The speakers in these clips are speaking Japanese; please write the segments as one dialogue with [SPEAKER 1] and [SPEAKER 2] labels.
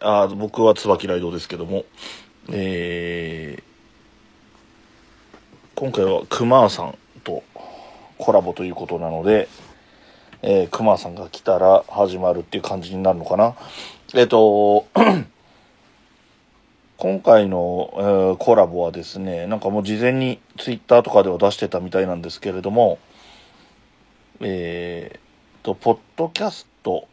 [SPEAKER 1] あー僕は椿ライドですけども、えー今回はクマーさんとコラボということなので、えー、クマーさんが来たら始まるっていう感じになるのかな。えっ、と、 今回の、えーコラボはですね、なんかもう事前にツイッターとかでは出してたみたいなんですけれども、えーと、ポッドキャスト、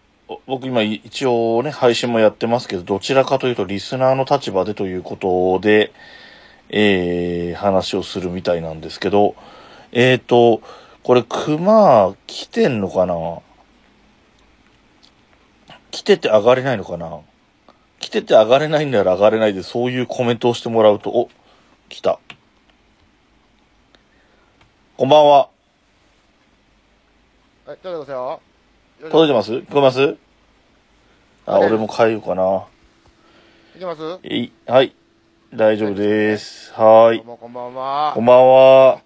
[SPEAKER 1] 僕今一応ね、配信もやってますけど、どちらかというとリスナーの立場でということで、えー話をするみたいなんですけど、えーと、これ熊来てんのかな来てて上がれないのかな来てて上がれないなら上がれないで、そういうコメントをしてもらうと、お、来た。こんばんは。
[SPEAKER 2] はい、届いてますよ。
[SPEAKER 1] 届いて
[SPEAKER 2] ま
[SPEAKER 1] ます聞こえますあ、
[SPEAKER 2] はい
[SPEAKER 1] 俺も帰るかな。
[SPEAKER 2] す。いけます
[SPEAKER 1] えい、はい。大丈夫です。はー
[SPEAKER 2] ど。
[SPEAKER 1] いう
[SPEAKER 2] もこんばんは。
[SPEAKER 1] こんばんは。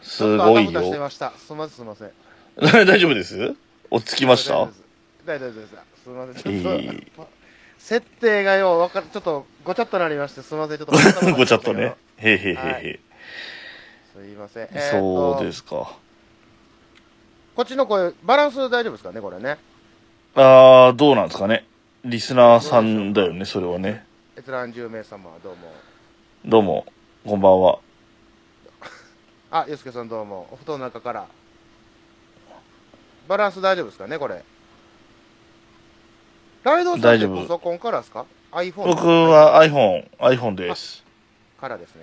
[SPEAKER 1] すご
[SPEAKER 2] ちょっ
[SPEAKER 1] い
[SPEAKER 2] とあたふたして
[SPEAKER 1] よ。
[SPEAKER 2] ました。すみません、すみませ ん。
[SPEAKER 1] 大丈夫です落ち着きました
[SPEAKER 2] 大丈夫です。大丈夫です。す
[SPEAKER 1] い
[SPEAKER 2] み
[SPEAKER 1] い
[SPEAKER 2] ません。ちょっと設定がようわかる、ちょっとごちゃっとなりまして、すみません。ちょっと
[SPEAKER 1] ごちゃっとね。。へいへいへ
[SPEAKER 2] すみません。
[SPEAKER 1] い。へい。そうですすか。
[SPEAKER 2] こっちの声、バランス大丈夫ですかね、これね。
[SPEAKER 1] あー、どうなんですかね。リスナーさんだよね、それはね。
[SPEAKER 2] 閲覧10名様、どうも。
[SPEAKER 1] どうも、こんばんは。
[SPEAKER 2] あ、ゆうすけさんどうも。お布団の中から。バランス大丈夫ですかね、これ。ライドさん
[SPEAKER 1] 大
[SPEAKER 2] っ
[SPEAKER 1] 丈
[SPEAKER 2] て
[SPEAKER 1] 夫
[SPEAKER 2] パソコンからですか ?iPhone
[SPEAKER 1] 僕は iPhone、iPhone です。
[SPEAKER 2] からですね。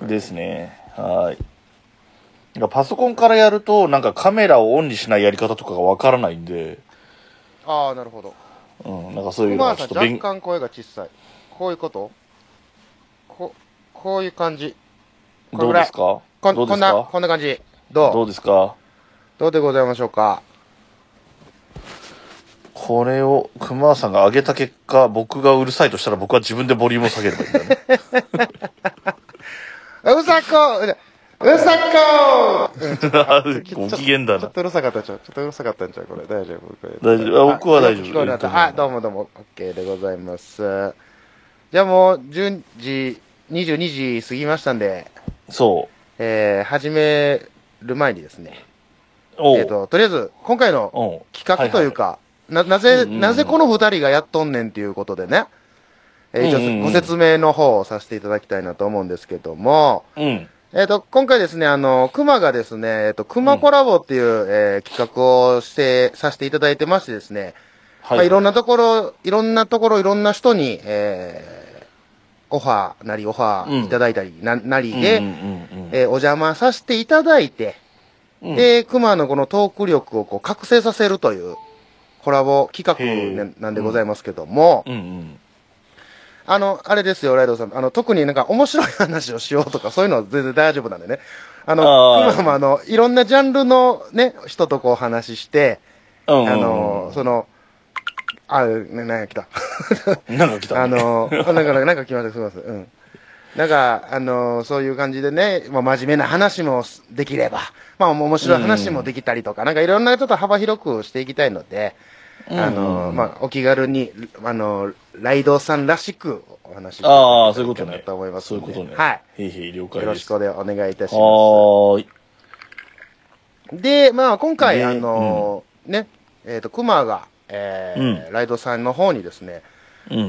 [SPEAKER 2] よ
[SPEAKER 1] ですね。はーい。パソコンからやると、なんかカメラをオンにしないやり方とかがわからないんで、
[SPEAKER 2] ああ、なるほど。
[SPEAKER 1] うん、なんかそういうの
[SPEAKER 2] 熊
[SPEAKER 1] は
[SPEAKER 2] 田
[SPEAKER 1] ちょっ
[SPEAKER 2] さん、
[SPEAKER 1] と
[SPEAKER 2] 若
[SPEAKER 1] 勉
[SPEAKER 2] 干声が小さい。こういうことこ、こういう感じ。これ
[SPEAKER 1] どう
[SPEAKER 2] ぐら
[SPEAKER 1] で
[SPEAKER 2] い
[SPEAKER 1] すか
[SPEAKER 2] こん
[SPEAKER 1] どうで
[SPEAKER 2] こん
[SPEAKER 1] す
[SPEAKER 2] な、
[SPEAKER 1] か
[SPEAKER 2] こんな感じ。
[SPEAKER 1] ど
[SPEAKER 2] どう
[SPEAKER 1] うですか
[SPEAKER 2] どうでございましょうか
[SPEAKER 1] これを熊さんが上げた結果、僕がうるさいとしたら僕は自分でボリュームを下げればいいんだ ね。
[SPEAKER 2] うさこううさこ
[SPEAKER 1] ご機嫌だ
[SPEAKER 2] ち
[SPEAKER 1] な。
[SPEAKER 2] ょっとうるさかったんちゃうちょっとうるさかったんちゃうこれ大丈夫これ
[SPEAKER 1] 大丈夫あ僕は大丈夫
[SPEAKER 2] 聞こえなかったあどうもどうも OK でございますじゃあもう10時22時過ぎましたんで、
[SPEAKER 1] そう。
[SPEAKER 2] えー、始める前にですね
[SPEAKER 1] お
[SPEAKER 2] えっ、ととりあえず今回の
[SPEAKER 1] お
[SPEAKER 2] 企画というか、なな
[SPEAKER 1] うん
[SPEAKER 2] ぜ、
[SPEAKER 1] うんうん
[SPEAKER 2] なぜこの2人がやっとんねんっていうことでね、えー一
[SPEAKER 1] うんうんうん
[SPEAKER 2] 応ご説明の方をさせていただきたいなと思うんですけども、
[SPEAKER 1] うん。
[SPEAKER 2] えっ、と、今回ですね、あの、熊がですね、えっ、と、熊コラボっていう、えー企画をして、させていただいてましてですね、
[SPEAKER 1] はい
[SPEAKER 2] まあ、いろんなところ、いろんなところ、いろんな人に、えーオファーなり、オファ
[SPEAKER 1] うん
[SPEAKER 2] ーいただいたり、ななりで、
[SPEAKER 1] うんうん
[SPEAKER 2] えーお邪魔させていただいて、
[SPEAKER 1] うんうん、
[SPEAKER 2] で、熊のこのトーク力をこう覚醒させるというコラボ企画
[SPEAKER 1] へ
[SPEAKER 2] ね
[SPEAKER 1] ー
[SPEAKER 2] なんでございますけども、
[SPEAKER 1] うんうん。
[SPEAKER 2] あの、あれですよ、ライドさん。あの、特になんか面白い話をしようとか、そういうのは全然大丈夫なんでね。あの、
[SPEAKER 1] あー
[SPEAKER 2] 今もあの、いろんなジャンルのね、人とこう話しして、
[SPEAKER 1] あ
[SPEAKER 2] あの、その、あ、な、なんか来た。
[SPEAKER 1] なんか来た、ね。
[SPEAKER 2] あの、あなんか、なんか来ました、すみません。うん。なんか、あの、そういう感じでね、まあ、真面目な話もできれば、まあ、面白い話もできたりとか、なんかいろんなちょっと幅広くしていきたいので、あの、まあ、お気軽に、あの、ライドさんらしくお話ししていただきた
[SPEAKER 1] ああ、そういうこと
[SPEAKER 2] な
[SPEAKER 1] ね。
[SPEAKER 2] と思います
[SPEAKER 1] そうんいう
[SPEAKER 2] で。
[SPEAKER 1] ことね。
[SPEAKER 2] はい。。
[SPEAKER 1] へいへい、了解
[SPEAKER 2] よ
[SPEAKER 1] です。
[SPEAKER 2] ろしくお願いいたしま
[SPEAKER 1] はーい。
[SPEAKER 2] す。で、まあ、今回、
[SPEAKER 1] ね
[SPEAKER 2] あの、ね、えっと、熊が、えーライドさんの方にですね、
[SPEAKER 1] うんうん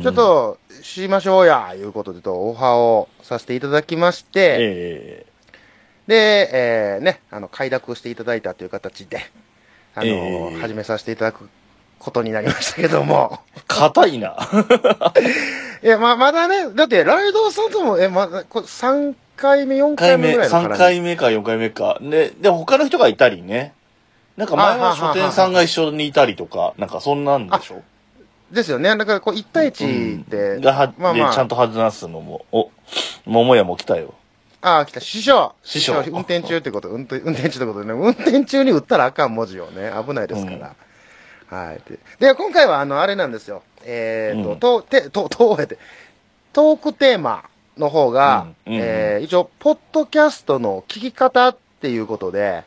[SPEAKER 2] ちょっ、と、しましょうや、いうことで、と、オファーをさせていただきまして、
[SPEAKER 1] え
[SPEAKER 2] で、えーね、あの、快諾していただいたという形で、あの、
[SPEAKER 1] ええ
[SPEAKER 2] 始めさせていただくことになりましたけども。
[SPEAKER 1] え硬いな。
[SPEAKER 2] いや、ま、まだね、だって、ライドさんとも、え、まだ、これ3回目、
[SPEAKER 1] 3
[SPEAKER 2] 4
[SPEAKER 1] 回
[SPEAKER 2] 回目
[SPEAKER 1] 目、
[SPEAKER 2] ぐらいの
[SPEAKER 1] 3回目か4回目か。で、で、他の人がいたりね。なんか前は書店さんが一緒にいたりとか、なんかそんなんでしょ
[SPEAKER 2] ですよね。だから、こう、1対
[SPEAKER 1] うん
[SPEAKER 2] 1で、
[SPEAKER 1] がは、
[SPEAKER 2] まあま
[SPEAKER 1] で、ちゃん
[SPEAKER 2] あ、
[SPEAKER 1] と話すのも。お、桃屋も来たよ。
[SPEAKER 2] ああ、来た、師匠。
[SPEAKER 1] 師匠
[SPEAKER 2] 運転中ってこと、運転、運転中ってことでね、運転中に打ったらあかん文字をね、危ないですから。はい。で、で今回は、あの、あれなんですよ。えっ、
[SPEAKER 1] う
[SPEAKER 2] と、
[SPEAKER 1] ん
[SPEAKER 2] と、て、と、と、えて、トークテーマの方が、
[SPEAKER 1] うんうん
[SPEAKER 2] えー一応、ポッドキャストの聞き方っていうことで、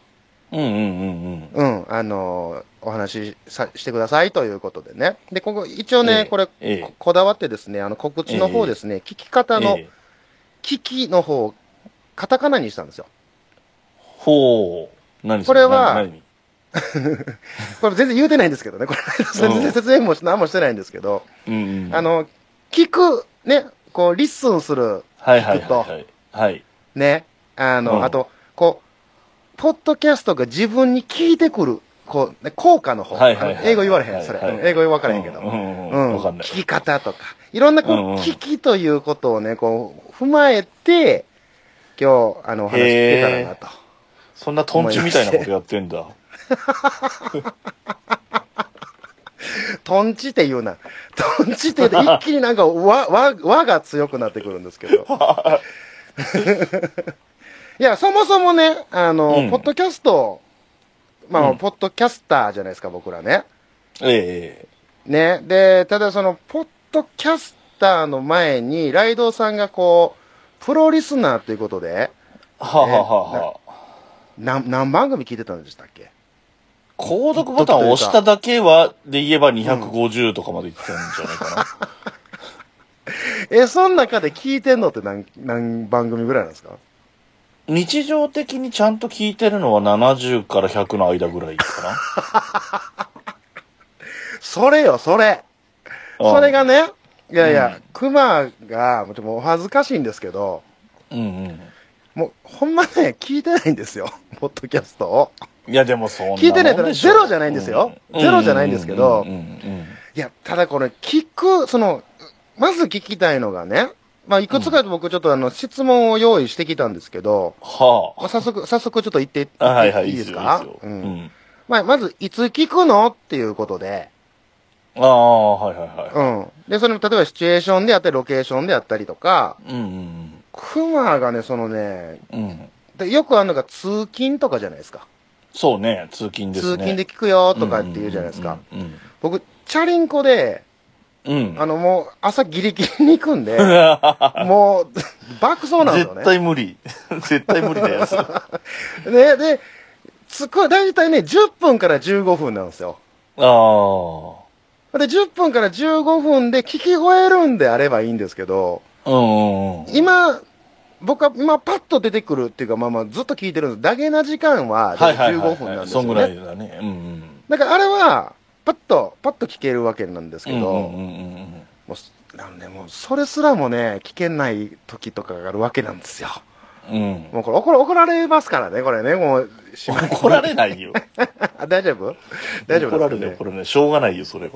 [SPEAKER 1] うんうんうんうん。
[SPEAKER 2] うん、あのーお話しさしてくださいということでね。で、ここ、一応
[SPEAKER 1] え
[SPEAKER 2] ね、
[SPEAKER 1] え
[SPEAKER 2] これ、
[SPEAKER 1] ええ
[SPEAKER 2] ここだわってですね、あの、告知の方ですね、聞き方の、
[SPEAKER 1] ええ
[SPEAKER 2] 聞きの方、カタカナにしたんですよ。
[SPEAKER 1] ほう。何そ
[SPEAKER 2] これは
[SPEAKER 1] 何何
[SPEAKER 2] これ全然言うてないんですけどね、これ、全然説明もし何もしてないんですけど、
[SPEAKER 1] うんうん。
[SPEAKER 2] あ、の、聞く、ね、こう、リッスンする、
[SPEAKER 1] はいはいはいはい。はい。
[SPEAKER 2] ね、あ
[SPEAKER 1] う
[SPEAKER 2] の、
[SPEAKER 1] ん
[SPEAKER 2] あと、こう、ポッドキャストが自分に聞いてくる、こう、ね、効果の方、
[SPEAKER 1] はいはいはい
[SPEAKER 2] 英語言われへん、それ。
[SPEAKER 1] はいはい
[SPEAKER 2] うん英語分からへんけど。
[SPEAKER 1] うんうん
[SPEAKER 2] う
[SPEAKER 1] うんん。わかんない。
[SPEAKER 2] 聞き方とか、いろんなこう、
[SPEAKER 1] うんうん
[SPEAKER 2] 聞きということをね、こう、踏まえて、今日、あの、お話し聞けたらなと。
[SPEAKER 1] そんなトンチみたいなことやってんだ。
[SPEAKER 2] トンチって言うな。トンチって言 うと、一気になんか、わ、わ、わが強くなってくるんですけど。いや、そもそもね、あの、
[SPEAKER 1] うん
[SPEAKER 2] ポッドキャスト、まあ、
[SPEAKER 1] うん
[SPEAKER 2] ポッドキャスターじゃないですか、僕らね。
[SPEAKER 1] ええ
[SPEAKER 2] ね。で、ただその、ポッドキャスターの前に、ライドウさんがこう、プロリスナーということで、
[SPEAKER 1] はあはあはあはあ。
[SPEAKER 2] 何、何番組聞いてたんでしたっけ
[SPEAKER 1] 購読ボタンを押しただけは、で言えば250とかまでいってたんじゃないかな。
[SPEAKER 2] え、その中で聞いてんのって何、何番組ぐらいなんですか
[SPEAKER 1] 日常的にちゃんと聞いてるのは70から100の間ぐらいか
[SPEAKER 2] それよ、それ。
[SPEAKER 1] な。
[SPEAKER 2] それがね、いやいや、クマが、もうちょっともうお恥ずかしいんですけど、
[SPEAKER 1] うん。うん
[SPEAKER 2] もうほんまね、聞いてないんですよ、 ポッドキャストを。
[SPEAKER 1] うん。いやでもそんなもん
[SPEAKER 2] 聞いてないとね
[SPEAKER 1] でしょ
[SPEAKER 2] ゼロじゃないんですよ
[SPEAKER 1] う
[SPEAKER 2] ゼロじゃないんですけど
[SPEAKER 1] うんうんうん
[SPEAKER 2] いや、ただこれ、聞く、その、まず聞きたいのがね、まあ、いくつか僕ちょっとあの、質問を用意してきたんですけど、
[SPEAKER 1] は
[SPEAKER 2] まあ、早速、早速ちょっと言って、
[SPEAKER 1] あ。あはいはい、い
[SPEAKER 2] いい
[SPEAKER 1] いで
[SPEAKER 2] で
[SPEAKER 1] すす
[SPEAKER 2] か
[SPEAKER 1] よ。いいです
[SPEAKER 2] う。
[SPEAKER 1] ようんん。
[SPEAKER 2] まあ、まず、いつ聞くのっていうことで、
[SPEAKER 1] ああ、はいはいは
[SPEAKER 2] うん。で、それも例えばシチュエーションであったり、ロケーションであったりとか、
[SPEAKER 1] い。うん
[SPEAKER 2] クマがね、そのね、
[SPEAKER 1] うんうん。うん。
[SPEAKER 2] でよくあるのが通勤とかじゃないですか。
[SPEAKER 1] そうね、通勤ですね。
[SPEAKER 2] 通勤で聞くよとかって言うじゃないですか。
[SPEAKER 1] うんうん
[SPEAKER 2] 僕、チャリンコで、
[SPEAKER 1] うんうん。うん。
[SPEAKER 2] あのもう朝ギリギリに行くんで、 もう、爆走なんですよ
[SPEAKER 1] 絶対無理。絶対無理なやつ。あ
[SPEAKER 2] ね。で、で、つく、だいたいね、10分から15分なんですよ。
[SPEAKER 1] あ。
[SPEAKER 2] で、10分から15分で聞き終えるんであればいいんですけど、
[SPEAKER 1] うんうんうん。
[SPEAKER 2] 今、僕は今パッと出てくるっていうか、まあまあずっと聞いてるんです。だけな時間は、
[SPEAKER 1] はいはいはい
[SPEAKER 2] 15分
[SPEAKER 1] はい
[SPEAKER 2] なんです
[SPEAKER 1] そ
[SPEAKER 2] よ
[SPEAKER 1] ん
[SPEAKER 2] ね。
[SPEAKER 1] ぐらいだね。うんうん。
[SPEAKER 2] だからあれは、パッと、パッと聞けるわけなんですけ
[SPEAKER 1] うん
[SPEAKER 2] ど、
[SPEAKER 1] うんうんうんうん。
[SPEAKER 2] もうなんでもうそれすらもね聞けない時とかがあるわけなんですよ
[SPEAKER 1] うん。
[SPEAKER 2] もうこれ怒ら怒られますからねこれねもうしまい
[SPEAKER 1] 怒られないよ。
[SPEAKER 2] あ大丈夫 大丈夫
[SPEAKER 1] 怒られ
[SPEAKER 2] です
[SPEAKER 1] ない、
[SPEAKER 2] よね
[SPEAKER 1] 怒られない。しょうがないよ、それは。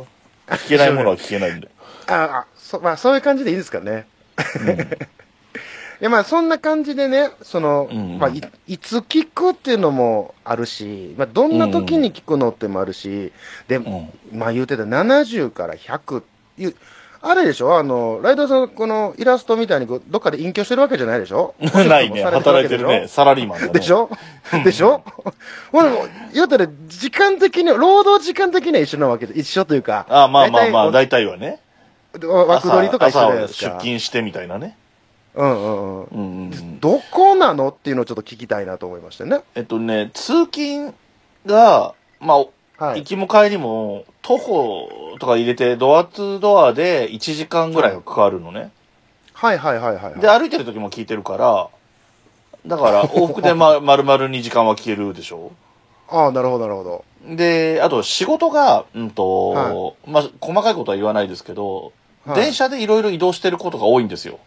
[SPEAKER 1] 聞けないものは聞けないん で。
[SPEAKER 2] ああそ,、まあ、そういう感じでいいですかね いやまあそんな感じでねその、
[SPEAKER 1] うんうん
[SPEAKER 2] まあ、いいつ聞くっていうのもあるし、まあ、どんな時に聞くのってもあるし、で、
[SPEAKER 1] うん
[SPEAKER 2] まあ言うてた70から100いうあれでしょあの、ライドさん、このイラストみたいにこうどっかで隠居してるわけじゃないでしょ
[SPEAKER 1] ないね。働いてるね。。サラリーマンだね。
[SPEAKER 2] でしょでしょ ほら、もう言うたら、時間的に、労働時間的には一緒なわけで、一緒というか。
[SPEAKER 1] ああまあまあまあ、
[SPEAKER 2] 大
[SPEAKER 1] 大体はね。
[SPEAKER 2] 体わ枠取りとか一緒じゃない
[SPEAKER 1] 朝
[SPEAKER 2] で
[SPEAKER 1] 朝
[SPEAKER 2] す
[SPEAKER 1] 出
[SPEAKER 2] か。
[SPEAKER 1] 勤してみたいなね。
[SPEAKER 2] うんうん
[SPEAKER 1] う
[SPEAKER 2] うん。
[SPEAKER 1] んうんうん。
[SPEAKER 2] どこなのっていうのをちょっと聞きたいなと思いましてね。
[SPEAKER 1] えっとね、通勤が、まあ、
[SPEAKER 2] は
[SPEAKER 1] 行。きも帰りも、徒歩とか入れて、ドアツードアで1時間ぐらいがかかるのね。
[SPEAKER 2] はいはいはいはいはい。
[SPEAKER 1] で、歩いてる時も聞いてるから、だ から、往復でま、丸々2時間は消えるでしょ
[SPEAKER 2] ああ、なるほどなるほど。
[SPEAKER 1] で、あと仕事が、うんと、
[SPEAKER 2] は
[SPEAKER 1] まあ、細かいことは言わないですけど、
[SPEAKER 2] はい
[SPEAKER 1] 電車でいろいろ移動してることが多いんですよ。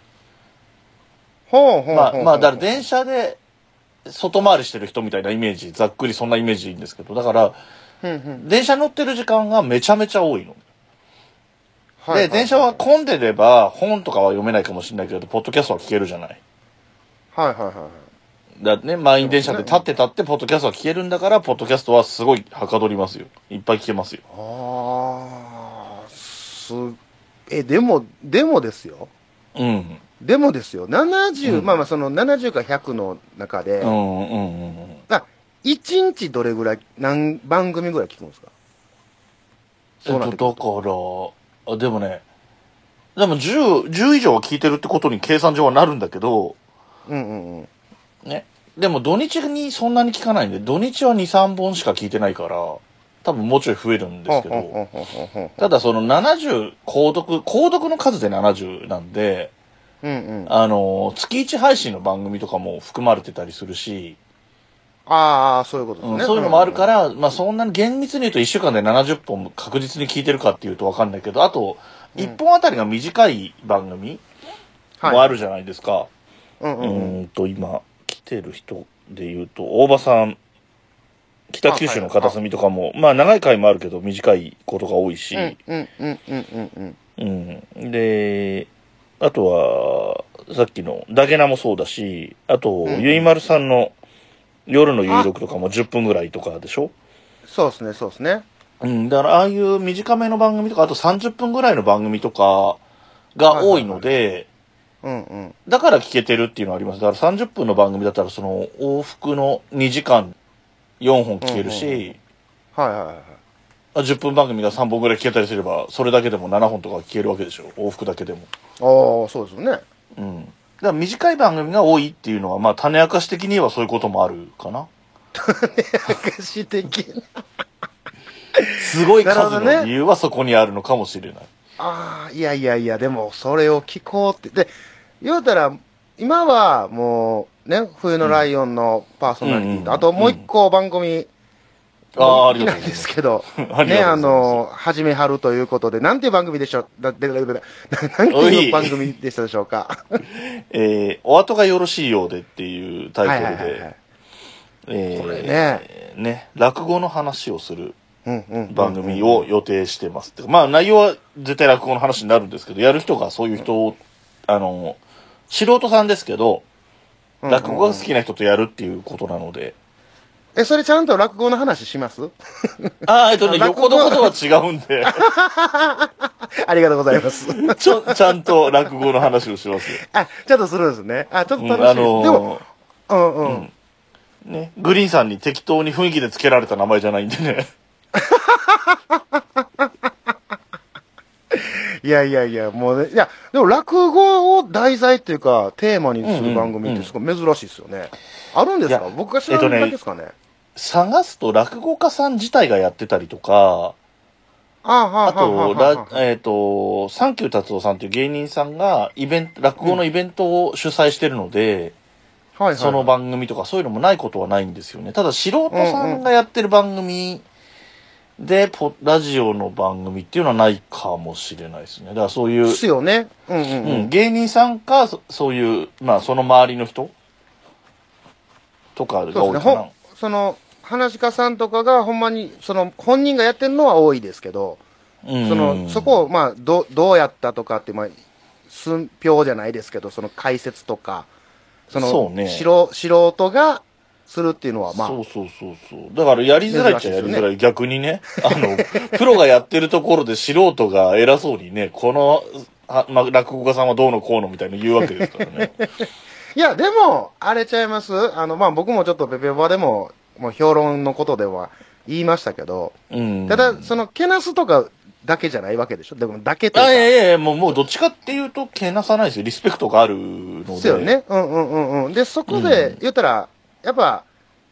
[SPEAKER 2] ほうほうほう
[SPEAKER 1] まあ、
[SPEAKER 2] ほう
[SPEAKER 1] まあ、だから電車で外回りしてる人みたいなイメージ、ざっくりそんなイメージでいいんですけど、だから、
[SPEAKER 2] うんうん
[SPEAKER 1] 電車乗ってる時間がめちゃめちゃ多いの。
[SPEAKER 2] はいはい
[SPEAKER 1] で、電車は混んでれば、本とかは読めないかもしれないけど、ポッドキャストは聞けるじゃない。
[SPEAKER 2] はいはいはいはい。
[SPEAKER 1] だってね、満員電車で立って立って、ポッドキャストは聞けるんだから、ポッドキャストはすごいはかどりますよ。いっぱい聞けますよ。
[SPEAKER 2] ああ、す、え、でも、でもですよ。
[SPEAKER 1] うん。
[SPEAKER 2] でもですよ。70、
[SPEAKER 1] うん
[SPEAKER 2] まあまあその70か100の中で、
[SPEAKER 1] うんうんうんうん。
[SPEAKER 2] 一日どれぐらい、何番組ぐらい聞くんですか
[SPEAKER 1] えっと、
[SPEAKER 2] なっ
[SPEAKER 1] だ
[SPEAKER 2] て
[SPEAKER 1] か
[SPEAKER 2] くる
[SPEAKER 1] ら、あでもね、でも10、10以上は聞いてるってことに計算上はなるんだけど、
[SPEAKER 2] うんうんうん。
[SPEAKER 1] ね。でも土日にそんなに聞かないんで、土日は2、3本しか聞いてないから、多分もうちょい増えるんですけ
[SPEAKER 2] ほんほ
[SPEAKER 1] ど、
[SPEAKER 2] んほんほんほんほん
[SPEAKER 1] ただその70、購読、購読の数で70なんで、
[SPEAKER 2] うんうん。
[SPEAKER 1] あの、月1配信の番組とかも含まれてたりするし、
[SPEAKER 2] ああ、そういうことです
[SPEAKER 1] うん
[SPEAKER 2] ね。
[SPEAKER 1] そういうのもあるから、まあそんなに厳密に言うと1週間で70本確実に聞いてるかっていうとわかんないけど、あと、1本あたりが短い番組
[SPEAKER 2] はい
[SPEAKER 1] もあるじゃないですか。
[SPEAKER 2] うんう
[SPEAKER 1] うん
[SPEAKER 2] うん。
[SPEAKER 1] ーんと、今、来てる人で言うと、大場さん、北九州の片隅とかも、まあ長い回もあるけど短いことが多いし、
[SPEAKER 2] うんうんうんうんうんうん。
[SPEAKER 1] うん、であとはさっきのダゲナもそうだしあと、
[SPEAKER 2] うん
[SPEAKER 1] ゆいまるさんの夜の有力とかも10分ぐらいとかでしょ
[SPEAKER 2] そうですね、そうですね。
[SPEAKER 1] うん、だからああいう短めの番組とかあと30分ぐらいの番組とかが多いので、
[SPEAKER 2] うんうん。
[SPEAKER 1] だから聞けてるっていうのはありますだから30分の番組だったらその往復の2時間4本聞けるし、
[SPEAKER 2] うんうんはいはいはい。
[SPEAKER 1] あ10分番組が3本ぐらい聞けたりすればそれだけでも7本とか聞けるわけでしょ往復だけでも。
[SPEAKER 2] ああ、そうですよね。
[SPEAKER 1] うん。だから短い番組が多いっていうのは、まあ、種明かし的にはそういうこともあるかな。
[SPEAKER 2] 昔的な。
[SPEAKER 1] すごい数
[SPEAKER 2] なるほど
[SPEAKER 1] の
[SPEAKER 2] ね
[SPEAKER 1] 理由はそこにあるのかもしれない。
[SPEAKER 2] ああ、いやいやいや、でもそれを聞こうって。で、言うたら、今はもう、ね、冬のライオンのパーソナリティ
[SPEAKER 1] うん
[SPEAKER 2] と、
[SPEAKER 1] うん
[SPEAKER 2] あともう一個番組、
[SPEAKER 1] ああ、あり
[SPEAKER 2] でき
[SPEAKER 1] が
[SPEAKER 2] な
[SPEAKER 1] とござい
[SPEAKER 2] いうで
[SPEAKER 1] ますす。、
[SPEAKER 2] けど
[SPEAKER 1] ありがとうございます
[SPEAKER 2] ね、あの、始めはるということで、なんていう番組でしょう、だ、で、で、で、で、ななんて
[SPEAKER 1] お
[SPEAKER 2] いう
[SPEAKER 1] い
[SPEAKER 2] 番組でしたでしょうか。
[SPEAKER 1] えー、お後がよろしいようでっていうタイトルで、。えー
[SPEAKER 2] これね
[SPEAKER 1] ね落語の話をする
[SPEAKER 2] うんうん。
[SPEAKER 1] 番組を予定してます。てかまあ、内容は絶対落語の話になるんですけど、やる人がそういう人を、あの、素人さんですけど、
[SPEAKER 2] うん
[SPEAKER 1] 落語が好きな人とやるっていうことなので、
[SPEAKER 2] え、それちゃんと落語の話します
[SPEAKER 1] ああ、えっとね、
[SPEAKER 2] あ落語
[SPEAKER 1] 横のことは違うんで。
[SPEAKER 2] ありがとうございます。
[SPEAKER 1] ちょ、 ちゃんと落語の話をしますよ。
[SPEAKER 2] あ、ちょっとするんですね。あ、ちょっと
[SPEAKER 1] う
[SPEAKER 2] 楽し
[SPEAKER 1] ん
[SPEAKER 2] い。
[SPEAKER 1] あのー
[SPEAKER 2] でも、うんうん。
[SPEAKER 1] ね、グリーンさんに適当に雰囲気で付けられた名前じゃないんで ね。
[SPEAKER 2] いやいやいや、もうね、いや、でも落語を題材っていうか、テーマにする番組ってすごい珍しいですよね。あるんです
[SPEAKER 1] い
[SPEAKER 2] か
[SPEAKER 1] や
[SPEAKER 2] 僕が知らないだけですかね。
[SPEAKER 1] 探すと落語家さん自体がやってたりとか、
[SPEAKER 2] あは
[SPEAKER 1] あ
[SPEAKER 2] あはあは
[SPEAKER 1] と、
[SPEAKER 2] あはあ
[SPEAKER 1] らえっ、と、サンキュー達夫さんっていう芸人さんがイベント、落語のイベントを主催してるので、
[SPEAKER 2] はいはい
[SPEAKER 1] その番組とかそういうのもないことはないんですよね。ただ素人さんがやってる番組で、ポラジオの番組っていうのはないかもしれないですね。だからそういう
[SPEAKER 2] で、すよね。うんうんう。
[SPEAKER 1] うんん、芸人さんかそそういう、まあ、その周りの人とかが
[SPEAKER 2] そう
[SPEAKER 1] 多
[SPEAKER 2] で
[SPEAKER 1] い
[SPEAKER 2] す
[SPEAKER 1] か
[SPEAKER 2] ね。
[SPEAKER 1] な
[SPEAKER 2] ほんその、話し家さんとかがほんまに、その、本人がやってるのは多いですけど、
[SPEAKER 1] うん
[SPEAKER 2] その、そこを、まあ、ど、どうやったとかって、まあ、寸評じゃないですけど、その解説とか、その、
[SPEAKER 1] そうね
[SPEAKER 2] 素素人がするっていうのは、まあ、
[SPEAKER 1] そうそうそうそうだからやりづらいっちゃやりづらい
[SPEAKER 2] 珍
[SPEAKER 1] 逆にねあのプロがやってるところで素人が偉そうにねこのあ、まあ、落語家さんはどうのこうのみたいな言うわけですから ね
[SPEAKER 2] いや、でも、あれちゃいますあの、まあ、僕もちょっとペペバでも、もう評論のことでは言いましたけど、
[SPEAKER 1] うん
[SPEAKER 2] ただ、その、けなすとかだけじゃないわけでしょでも、だけと
[SPEAKER 1] あいや
[SPEAKER 2] いうか。
[SPEAKER 1] いやいやもうもうどっちかっていうとけなさないですよリスペクトがあるので
[SPEAKER 2] ですよね。うんうんうんうん。で、そこで
[SPEAKER 1] うん、
[SPEAKER 2] 言ったら、やっぱ、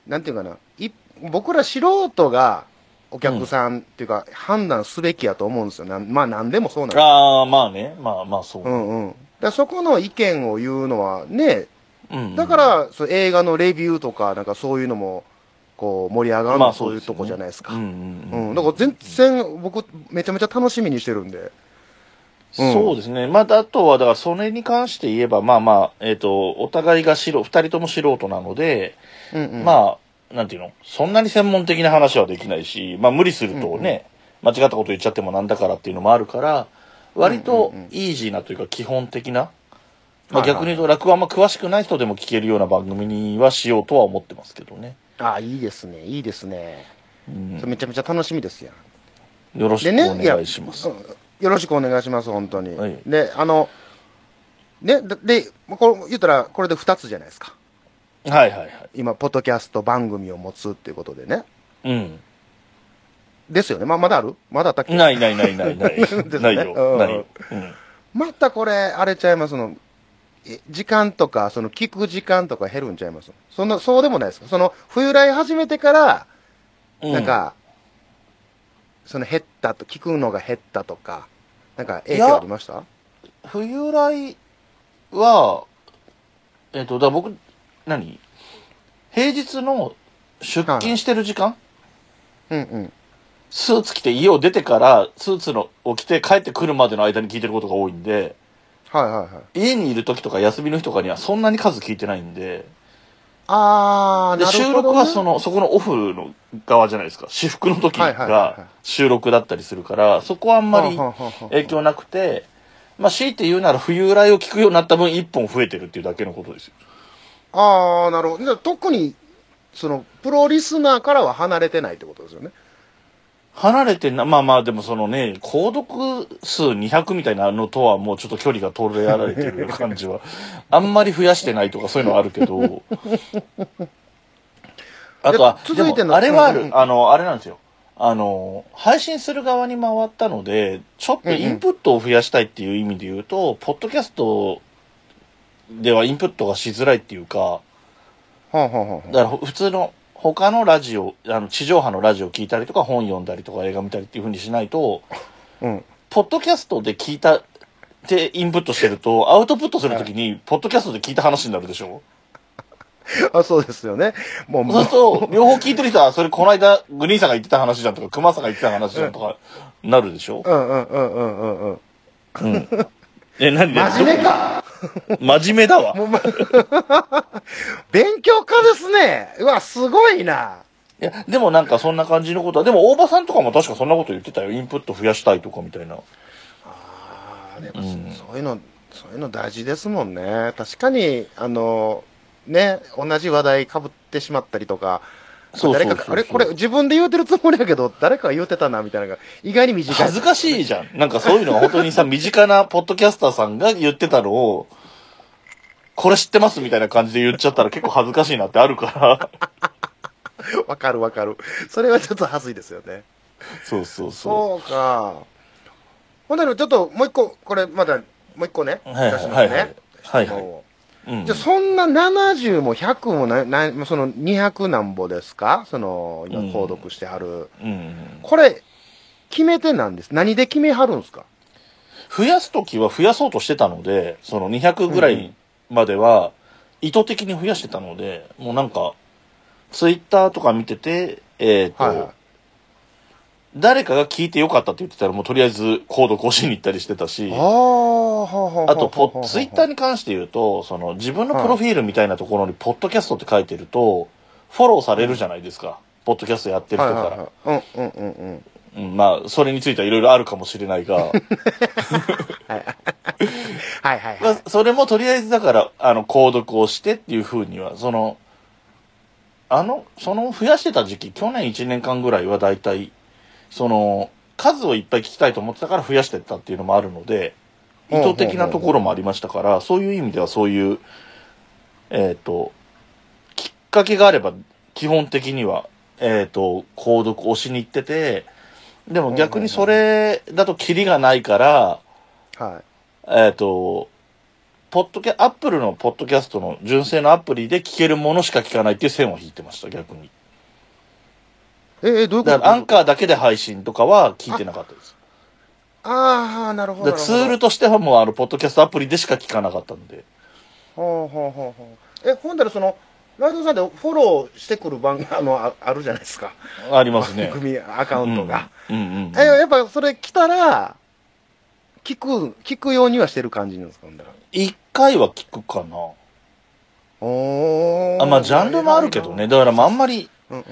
[SPEAKER 2] なんていうかな、い僕ら素人が、お客さんっていうか、判断すべきやと思うんですよ。なんまあ、なんでもそうなんです。
[SPEAKER 1] ああまあねまあまあそう
[SPEAKER 2] う、んうん。だからそこの意見を言うのはね、
[SPEAKER 1] うん
[SPEAKER 2] だから、そう映画のレビューとか、なんかそういうのも、こう、盛り上がるの、
[SPEAKER 1] まあ
[SPEAKER 2] そういう
[SPEAKER 1] ですよ
[SPEAKER 2] と
[SPEAKER 1] ね
[SPEAKER 2] こじゃないですか。
[SPEAKER 1] う
[SPEAKER 2] うん
[SPEAKER 1] んうんうん
[SPEAKER 2] うん、だから全然、僕、めちゃめちゃ楽しみにしてるんで。うん
[SPEAKER 1] そうですね。まあ、あとは、だから、それに関して言えば、まあまあ、えっ、と、お互いが素人、二人とも素人なので、
[SPEAKER 2] うんうん、あ、
[SPEAKER 1] まあ、なんていうのそんなに専門的な話はできないし、まあ、無理するとね、間違ったこと言っちゃってもなんだからっていうのもあるから、割と
[SPEAKER 2] うんうんうん
[SPEAKER 1] イージーなというか、基本的な、まあ、
[SPEAKER 2] はいはい
[SPEAKER 1] 逆に言うと、落語あんま詳しくない人でも聞けるような番組にはしようとは思ってますけどね。
[SPEAKER 2] あ、いいですね、いいですね。
[SPEAKER 1] うん
[SPEAKER 2] それめちゃめちゃ楽しみですやん。
[SPEAKER 1] よろしく
[SPEAKER 2] で
[SPEAKER 1] お
[SPEAKER 2] ね、
[SPEAKER 1] 願いします。
[SPEAKER 2] やうんよろしくお願いします、本当に。
[SPEAKER 1] はい
[SPEAKER 2] で、あの、ね、で、でこう言ったら、これで2つじゃないですか。
[SPEAKER 1] はいはいはい。
[SPEAKER 2] 今、ポッドキャスト番組を持つっていうことでね。
[SPEAKER 1] うん。
[SPEAKER 2] ですよね。まあ、まだあるまだあったっけ
[SPEAKER 1] ないないないない ない。
[SPEAKER 2] ね
[SPEAKER 1] ないよ。ないよ。うん
[SPEAKER 2] またこれ、あれちゃいますの、え時間とか、その聞く時間とか減るんちゃいますそんな、そうでもないですかその、冬来始めてから、
[SPEAKER 1] う
[SPEAKER 2] なんか、その減ったと、聞くのが減ったとか、なんか影響ありました
[SPEAKER 1] 冬来は、えっ、と、だから僕、何平日の出勤してる時間、
[SPEAKER 2] うんうん。
[SPEAKER 1] スーツ着て家を出てから、スーツのを着て帰ってくるまでの間に聞いてることが多いんで、
[SPEAKER 2] はいはいはい。
[SPEAKER 1] 家にいる時とか休みの日とかにはそんなに数聞いてないんで、
[SPEAKER 2] あー、
[SPEAKER 1] で
[SPEAKER 2] なるほど、ね。
[SPEAKER 1] 収録はその、そこのオフの側じゃないですか。私服の時
[SPEAKER 2] はいはいはいは
[SPEAKER 1] が
[SPEAKER 2] い
[SPEAKER 1] 収録だったりするから、そこはあんまり影響なくて、まあ強いて言うなら冬来を聞くようになった分一本増えてるっていうだけのことですよ。
[SPEAKER 2] ああ、なるほど。じゃあ特に、その、プロリスナーからは離れてないってことですよね。
[SPEAKER 1] 離れてな、まあまあでもそのね、購読数200みたいなのとはもうちょっと距離が遠れられてる感じは、あんまり増やしてないとかそういうのはあるけ ど、あとは、
[SPEAKER 2] 続い
[SPEAKER 1] で
[SPEAKER 2] ての
[SPEAKER 1] もあれはある、
[SPEAKER 2] うんうんうん
[SPEAKER 1] あの、あれなんですよ。あの、配信する側に回ったので、ちょっとインプットを増やしたいっていう意味で言うと、ポッドキャストではインプットがしづらいっていうか、
[SPEAKER 2] はあ、はあはあはあ、
[SPEAKER 1] だから普通の他のラジオあの地上波のラジオ聞いたりとか本読んだりとか映画見たりっていう風にしないと
[SPEAKER 2] うん。
[SPEAKER 1] ポッドキャストで聞いたってインプットしてるとアウトプットするときにポッドキャストで聞いた話になるでしょ
[SPEAKER 2] あ、そうですよね。もう、も
[SPEAKER 1] そう
[SPEAKER 2] う
[SPEAKER 1] すると両方聞いてる人はそれこの間グリーンさんが言ってた話じゃんとかクマさんが言ってた話じゃんとかなるでしょ、
[SPEAKER 2] うんうんうんうんうんうん。
[SPEAKER 1] うん、え何で
[SPEAKER 2] 真面目か
[SPEAKER 1] 真面目だわ
[SPEAKER 2] もう、ま、勉強家ですね。うわ、すごいな。
[SPEAKER 1] いやでもなんかそんな感じのことはでも大場さんとかも確かそんなこと言ってたよインプット増やしたいとかみたいな
[SPEAKER 2] ああ、でも、
[SPEAKER 1] うん
[SPEAKER 2] そそういうの、そういうの大事ですもんね。確かに、あの、ね、同じ話題かぶってしまったりとか、
[SPEAKER 1] そうそうそうそう
[SPEAKER 2] 誰かがあれこれ自分で言うてるつもりやけど、誰かが言うてたな、みたいなのが、意外に短い。
[SPEAKER 1] 恥ずかしいじゃん。なんかそういうのが本当にさ、身近なポッドキャスターさんが言ってたのを、これ知ってますみたいな感じで言っちゃったら結構恥ずかしいなってあるから。
[SPEAKER 2] わかるわかる。それはちょっと恥ずいですよね。
[SPEAKER 1] そうそうそ
[SPEAKER 2] そうか。ほんならちょっともう一個、これまだ、もう一個ね、出し
[SPEAKER 1] はい
[SPEAKER 2] ますね。
[SPEAKER 1] はいはいはい
[SPEAKER 2] 質問
[SPEAKER 1] う。
[SPEAKER 2] を
[SPEAKER 1] うん
[SPEAKER 2] じゃあそんな70も100もな、なその200なんぼですかその、今、
[SPEAKER 1] うん
[SPEAKER 2] 購読してはる。
[SPEAKER 1] うん。
[SPEAKER 2] これ、決め手なんです。何で決めはるんですか
[SPEAKER 1] 増やすときは増やそうとしてたので、その200ぐら
[SPEAKER 2] うんう
[SPEAKER 1] いまでは意図的に増やしてたので、もうなんか、ツイッターとか見てて、えっ、と、
[SPEAKER 2] はいはい。
[SPEAKER 1] 誰かが聞いてよかったって言ってたらもうとりあえず購読をしに行ったりしてたし。
[SPEAKER 2] ああ、はあはあはあ。
[SPEAKER 1] あとポ、ツイッター
[SPEAKER 2] に。
[SPEAKER 1] に関して言うと、その自分のプロフィールみたいなところに、ポッドキャストって書いてると、フォローされるじゃないですか。ポッドキャストやってる
[SPEAKER 2] はい
[SPEAKER 1] 人
[SPEAKER 2] は
[SPEAKER 1] か
[SPEAKER 2] い
[SPEAKER 1] ら。
[SPEAKER 2] はい。うんうんうんうん。
[SPEAKER 1] うんまあ、それについてはいろいろあるかもしれないが、
[SPEAKER 2] はいはい
[SPEAKER 1] ま
[SPEAKER 2] は
[SPEAKER 1] あ
[SPEAKER 2] い。
[SPEAKER 1] それもとりあえずだから、あの、購読をしてっていうふうには、その、あの、その増やしてた時期、去年1年間ぐらいは大体、その、数をいっぱい聞きたいと思ってたから増やしてったっていうのもあるので、意図的なところもありましたから、そういう意味ではそういう、えっ、と、きっかけがあれば、基本的には、えっ、と、購読をしに行ってて、でも逆にそれだとキリがないから、
[SPEAKER 2] はい。
[SPEAKER 1] えっ、と、ポッドキャ、アップルのポッドキャストの純正のアプリで聞けるものしか聞かないっていう線を引いてました、逆に。
[SPEAKER 2] ええ、どういうこと
[SPEAKER 1] だからアンカー
[SPEAKER 2] だ。
[SPEAKER 1] だけで配信とかは聞いてなかったです。
[SPEAKER 2] ああ、なるほ
[SPEAKER 1] だから
[SPEAKER 2] ど。
[SPEAKER 1] ツールとしてはもうあの、ポッドキャストアプリでしか聞かなかったんで。
[SPEAKER 2] ほうほうほうほうえほんだらそのライドさんでフォローしてくる番 あのああるじゃないですか
[SPEAKER 1] ありますね。
[SPEAKER 2] 番組アカウントが、
[SPEAKER 1] うん。うんうんうん
[SPEAKER 2] えやっぱそれ来たら聞く聞くようにはしてる感じなんですかほんだら
[SPEAKER 1] 一回は聞くかな。
[SPEAKER 2] おー
[SPEAKER 1] あ、まあ、ジャンルもあるけどね。だから、まあ、あんまり、
[SPEAKER 2] うんうん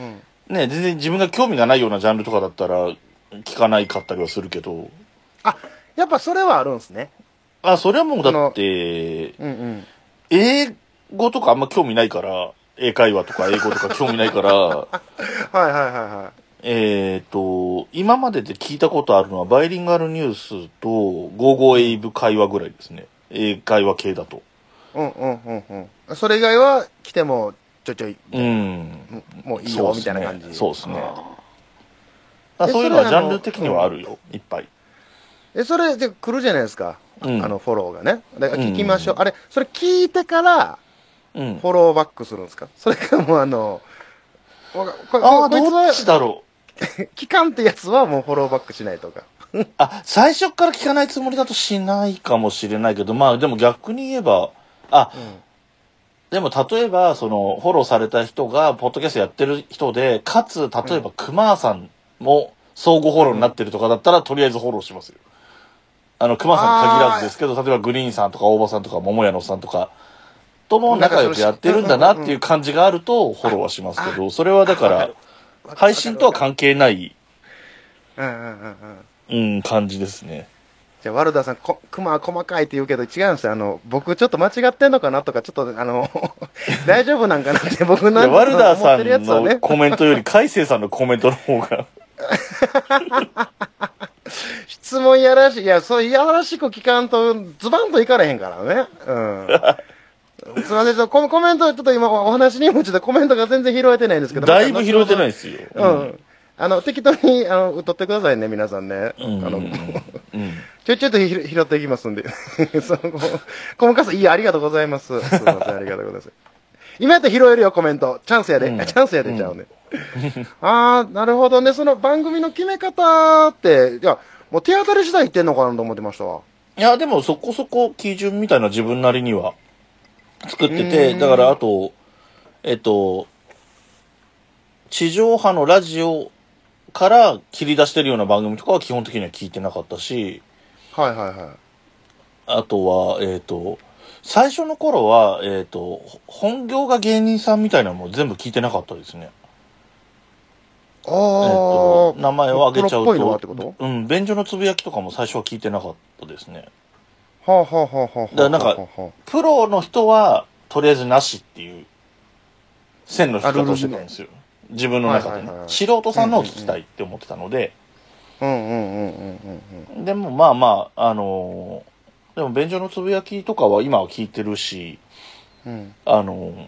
[SPEAKER 1] ね、全然自分が興味がないようなジャンルとかだったら、聞かないかったりはするけど、
[SPEAKER 2] やっぱそれはあるんですね
[SPEAKER 1] あ、それはもうだって、
[SPEAKER 2] うんうん
[SPEAKER 1] 英語とかあんま興味ないから、英会話とか英語とか興味ないから、
[SPEAKER 2] はいはいはいはい
[SPEAKER 1] えっと、今までで聞いたことあるのは、バイリンガルニュースと、55英語会話ぐらいですね。英会話系だと。
[SPEAKER 2] うんうんうんうんそれ以外は来てもちょいちょい
[SPEAKER 1] うん。
[SPEAKER 2] もういい
[SPEAKER 1] そう
[SPEAKER 2] よ
[SPEAKER 1] っすね
[SPEAKER 2] みたいな感じ
[SPEAKER 1] そうっすね
[SPEAKER 2] あ
[SPEAKER 1] あ
[SPEAKER 2] え
[SPEAKER 1] そういうのは
[SPEAKER 2] そ
[SPEAKER 1] ジ
[SPEAKER 2] れ
[SPEAKER 1] ャ
[SPEAKER 2] あの
[SPEAKER 1] ンル的にはあるよ、いっぱい。
[SPEAKER 2] ーえそれで来るじゃないですか、
[SPEAKER 1] うん
[SPEAKER 2] あのフォローがねで
[SPEAKER 1] うん
[SPEAKER 2] 聞きましょう、あれそれ聞いてから
[SPEAKER 1] うん。
[SPEAKER 2] フォローバックするんですかそれかもうあの、わかこれ
[SPEAKER 1] ああ、
[SPEAKER 2] こいつ
[SPEAKER 1] ど
[SPEAKER 2] は
[SPEAKER 1] っちだろ
[SPEAKER 2] 期間ってやつはもうフォローバックしないとか。
[SPEAKER 1] あ、最初から聞かないつもりだとしないかもしれないけど、まあでも逆に言えば、あ、でも例えば、その、フォローされた人が、ポッドキャストやってる人で、かつ、例えば、クマーさんも、相互フォローになってるとかだったら、とりあえずフォローしますよ。あの、クマーさんに限らずですけど、例えば、グリーンさんとか、大場さんとか、桃屋のおっさんとか、とも仲良くやってるんだなっていう感じがあると、フォローはしますけど、それはだから、配信とは関係ない、
[SPEAKER 2] うんうんうんうん。
[SPEAKER 1] うん、感じですね。
[SPEAKER 2] じゃあ、ワルダーさん、こクマは細かいって言うけど、違うんですよ。あの、僕ちょっと間違ってんのかなとか、ちょっと、あの、 大丈夫なんかなって、僕
[SPEAKER 1] いや
[SPEAKER 2] の
[SPEAKER 1] ワルダー
[SPEAKER 2] 思
[SPEAKER 1] さ
[SPEAKER 2] ってるやつを
[SPEAKER 1] んの
[SPEAKER 2] ね、
[SPEAKER 1] コメントより、海星さんのコメントの方が、
[SPEAKER 2] 質問やらしい、いや、そう、いやらしく聞かんと、ズバンといかれへんからね。うん。 すいません、ちょっとココメント、ちょっと今お話にもちょっとコメントが全然拾えてないん ですけど。
[SPEAKER 1] だいぶ拾えてない
[SPEAKER 2] い。
[SPEAKER 1] ですよ。
[SPEAKER 2] うん。あの、適当に、あの、取ってくださいね、皆さんね。
[SPEAKER 1] うん。
[SPEAKER 2] あの、
[SPEAKER 1] うん
[SPEAKER 2] ちょいちょいと拾拾っていきますんで。 その、細かさ、いい、ありがとうござ います。すいません、ありがとうございます。今やったら拾えるよ、コメント。チャンスやで。
[SPEAKER 1] うん
[SPEAKER 2] チャンスやで、ちゃうね。 あー、なるほどね。その番組の決め方って、いや、もう手当たり次第言ってんのかなと思ってましたわ。
[SPEAKER 1] いや、でもそこそこ基準みたいな自分なりには作ってて、
[SPEAKER 2] うん
[SPEAKER 1] だからあと、えっと、地上波のラジオから切り出してるような番組とかは基本的には聞いてなかったし、
[SPEAKER 2] はいはいはい。
[SPEAKER 1] あとは、えっと、最初の頃は、えっと、ほ本業が芸人さんみたいなのも全部聞いてなかったですね。えっ
[SPEAKER 2] あー
[SPEAKER 1] と、、名前を挙げちゃう
[SPEAKER 2] プロっぽいのはって
[SPEAKER 1] と
[SPEAKER 2] ことは
[SPEAKER 1] うん、便所のつぶやきとかも最初は聞いてなかったですね。
[SPEAKER 2] あはあはあはあ
[SPEAKER 1] だ
[SPEAKER 2] はあ。
[SPEAKER 1] からなんか
[SPEAKER 2] はあは
[SPEAKER 1] プロの人は、とりあえずなしっていう、線の引き方をしてたんですよ。自分の中で
[SPEAKER 2] はい
[SPEAKER 1] ね
[SPEAKER 2] はいは。い
[SPEAKER 1] 素人さんのを聞きたいって思ってたので、
[SPEAKER 2] あうんうんうんうんうんうん。
[SPEAKER 1] でもまあまあ、あのーでも便所のつぶやきとかは今は聞いてるし、
[SPEAKER 2] うん。
[SPEAKER 1] あのー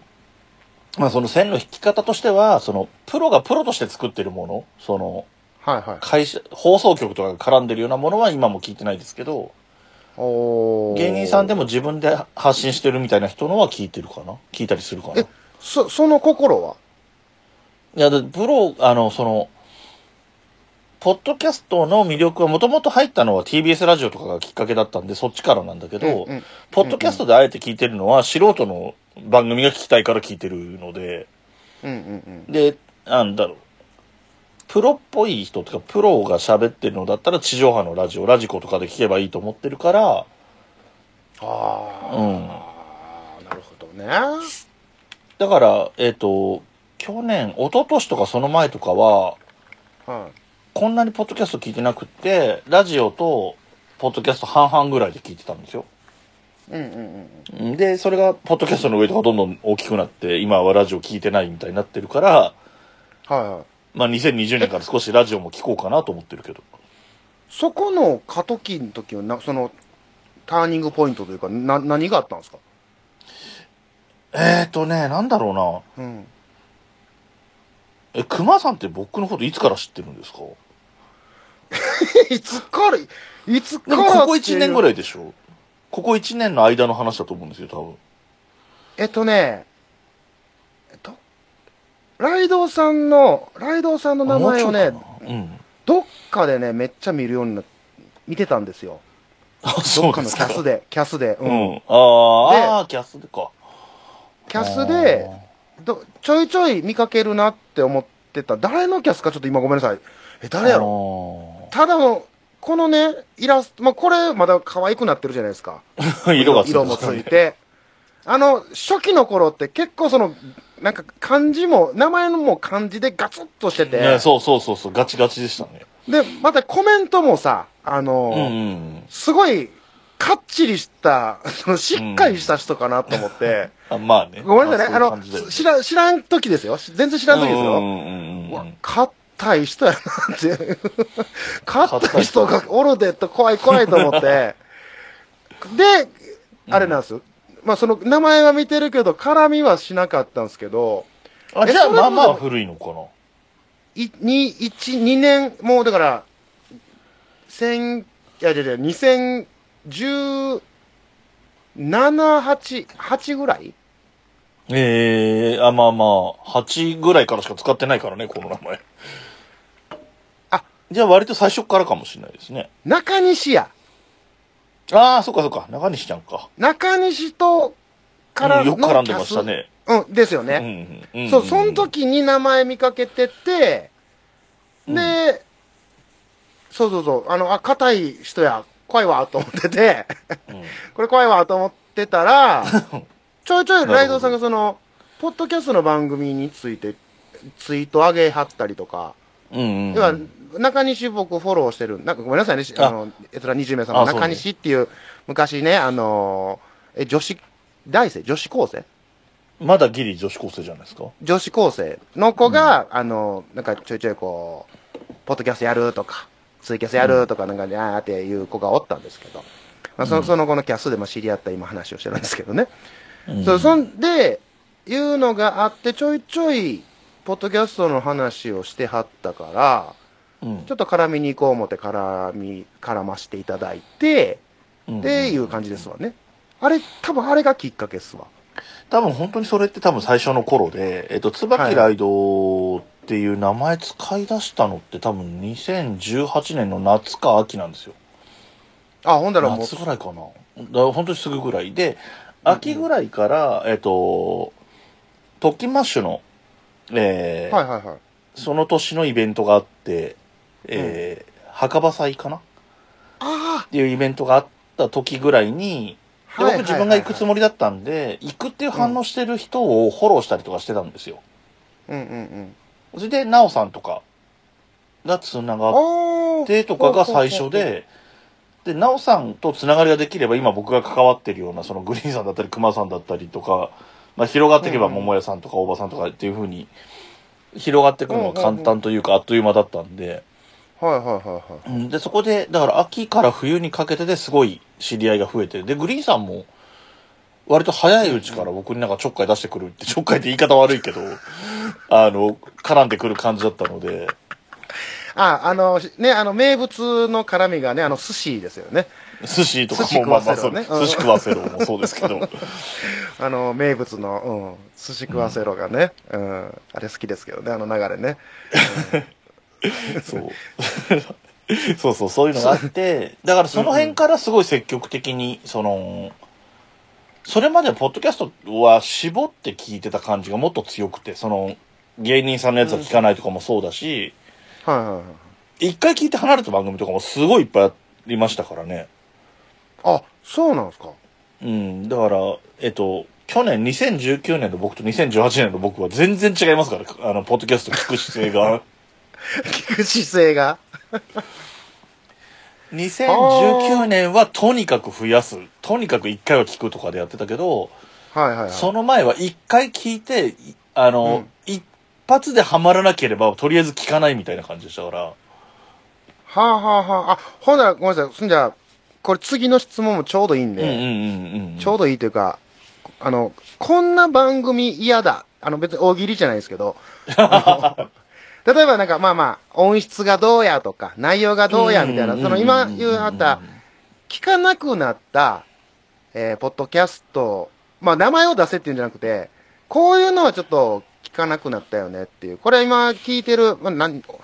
[SPEAKER 1] まあその線の引き方としては、その、プロがプロとして作ってるもの、その、
[SPEAKER 2] はいはい。
[SPEAKER 1] 会社、放送局とかが絡んでるようなものは今も聞いてないですけど、
[SPEAKER 2] おー
[SPEAKER 1] 芸人さんでも自分で発信してるみたいな人のは聞いてるかな聞いたりするかな
[SPEAKER 2] えそ、その心はい
[SPEAKER 1] や、だってプロ、あの、その、ポッドキャストの魅力はもともと入ったのは TBS ラジオとかがきっかけだったんで、そっちからなんだけど、
[SPEAKER 2] うんうん
[SPEAKER 1] ポッドキャストであえて聞いてるのは素人の番組が聞きたいから聞いてるので、
[SPEAKER 2] うんうん
[SPEAKER 1] で、なんだろう。プロっぽい人とか、プロが喋ってるのだったら地上波のラジオ、ラジコとかで聞けばいいと思ってるから、
[SPEAKER 2] ああ
[SPEAKER 1] うん。
[SPEAKER 2] あーなるほどね
[SPEAKER 1] だから、えっ、と、去年、一昨年とかその前とかは、
[SPEAKER 2] は
[SPEAKER 1] こんなにポッドキャスト聞いてなくって、ラジオとポッドキャスト半々ぐらいで聞いてたんですよ。
[SPEAKER 2] いうんうんうん
[SPEAKER 1] で、それがポッドキャストの上とかどんどん大きくなって、今はラジオ聞いてないみたいになってるから、
[SPEAKER 2] はいはい
[SPEAKER 1] まあ2020年から少しラジオも聞こうかなと思ってるけど。
[SPEAKER 2] そこの過渡期の時はなそのターニングポイントというかな何があったんですか
[SPEAKER 1] えーとね、なんだろうな。
[SPEAKER 2] うん
[SPEAKER 1] え、熊さんって僕のこといつから知ってるんですか
[SPEAKER 2] いつからいつか
[SPEAKER 1] で
[SPEAKER 2] ら
[SPEAKER 1] もここ1年ぐ
[SPEAKER 2] い
[SPEAKER 1] らいでしょここ1年の間の話だと思うんですよ、多分。
[SPEAKER 2] えっとねえっとライドウさんのライドウさんの名前をね
[SPEAKER 1] もうちょいかなうん。
[SPEAKER 2] どっかでねめっちゃ見るようにな見てたんですよ
[SPEAKER 1] あ、
[SPEAKER 2] ど
[SPEAKER 1] そ
[SPEAKER 2] っ
[SPEAKER 1] う
[SPEAKER 2] か
[SPEAKER 1] で
[SPEAKER 2] の
[SPEAKER 1] す
[SPEAKER 2] キャ
[SPEAKER 1] か。
[SPEAKER 2] スでキャスで
[SPEAKER 1] うん。あーあー、キャスでか。
[SPEAKER 2] キャスでどちょいちょい見かけるなって思ってた。誰のキャスかちょっと今ごめんなさい。
[SPEAKER 1] あ
[SPEAKER 2] え、
[SPEAKER 1] ー、
[SPEAKER 2] 誰やろ
[SPEAKER 1] ろ
[SPEAKER 2] ただの、このね、イラスト、まあ、これまだ可愛くなってるじゃないですか。
[SPEAKER 1] 色がついて
[SPEAKER 2] 色
[SPEAKER 1] ま
[SPEAKER 2] も
[SPEAKER 1] す
[SPEAKER 2] つ
[SPEAKER 1] からね
[SPEAKER 2] いて。あの、初期の頃って結構その、なんか漢字も、名前のも漢字でガツッとしてて、
[SPEAKER 1] ね、そうそうそうそうガチガチでしたね
[SPEAKER 2] で、またコメントもさ、あの、
[SPEAKER 1] うんうん
[SPEAKER 2] すごい、かっちりした、そのしっかりした人かなと思って、
[SPEAKER 1] あまあね
[SPEAKER 2] ごめんなさいね、あ
[SPEAKER 1] ま
[SPEAKER 2] の、知らん、知らん時ですよ。全然知らん時ですよ。うわ硬い人やなっていう。 硬い人がおるでと怖い怖いと 思って。で、あれなんですよ。まあその名前は見てるけど、絡みはしなかったんですけど、
[SPEAKER 1] あ
[SPEAKER 2] え
[SPEAKER 1] じゃあ
[SPEAKER 2] それ
[SPEAKER 1] まあまあ
[SPEAKER 2] も
[SPEAKER 1] 古いのか
[SPEAKER 2] い、2、1、2年、もうだから、千、いやいやいや、2017、8、8ぐらい
[SPEAKER 1] なええあまあまあ8ぐらいからしか使ってないからねこの名前じゃあ割と最初からかもしれないですね。
[SPEAKER 2] 中西や。
[SPEAKER 1] ああ、そっかそっか。中西ちゃんか。
[SPEAKER 2] 中西とから
[SPEAKER 1] うん
[SPEAKER 2] の
[SPEAKER 1] よく絡んでましたね。
[SPEAKER 2] キャス。うん、ですよね。
[SPEAKER 1] うんうん
[SPEAKER 2] そう、その時に名前見かけてて、で、そうそうそう、あの、あ、硬い人や、怖いわ、と思ってて、
[SPEAKER 1] うん
[SPEAKER 2] これ怖いわ、と思って たら、ちょいちょいライドさんがその、ポッドキャストの番組について、ツイート上げはったりとか、
[SPEAKER 1] うんうん
[SPEAKER 2] 要は、中西僕フォローしてる、なんかごめんなさいね、しあの、えつら20名様、
[SPEAKER 1] あそうね
[SPEAKER 2] 中西っていう、昔ね、あの、え、女子、大生女子高生
[SPEAKER 1] まだギリ女子高生じゃないですか。
[SPEAKER 2] 女子高生の子が、あの、なんかちょいちょいこう、ポッドキャストやるとか、ツイキャスやるとか、なんかね、あーっていう子がおったんですけど、まあ、そのその子のキャストでも知り合った今話をしてるんですけどね。
[SPEAKER 1] うん
[SPEAKER 2] そうそんで、いうのがあって、ちょいちょい、ポッドキャストの話をしてはったから、
[SPEAKER 1] うん
[SPEAKER 2] ちょっと絡みに行こう思って絡み、絡ましていただいて、
[SPEAKER 1] うん
[SPEAKER 2] っていう感じですわね。あれ、多分あれがきっかけっすわ。
[SPEAKER 1] 多分本当にそれって多分最初の頃で、えっと、椿ライドっていう名前使い出したのって多分2018年の夏か秋なんですよ。
[SPEAKER 2] あ、ほんだらもう
[SPEAKER 1] 夏、ぐらいかな。だから本当にすぐぐらいで、秋ぐらいから、えっと、トッキンマッシュの、えー
[SPEAKER 2] はいはいはい。
[SPEAKER 1] その年のイベントがあって、えー墓場祭かなっ
[SPEAKER 2] あ
[SPEAKER 1] ていうイベントがあった時ぐらいに、
[SPEAKER 2] あ
[SPEAKER 1] で僕自分が行くつ
[SPEAKER 2] も
[SPEAKER 1] もりだったんで、行くっていう反応してる人をフォローしたりとかしてたんですよ。
[SPEAKER 2] り。うんうんうん。
[SPEAKER 1] それで、なおさんとかが繋がっ
[SPEAKER 2] おー
[SPEAKER 1] てとかが最初で、で、なおさんと繋がりができれば、今僕が関わってるような、そのグリーンさんだったり、熊さんだったりとか、まあ広がっていけば、
[SPEAKER 2] うんうん
[SPEAKER 1] 桃屋さんとか大場さんとかっていう風に、広がっていくのは簡単というか、あっという間だったんで、
[SPEAKER 2] はいはいはいはい。
[SPEAKER 1] うんで、そこで、だから秋から冬にかけてですごい知り合いが増えて、で、グリーンさんも、割と早いうちから僕になんかちょっかい出してくるって、ちょっかいって言い方悪いけど、 あの、絡んでくる感じだったので、
[SPEAKER 2] あ、あの、しね、あの、名物の絡みがね、あの、寿司ですよね。
[SPEAKER 1] 寿司とか
[SPEAKER 2] 寿司
[SPEAKER 1] も、
[SPEAKER 2] 食わ
[SPEAKER 1] まあまあ
[SPEAKER 2] せろね
[SPEAKER 1] そう寿司食わせろもそうですけど、
[SPEAKER 2] あの、名物の、うん、寿司食わせろがね、うん、あれ好きですけどね、あの流れね。
[SPEAKER 1] そう。 そうそう、そういうのがあって、だからその辺からすごい積極的に、その、それまではポッドキャストは絞って聞いてた感じがもっと強くて、その、芸人さんのやつは聞かないとかもそうだし、
[SPEAKER 2] はいはいはい。
[SPEAKER 1] 一回聞いて離れた番組とかもすごいいっぱいありましたからね。
[SPEAKER 2] あ、そうなんですか。
[SPEAKER 1] うん、だから、えっと、去年2019年の僕と2018年の僕は全然違いますから、あの、ポッドキャスト聞く姿勢が。
[SPEAKER 2] 聞く姿勢が。
[SPEAKER 1] 2019年はとにかく増やす。とにかく1回は聞くとかでやってたけど、
[SPEAKER 2] はいはいはい。
[SPEAKER 1] その前は1回聞いて、いあの、一発でハマらなければ、とりあえず聞かないみたいな感じでしたから。
[SPEAKER 2] はあはあはあ。あ、ほんなら、ごめんなさい。そんじゃ、これ次の質問もちょうどいいんで、
[SPEAKER 1] うんうんうんうん。
[SPEAKER 2] ちょうどいいというか、あの、こんな番組嫌だ。あの、別に大喜利じゃないですけど、あの例えばなんか、まあまあ、音質がどうやとか、内容がどうやみたいな、
[SPEAKER 1] んんん
[SPEAKER 2] その今言うあった
[SPEAKER 1] うんうん、
[SPEAKER 2] 聞かなくなった、えーポッドキャスト、まあ、名前を出せっていうんじゃなくて、こういうのはちょっと聞かなくなったよねっていう。これ今聞いてる、まあ、何、こ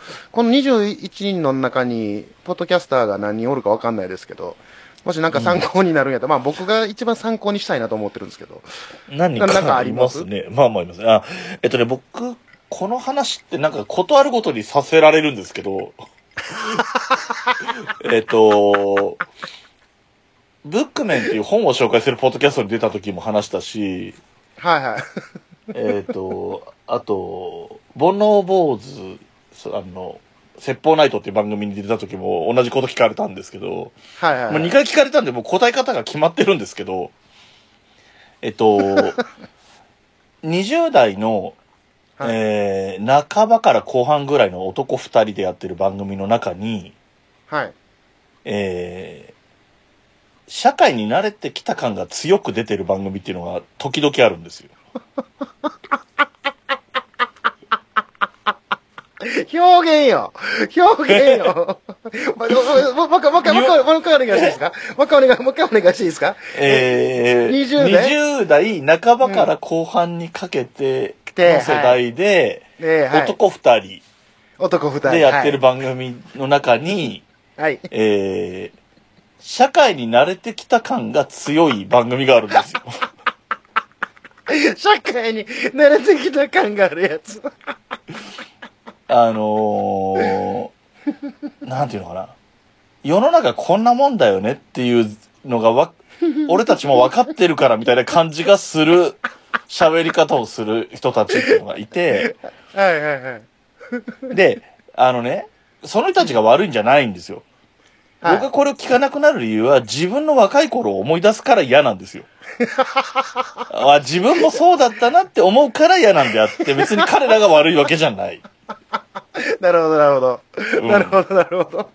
[SPEAKER 2] の21人の中に、ポッドキャスターが何人おるかわかんないですけど、もしなんか参考になるんやったら、まあ僕が一番参考にしたいなと思ってるんですけど。
[SPEAKER 1] 何
[SPEAKER 2] な
[SPEAKER 1] か
[SPEAKER 2] なんかあ
[SPEAKER 1] あ
[SPEAKER 2] り
[SPEAKER 1] り
[SPEAKER 2] ま
[SPEAKER 1] ますすね。まあまあありますね。あ、えっとね、僕、この話ってなんかことあるごとにさせられるんですけど、 えっと、ブックメンっていう本を紹介するポッドキャストに出た時も話したし、
[SPEAKER 2] はいはい。
[SPEAKER 1] えっと、あと、煩悩坊主、そあの、説法ナイトっていう番組に出た時も同じこと聞かれたんですけど、
[SPEAKER 2] はいはい、
[SPEAKER 1] まあ、2回聞かれたんで、もう答え方が決まってるんですけど、えっと、20代の、
[SPEAKER 2] はい
[SPEAKER 1] えー半ばから後半ぐらいの男2人でやってる番組の中に、
[SPEAKER 2] はい。
[SPEAKER 1] えー社会に慣れてきた感が強く出てる番組っていうのが時々あるんですよ。
[SPEAKER 2] 表現よ表 現よまもうもう一回、もう一回、もう一回、もう一回お願いしていいですかもう一回お願い、もう一回お願いしていいですか
[SPEAKER 1] えー、
[SPEAKER 2] 20代
[SPEAKER 1] 20代半ばから後半にかけて
[SPEAKER 2] うん
[SPEAKER 1] の世代で、
[SPEAKER 2] ええはい。
[SPEAKER 1] 男2人、
[SPEAKER 2] 男二人。
[SPEAKER 1] でやってる番組の中に、
[SPEAKER 2] はい。
[SPEAKER 1] えー社会に慣れてきた感が強い番組があるんですよ。
[SPEAKER 2] はい。 社会に慣れてきた感があるやつ。
[SPEAKER 1] あのー、なんていうのかな。世の中こんなもんだよねっていうのがわ、俺たちも分かってるからみたいな感じがする喋り方をする人たちっていうのがいて、
[SPEAKER 2] はいはいはい。
[SPEAKER 1] で、あのね、その人たちが悪いんじゃないんですよ。
[SPEAKER 2] はい
[SPEAKER 1] 僕がこれを聞かなくなる理由は自分の若い頃を思い出すから嫌なん ですよ。あ自分もそうだったなって思うから嫌なんであって、別に彼らが悪いわけじゃない。
[SPEAKER 2] なるほどなるほど。
[SPEAKER 1] うん
[SPEAKER 2] なるほどなるほど。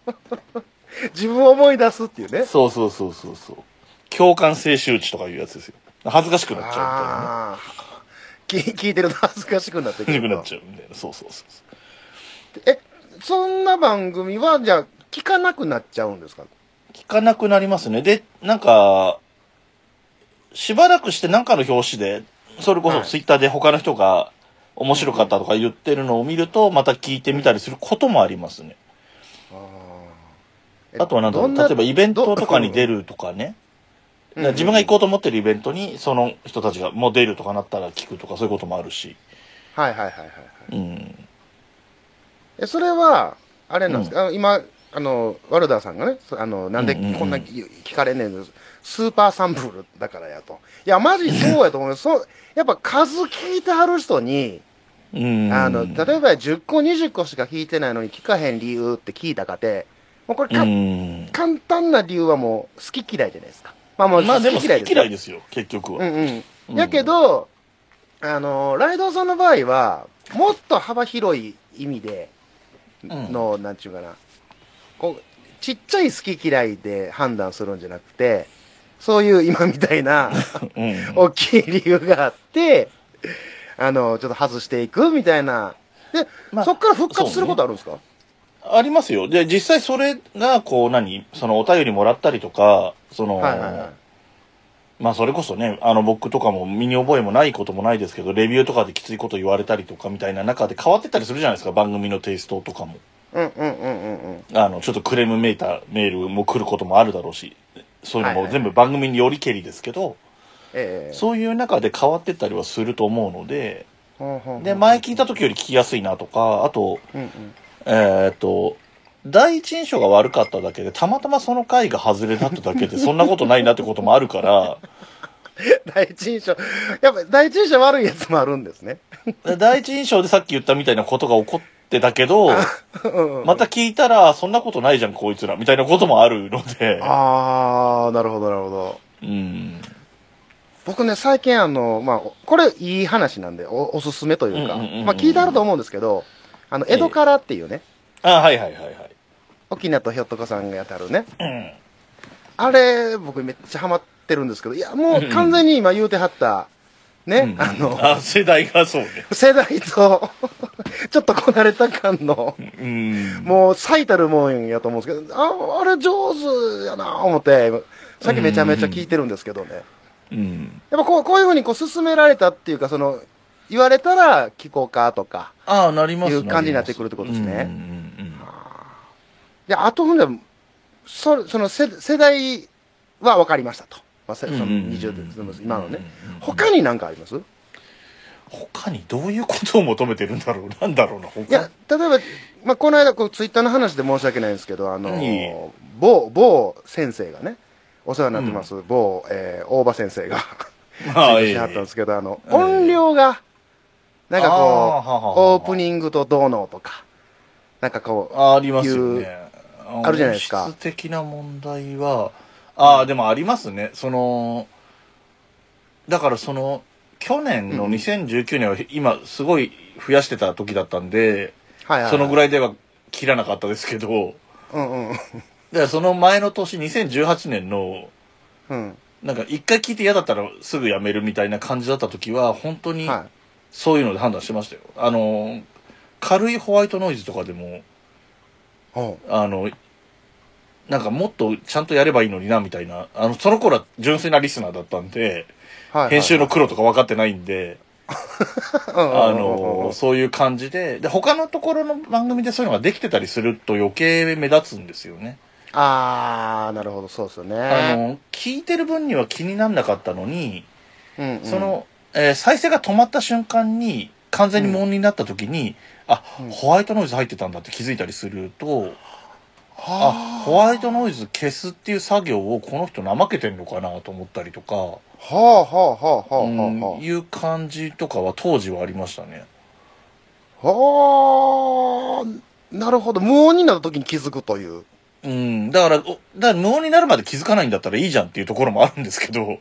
[SPEAKER 2] 自分を思い出すっていうね。
[SPEAKER 1] そうそうそうそうそう。共感性周知とかいうやつですよ。恥ずかしくなっちゃ
[SPEAKER 2] ああ。き聞いてると恥ずかしくなって
[SPEAKER 1] うみたいなね。恥ずかしく
[SPEAKER 2] くる
[SPEAKER 1] なっちゃうみたいな。そうそうそうそう。
[SPEAKER 2] え、そんな番組は、じゃあ、聞かなくなっちゃうんですか
[SPEAKER 1] 聞かなくなりますね。で、なんか、しばらくしてなんかの表紙で、それこそ
[SPEAKER 2] はい
[SPEAKER 1] ツイッターで他の人が面白かったとか言ってるのを見ると、また聞いてみたりすることもありますね。あとはなんだろう、例えばイベントとかに出
[SPEAKER 2] る。
[SPEAKER 1] るとかね。
[SPEAKER 2] うん
[SPEAKER 1] 自分が行こうと思ってるイベントに、その人たちがもう出るとかなったら聞くとか、そういうこともあるし。
[SPEAKER 2] はいはいはいはいはい。
[SPEAKER 1] うん。
[SPEAKER 2] え、それは、あれなんですか、あの今、あの、ワルダーさんがね、そあの、なんで
[SPEAKER 1] うんうんうん
[SPEAKER 2] こんな聞かれんねんのスーパーサンプルだからやと。いや、マジそうやと思います。そう、やっぱ数聞いてはる人に、
[SPEAKER 1] うん。
[SPEAKER 2] あの、例えば10個20個しか聞いてないのに聞かへん理由って聞いたかて、もうこれか、
[SPEAKER 1] うん。
[SPEAKER 2] 簡単な理由はもう好き嫌いじゃないですか。まあもう
[SPEAKER 1] まあでも
[SPEAKER 2] 好
[SPEAKER 1] 好
[SPEAKER 2] き嫌いです
[SPEAKER 1] き
[SPEAKER 2] よ
[SPEAKER 1] 嫌いですよ、結局
[SPEAKER 2] う
[SPEAKER 1] は。う
[SPEAKER 2] んうんん。やけど、あの、ライドウさんの場合は、もっと幅広い意味で
[SPEAKER 1] うん
[SPEAKER 2] の、なんちゅうかな、こう、ちっちゃい好き嫌いで判断するんじゃなくて、そういう今みた いな
[SPEAKER 1] うん。
[SPEAKER 2] 大きい理由があって、あの、ちょっと外していくみたいな。で、
[SPEAKER 1] まあ
[SPEAKER 2] そっから復活することあるんですか、
[SPEAKER 1] ありますよ。で、実際それが、こう、何そのお便りもらったりとか、その、
[SPEAKER 2] はいはいはい。
[SPEAKER 1] まあそれこそね、あの僕とかも身に覚えもないこともないですけど、レビューとかできついこと言われたりとかみたいな中で変わってったりするじゃないですか、番組のテイストとかも。
[SPEAKER 2] うんうんうんうんうん。
[SPEAKER 1] あの、ちょっとクレームメーター、メールも来ることもあるだろうし、そういうの
[SPEAKER 2] はい
[SPEAKER 1] も
[SPEAKER 2] はい
[SPEAKER 1] 全部番組によりけりですけど、
[SPEAKER 2] ええ
[SPEAKER 1] そういう中で変わってったりはすると思うので、
[SPEAKER 2] ほうほうほう
[SPEAKER 1] で、前聞いた時より聞きやすいなとか、あと、
[SPEAKER 2] うんうん。
[SPEAKER 1] えーっと、第一印象が悪かっただけで、たまたまその回が外れだっただ けで、そんなことないなってこともあるから、
[SPEAKER 2] 第一印象、やっぱ第一印象悪いやつもあるんですね。
[SPEAKER 1] 第一印象でさっき言ったみたいなことが起こってたけど、
[SPEAKER 2] うん
[SPEAKER 1] また聞いたら、そんなことないじゃん、こいつら、みたいなこともあるので、
[SPEAKER 2] ああ、なるほど、なるほど。
[SPEAKER 1] うん。
[SPEAKER 2] 僕ね、最近あの、まあ、これいい話なんで、おおすすめというか、
[SPEAKER 1] うんうんうんうん
[SPEAKER 2] まあ聞いてあると思うんですけど、あの、
[SPEAKER 1] ええ
[SPEAKER 2] 江戸からっていうね、
[SPEAKER 1] あ、はいはいはいはい。
[SPEAKER 2] 沖縄とひょっとこさんがやってはるね、
[SPEAKER 1] うん。
[SPEAKER 2] あれ、僕めっちゃハマってるんですけど、いや、も
[SPEAKER 1] うんう
[SPEAKER 2] うん完全に今言うてはった、
[SPEAKER 1] う
[SPEAKER 2] ね、
[SPEAKER 1] ん
[SPEAKER 2] あの、
[SPEAKER 1] あ、世代がそうね。
[SPEAKER 2] 世代と、 ちょっとこなれた感の、
[SPEAKER 1] うん。
[SPEAKER 2] もう最たるもんやと思うんですけど、ああれ上手やな思って、さっきめちゃめちゃ聞いてるんですけどね。
[SPEAKER 1] うん。
[SPEAKER 2] やっぱこうこういうふうにこう勧められたっていうか、その、言われたら聞こうかとか。
[SPEAKER 1] ああ、なります
[SPEAKER 2] いう感じになってくるってことですね
[SPEAKER 1] なりますうんうん
[SPEAKER 2] で、あとほんで、そその世世代は分かりましたと。まあ、せ
[SPEAKER 1] う
[SPEAKER 2] そ
[SPEAKER 1] ん
[SPEAKER 2] の
[SPEAKER 1] うんうん
[SPEAKER 2] 20で、その今のね。
[SPEAKER 1] うんうんうん
[SPEAKER 2] 他に何かありますい
[SPEAKER 1] 他にどういうことを求めてるんだろうなんだろうな、他
[SPEAKER 2] や、例えば、まあ、この間こう、ツイッターの話で申し訳ないんですけど、あの
[SPEAKER 1] いい、
[SPEAKER 2] 某、某先生がね、お世話になってます、某、えー大場先生が。
[SPEAKER 1] まあ、
[SPEAKER 2] しはったんですけど、あの、
[SPEAKER 1] ええ
[SPEAKER 2] 音量が、なんかこう
[SPEAKER 1] あーはあはあはあ、
[SPEAKER 2] オープニングとどうのとか、なんかこう、
[SPEAKER 1] ありますよ
[SPEAKER 2] い
[SPEAKER 1] ね
[SPEAKER 2] う。あるじゃないですか
[SPEAKER 1] 音質的な問題は、ああ、でもありますね。その、だからその、去年の
[SPEAKER 2] うん
[SPEAKER 1] 2019年は今すごい増やしてた時だったんで、
[SPEAKER 2] はいはいはい
[SPEAKER 1] そのぐらいでは切らなかったですけど、
[SPEAKER 2] うんうん。
[SPEAKER 1] だからその前の年2018年の、
[SPEAKER 2] うん。
[SPEAKER 1] なんか一回聞いて嫌だったらすぐやめるみたいな感じだった時は、本当に
[SPEAKER 2] は
[SPEAKER 1] そういうので判断してましたよ。あの、軽いホワイトノイズとかでも、
[SPEAKER 2] い。うん
[SPEAKER 1] あの、なんかもっとちゃんとやればいいのにな、みたいな。あの、その頃は純粋なリスナーだったんで、
[SPEAKER 2] はいはいはい
[SPEAKER 1] 編集の。苦労とか分かってないんで、あ
[SPEAKER 2] あ
[SPEAKER 1] の、そういう感じで、で、他のところの番組でそういうのができてたりすると余計目立つんですよね。
[SPEAKER 2] ああ、なるほど、そうですよね。
[SPEAKER 1] あの、聞いてる分には気になんなかったのに、
[SPEAKER 2] うんうん
[SPEAKER 1] そ、の、えー再生が止まった瞬間に、完全に無音になった時に、あ、
[SPEAKER 2] うん
[SPEAKER 1] ホワイトノイズ入ってたんだって気づいたりすると、あ
[SPEAKER 2] は、
[SPEAKER 1] ホワイトノイズ消すっていう作業をこの人怠けてんのかなと思ったりとか、
[SPEAKER 2] あ、はあ、はあ、はあ、はあ、
[SPEAKER 1] うん
[SPEAKER 2] は
[SPEAKER 1] いう感じとかは当時はありましたね。
[SPEAKER 2] あ、はあ、なるほど、無音になった時に気づくという。
[SPEAKER 1] うん、だから、おだから無音になるまで気づかないんだったらいいじゃんっていうところもあるんですけど、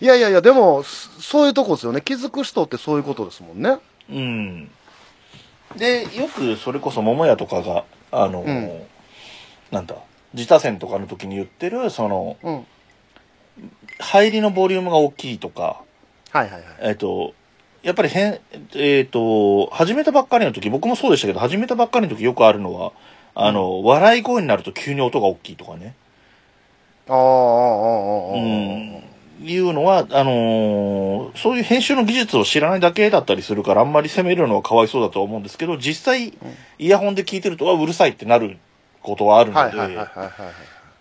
[SPEAKER 2] いやいやいや、でも、そそういうとこですよね。気づく人ってそういうことですもんね。
[SPEAKER 1] うん。で、よくそれこそ桃屋とかが、あの、
[SPEAKER 2] うん
[SPEAKER 1] なんだ、自他戦とかの時に言ってる、その、
[SPEAKER 2] うん。はい
[SPEAKER 1] 入りのボリュームが大きいとか、
[SPEAKER 2] はいはい。
[SPEAKER 1] えっ、と、やっぱり変、えっ、と、始めたばっかりの時、僕もそうでしたけど、始めたばっかりの時よくあるのは、あの、笑い声になると急に音が大きいとかね。
[SPEAKER 2] ああ、ああ、ああ、ああ。
[SPEAKER 1] うん、いうのは、あのーそういう編集の技術を知らないだけだったりするから、あんまり責めるのはかわいそうだとは思うんですけど、実際、イヤホンで聞いてると、あうるさいってなることはあるので、
[SPEAKER 2] はいはいはいはいはい。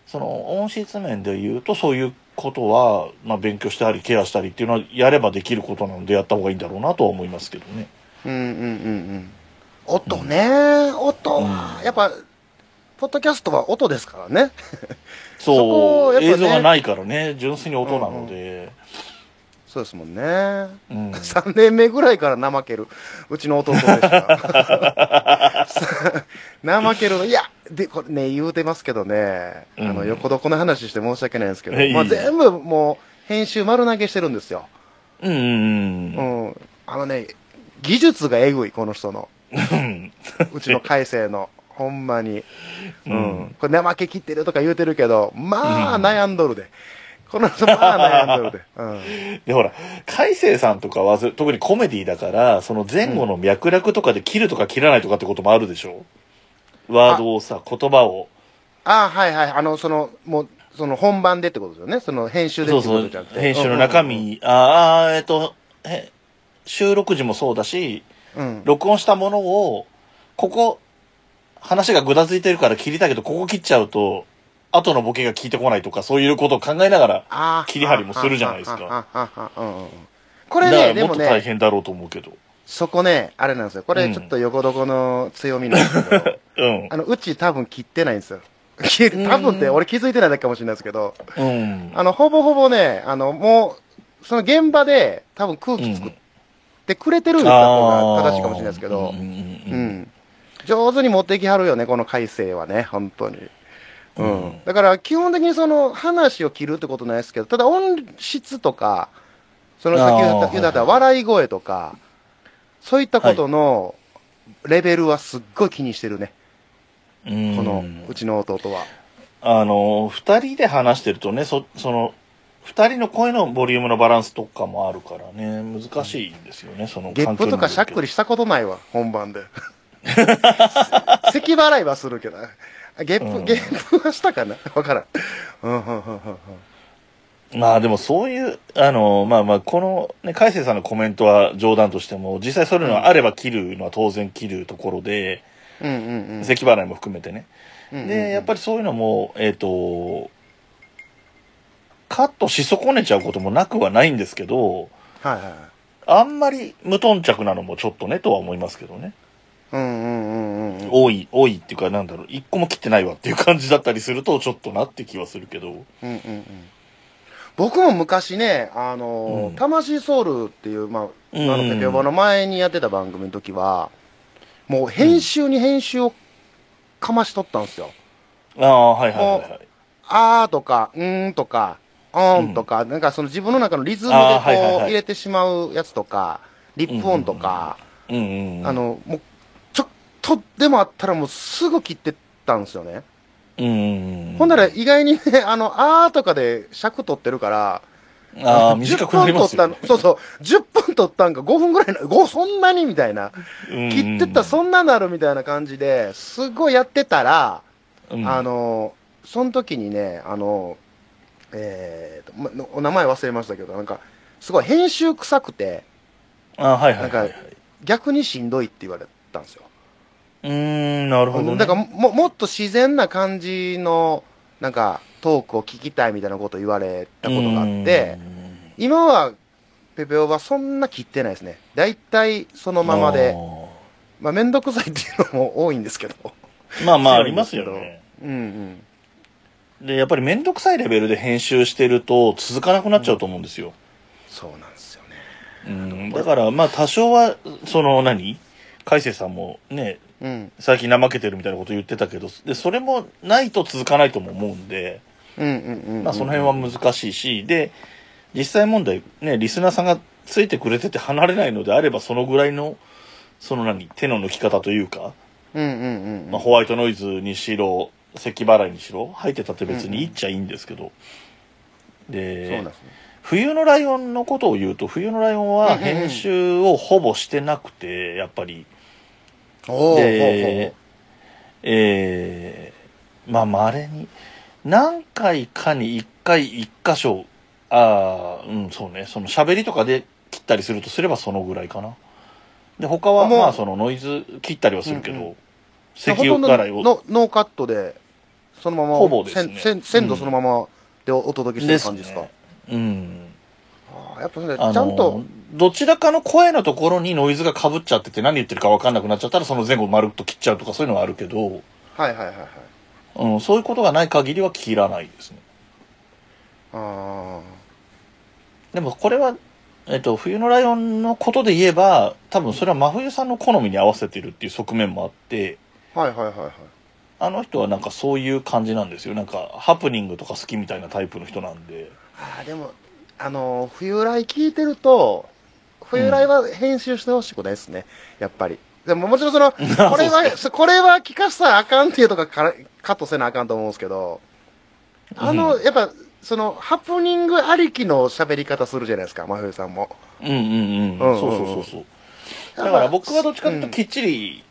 [SPEAKER 1] その音質面で言うと、そういうことは、まあ、勉強したり、ケアしたりっていうのは、やればできることなので、やった方がいいんだろうなとは思いますけどね。
[SPEAKER 2] うんうんうんうん。音ね、音は、
[SPEAKER 1] うん
[SPEAKER 2] やっぱ、ポッドキャストは音ですからね。そこ
[SPEAKER 1] そ
[SPEAKER 2] を
[SPEAKER 1] う、
[SPEAKER 2] やっぱね
[SPEAKER 1] 映像がないからね、純粋に音なので、
[SPEAKER 2] そうですもんね。
[SPEAKER 1] うん
[SPEAKER 2] 3年目ぐらいから怠ける。うちの弟でした。 怠ける。いや、で、これね、言うてますけどね、あ
[SPEAKER 1] う
[SPEAKER 2] の、
[SPEAKER 1] ん
[SPEAKER 2] 横床の話して申し訳ないんですけど、
[SPEAKER 1] えいい
[SPEAKER 2] まあ、全部もう、編集丸投げしてるんですよ。
[SPEAKER 1] うんうん
[SPEAKER 2] う
[SPEAKER 1] うん
[SPEAKER 2] ん。あのね、技術がえぐい、この人の。
[SPEAKER 1] うん。
[SPEAKER 2] うちの改正の。ほんまに。う
[SPEAKER 1] うんん。
[SPEAKER 2] これ怠け切ってるとか言うてるけど、まあ、
[SPEAKER 1] うん
[SPEAKER 2] 悩んどるで。この 人、まあ、悩んどるで。うん。
[SPEAKER 1] で、ほら、海星さんとかはず、特にコメディだから、その前後の脈絡とかで切るとか切らないとかってこともあるでしょワードをさ、言葉を。
[SPEAKER 2] ああ、はいはい。あの、その、もう、その本番でってことですよね。その編集で
[SPEAKER 1] そう
[SPEAKER 2] ってこ
[SPEAKER 1] そ
[SPEAKER 2] と
[SPEAKER 1] う
[SPEAKER 2] じゃなく。て。
[SPEAKER 1] 編集の中
[SPEAKER 2] うんうん
[SPEAKER 1] 身、ああ、えっと、へ収録時もそうだし、
[SPEAKER 2] うん。うん。
[SPEAKER 1] 録音したものを、ここ、話がぐだついてるから切りたいけど、ここ切っちゃうと、後のボケが効いてこないとか、そういうことを考えながら、
[SPEAKER 2] ああ。
[SPEAKER 1] 切り張りもするじゃないですか
[SPEAKER 2] ああ。ああああああうんうん。こ
[SPEAKER 1] だ
[SPEAKER 2] れ
[SPEAKER 1] か
[SPEAKER 2] ね、
[SPEAKER 1] ら
[SPEAKER 2] で
[SPEAKER 1] も
[SPEAKER 2] も
[SPEAKER 1] っと大
[SPEAKER 2] ね、
[SPEAKER 1] 変だろうと思うけど。
[SPEAKER 2] そこね、あれなんですよ。こ
[SPEAKER 1] う
[SPEAKER 2] れ
[SPEAKER 1] ん
[SPEAKER 2] ちょっと横床の強みなんですけど、
[SPEAKER 1] うん
[SPEAKER 2] あ。の、うち多分切ってないんですよ。切多分って俺気づいてないだけかもしれないですけど、
[SPEAKER 1] うん。
[SPEAKER 2] あの、ほぼほぼね、あの、もう、その現場で多分空気作ってくれてるんだ方が正しいかもしれないですけ
[SPEAKER 1] うん、うん
[SPEAKER 2] ど
[SPEAKER 1] うんう
[SPEAKER 2] う
[SPEAKER 1] ん
[SPEAKER 2] ん、上手に持ってきはるよね、この改正はね、本当に。うん
[SPEAKER 1] うん
[SPEAKER 2] だから基本的にその話を切るってことないですけど、ただ音質とか、そのさっき言っ
[SPEAKER 1] あ
[SPEAKER 2] た
[SPEAKER 1] ー
[SPEAKER 2] 言った笑い声とか、そういったことのレベルはすっごい気にしてるね、
[SPEAKER 1] こ
[SPEAKER 2] このうちの弟は。
[SPEAKER 1] あの2人で話してるとねそその2人の声のボリュームのバランスとかもあるからね難しいんですよねその
[SPEAKER 2] ゲッ
[SPEAKER 1] 環境
[SPEAKER 2] プ
[SPEAKER 1] に
[SPEAKER 2] と
[SPEAKER 1] もよるけど
[SPEAKER 2] かしゃっくりしたことないわ、本番で。 咳払いはするけど、あゲップ、
[SPEAKER 1] うん
[SPEAKER 2] ゲップはしたかなわからん。うんうんうんうんうん
[SPEAKER 1] まあでもそういうあのまあまあこのね海星さんのコメントは冗談としても実際そういうのがあれば切るのは当然切るところで
[SPEAKER 2] うんうんうん
[SPEAKER 1] 咳払いも含めてね
[SPEAKER 2] うんうんうん。
[SPEAKER 1] でやっぱりそういうのもえっ、とカットし損ねちゃうこともなくはないんですけど
[SPEAKER 2] はいはいはい。
[SPEAKER 1] あんまり無頓着なのもちょっとねとは思いますけどね
[SPEAKER 2] うんうんうんうんうん。
[SPEAKER 1] 多い、多いっていうか、なんだろう、一個も切ってないわっていう感じだったりすると、ちょっとなって気はするけど。
[SPEAKER 2] うんうんうん。僕も昔ね、あのー、
[SPEAKER 1] うん
[SPEAKER 2] 魂ソウルっていう、まあ、
[SPEAKER 1] う
[SPEAKER 2] あの、ペペオバの前にやってた番組の時は、もう編集に編集をかましとったんですよ。
[SPEAKER 1] ああ、はいはいはいはい。
[SPEAKER 2] あーとか、うーんとか、あーんとか、なんかその自分の中のリズムでこ
[SPEAKER 1] あーはいはいは
[SPEAKER 2] う
[SPEAKER 1] い
[SPEAKER 2] 入れてしまうやつとか、リップ音とか、
[SPEAKER 1] うんうん。
[SPEAKER 2] あ、の、もう、ちょっとでもあったらもうすぐ切ってったんですよね。
[SPEAKER 1] うんうんうん。
[SPEAKER 2] ほんなら、意外にね、あの、あーとかで尺取ってるから、
[SPEAKER 1] ああ、短くなりますよ、ね
[SPEAKER 2] 10分取った。のそうそう。10分取ったんか、5分ぐらいの、5、そんなにみたいな。切ってったらそんななるみたいな感じで、すごいやってたら、
[SPEAKER 1] うん、
[SPEAKER 2] あ
[SPEAKER 1] の、
[SPEAKER 2] の、その時にね、あの、えーとま、お名前忘れましたけど、なんか、すごい編集臭くて、
[SPEAKER 1] あはいはいはい、はい。
[SPEAKER 2] なん逆にしんどいって言われたんですよ。
[SPEAKER 1] うーん、なるほど、ね。
[SPEAKER 2] だからも、もっと自然な感じの、なんか、トークを聞きたいみたいなこと言われたことがあって、今は、ペペオはそんな切ってないですね。大体その
[SPEAKER 1] こ
[SPEAKER 2] ままで。。まあ、めんどくさいっていうのも多いんですけど。
[SPEAKER 1] まあまああ
[SPEAKER 2] 強
[SPEAKER 1] り
[SPEAKER 2] いん
[SPEAKER 1] ま
[SPEAKER 2] ですす
[SPEAKER 1] よ
[SPEAKER 2] けど
[SPEAKER 1] ね。
[SPEAKER 2] うんうん。
[SPEAKER 1] で、やっぱりめんどくさいレベルで編集してると続かなくなっちゃうと思うんですよ。
[SPEAKER 2] そうなんですよね。
[SPEAKER 1] うん、だからまあ多少は、その何海星さんもね、
[SPEAKER 2] うん。
[SPEAKER 1] 最近怠けてるみたいなこと言ってたけど、で、それもないと続かないとも思うんで、
[SPEAKER 2] うんうんうん、うん。
[SPEAKER 1] まあその辺は難しいし、で、実際問題、ね、リスナーさんがついてくれてて離れないのであれば、そのぐらいの、その何、手の抜き方というか、
[SPEAKER 2] うんうんうんうん。
[SPEAKER 1] まあ、ホワイトノイズにしろ咳払いにしろ入ってたって別にいいっちゃいいんですけど、
[SPEAKER 2] そうなん
[SPEAKER 1] で
[SPEAKER 2] ですね。
[SPEAKER 1] 冬のライオンのことを言うと冬のライオンは
[SPEAKER 2] うんうんうん
[SPEAKER 1] 編集をほぼしてなくてやっぱり
[SPEAKER 2] お
[SPEAKER 1] でえーまあまれに何回かに1回1箇所ああうんそうねその喋りとかで切ったりするとすればそのぐらいかなで他は
[SPEAKER 2] もう
[SPEAKER 1] まあそのノイズ切ったりはするけど、
[SPEAKER 2] うんう
[SPEAKER 1] 咳
[SPEAKER 2] ほとんど
[SPEAKER 1] 払いを
[SPEAKER 2] のノーカットで、そのまま、
[SPEAKER 1] ほぼですね
[SPEAKER 2] せんせん鮮度そのままでお届けしてる感じですか。
[SPEAKER 1] ねうん
[SPEAKER 2] ああやっぱそれち
[SPEAKER 1] あの
[SPEAKER 2] ゃんと、
[SPEAKER 1] どちらかの声のところにノイズがかぶっちゃってて何言ってるか分かんなくなっちゃったらその前後丸っと切っちゃうとかそういうのはあるけど、
[SPEAKER 2] はいはいはいはい。
[SPEAKER 1] うん、そういうことがない限りは切らないですね
[SPEAKER 2] あ
[SPEAKER 1] でもこれは、えっと、冬のライオンのことで言えば多分それは真冬さんの好みに合わせてるっていう側面もあって
[SPEAKER 2] あ、はいはいはいはい。
[SPEAKER 1] あの人はなんかそういう感じなんですよなんかハプニングとか好きみたいなタイプの人なんで
[SPEAKER 2] ああ、でも、あのー、冬来聞いてると、冬来は編集してほしくないですね、やっぱり。でももちろ んその、これ
[SPEAKER 1] そうっ
[SPEAKER 2] は、そこれは聞かせたらあかんっていうとかからカットせなあかんと思うんですけど、あの、やっぱ、その、ハプニングありきの喋り方するじゃないですか、真冬さんも。
[SPEAKER 1] うんうんうん
[SPEAKER 2] うんうんうん
[SPEAKER 1] そうそうそうそうだから僕はどっちかというときっちり、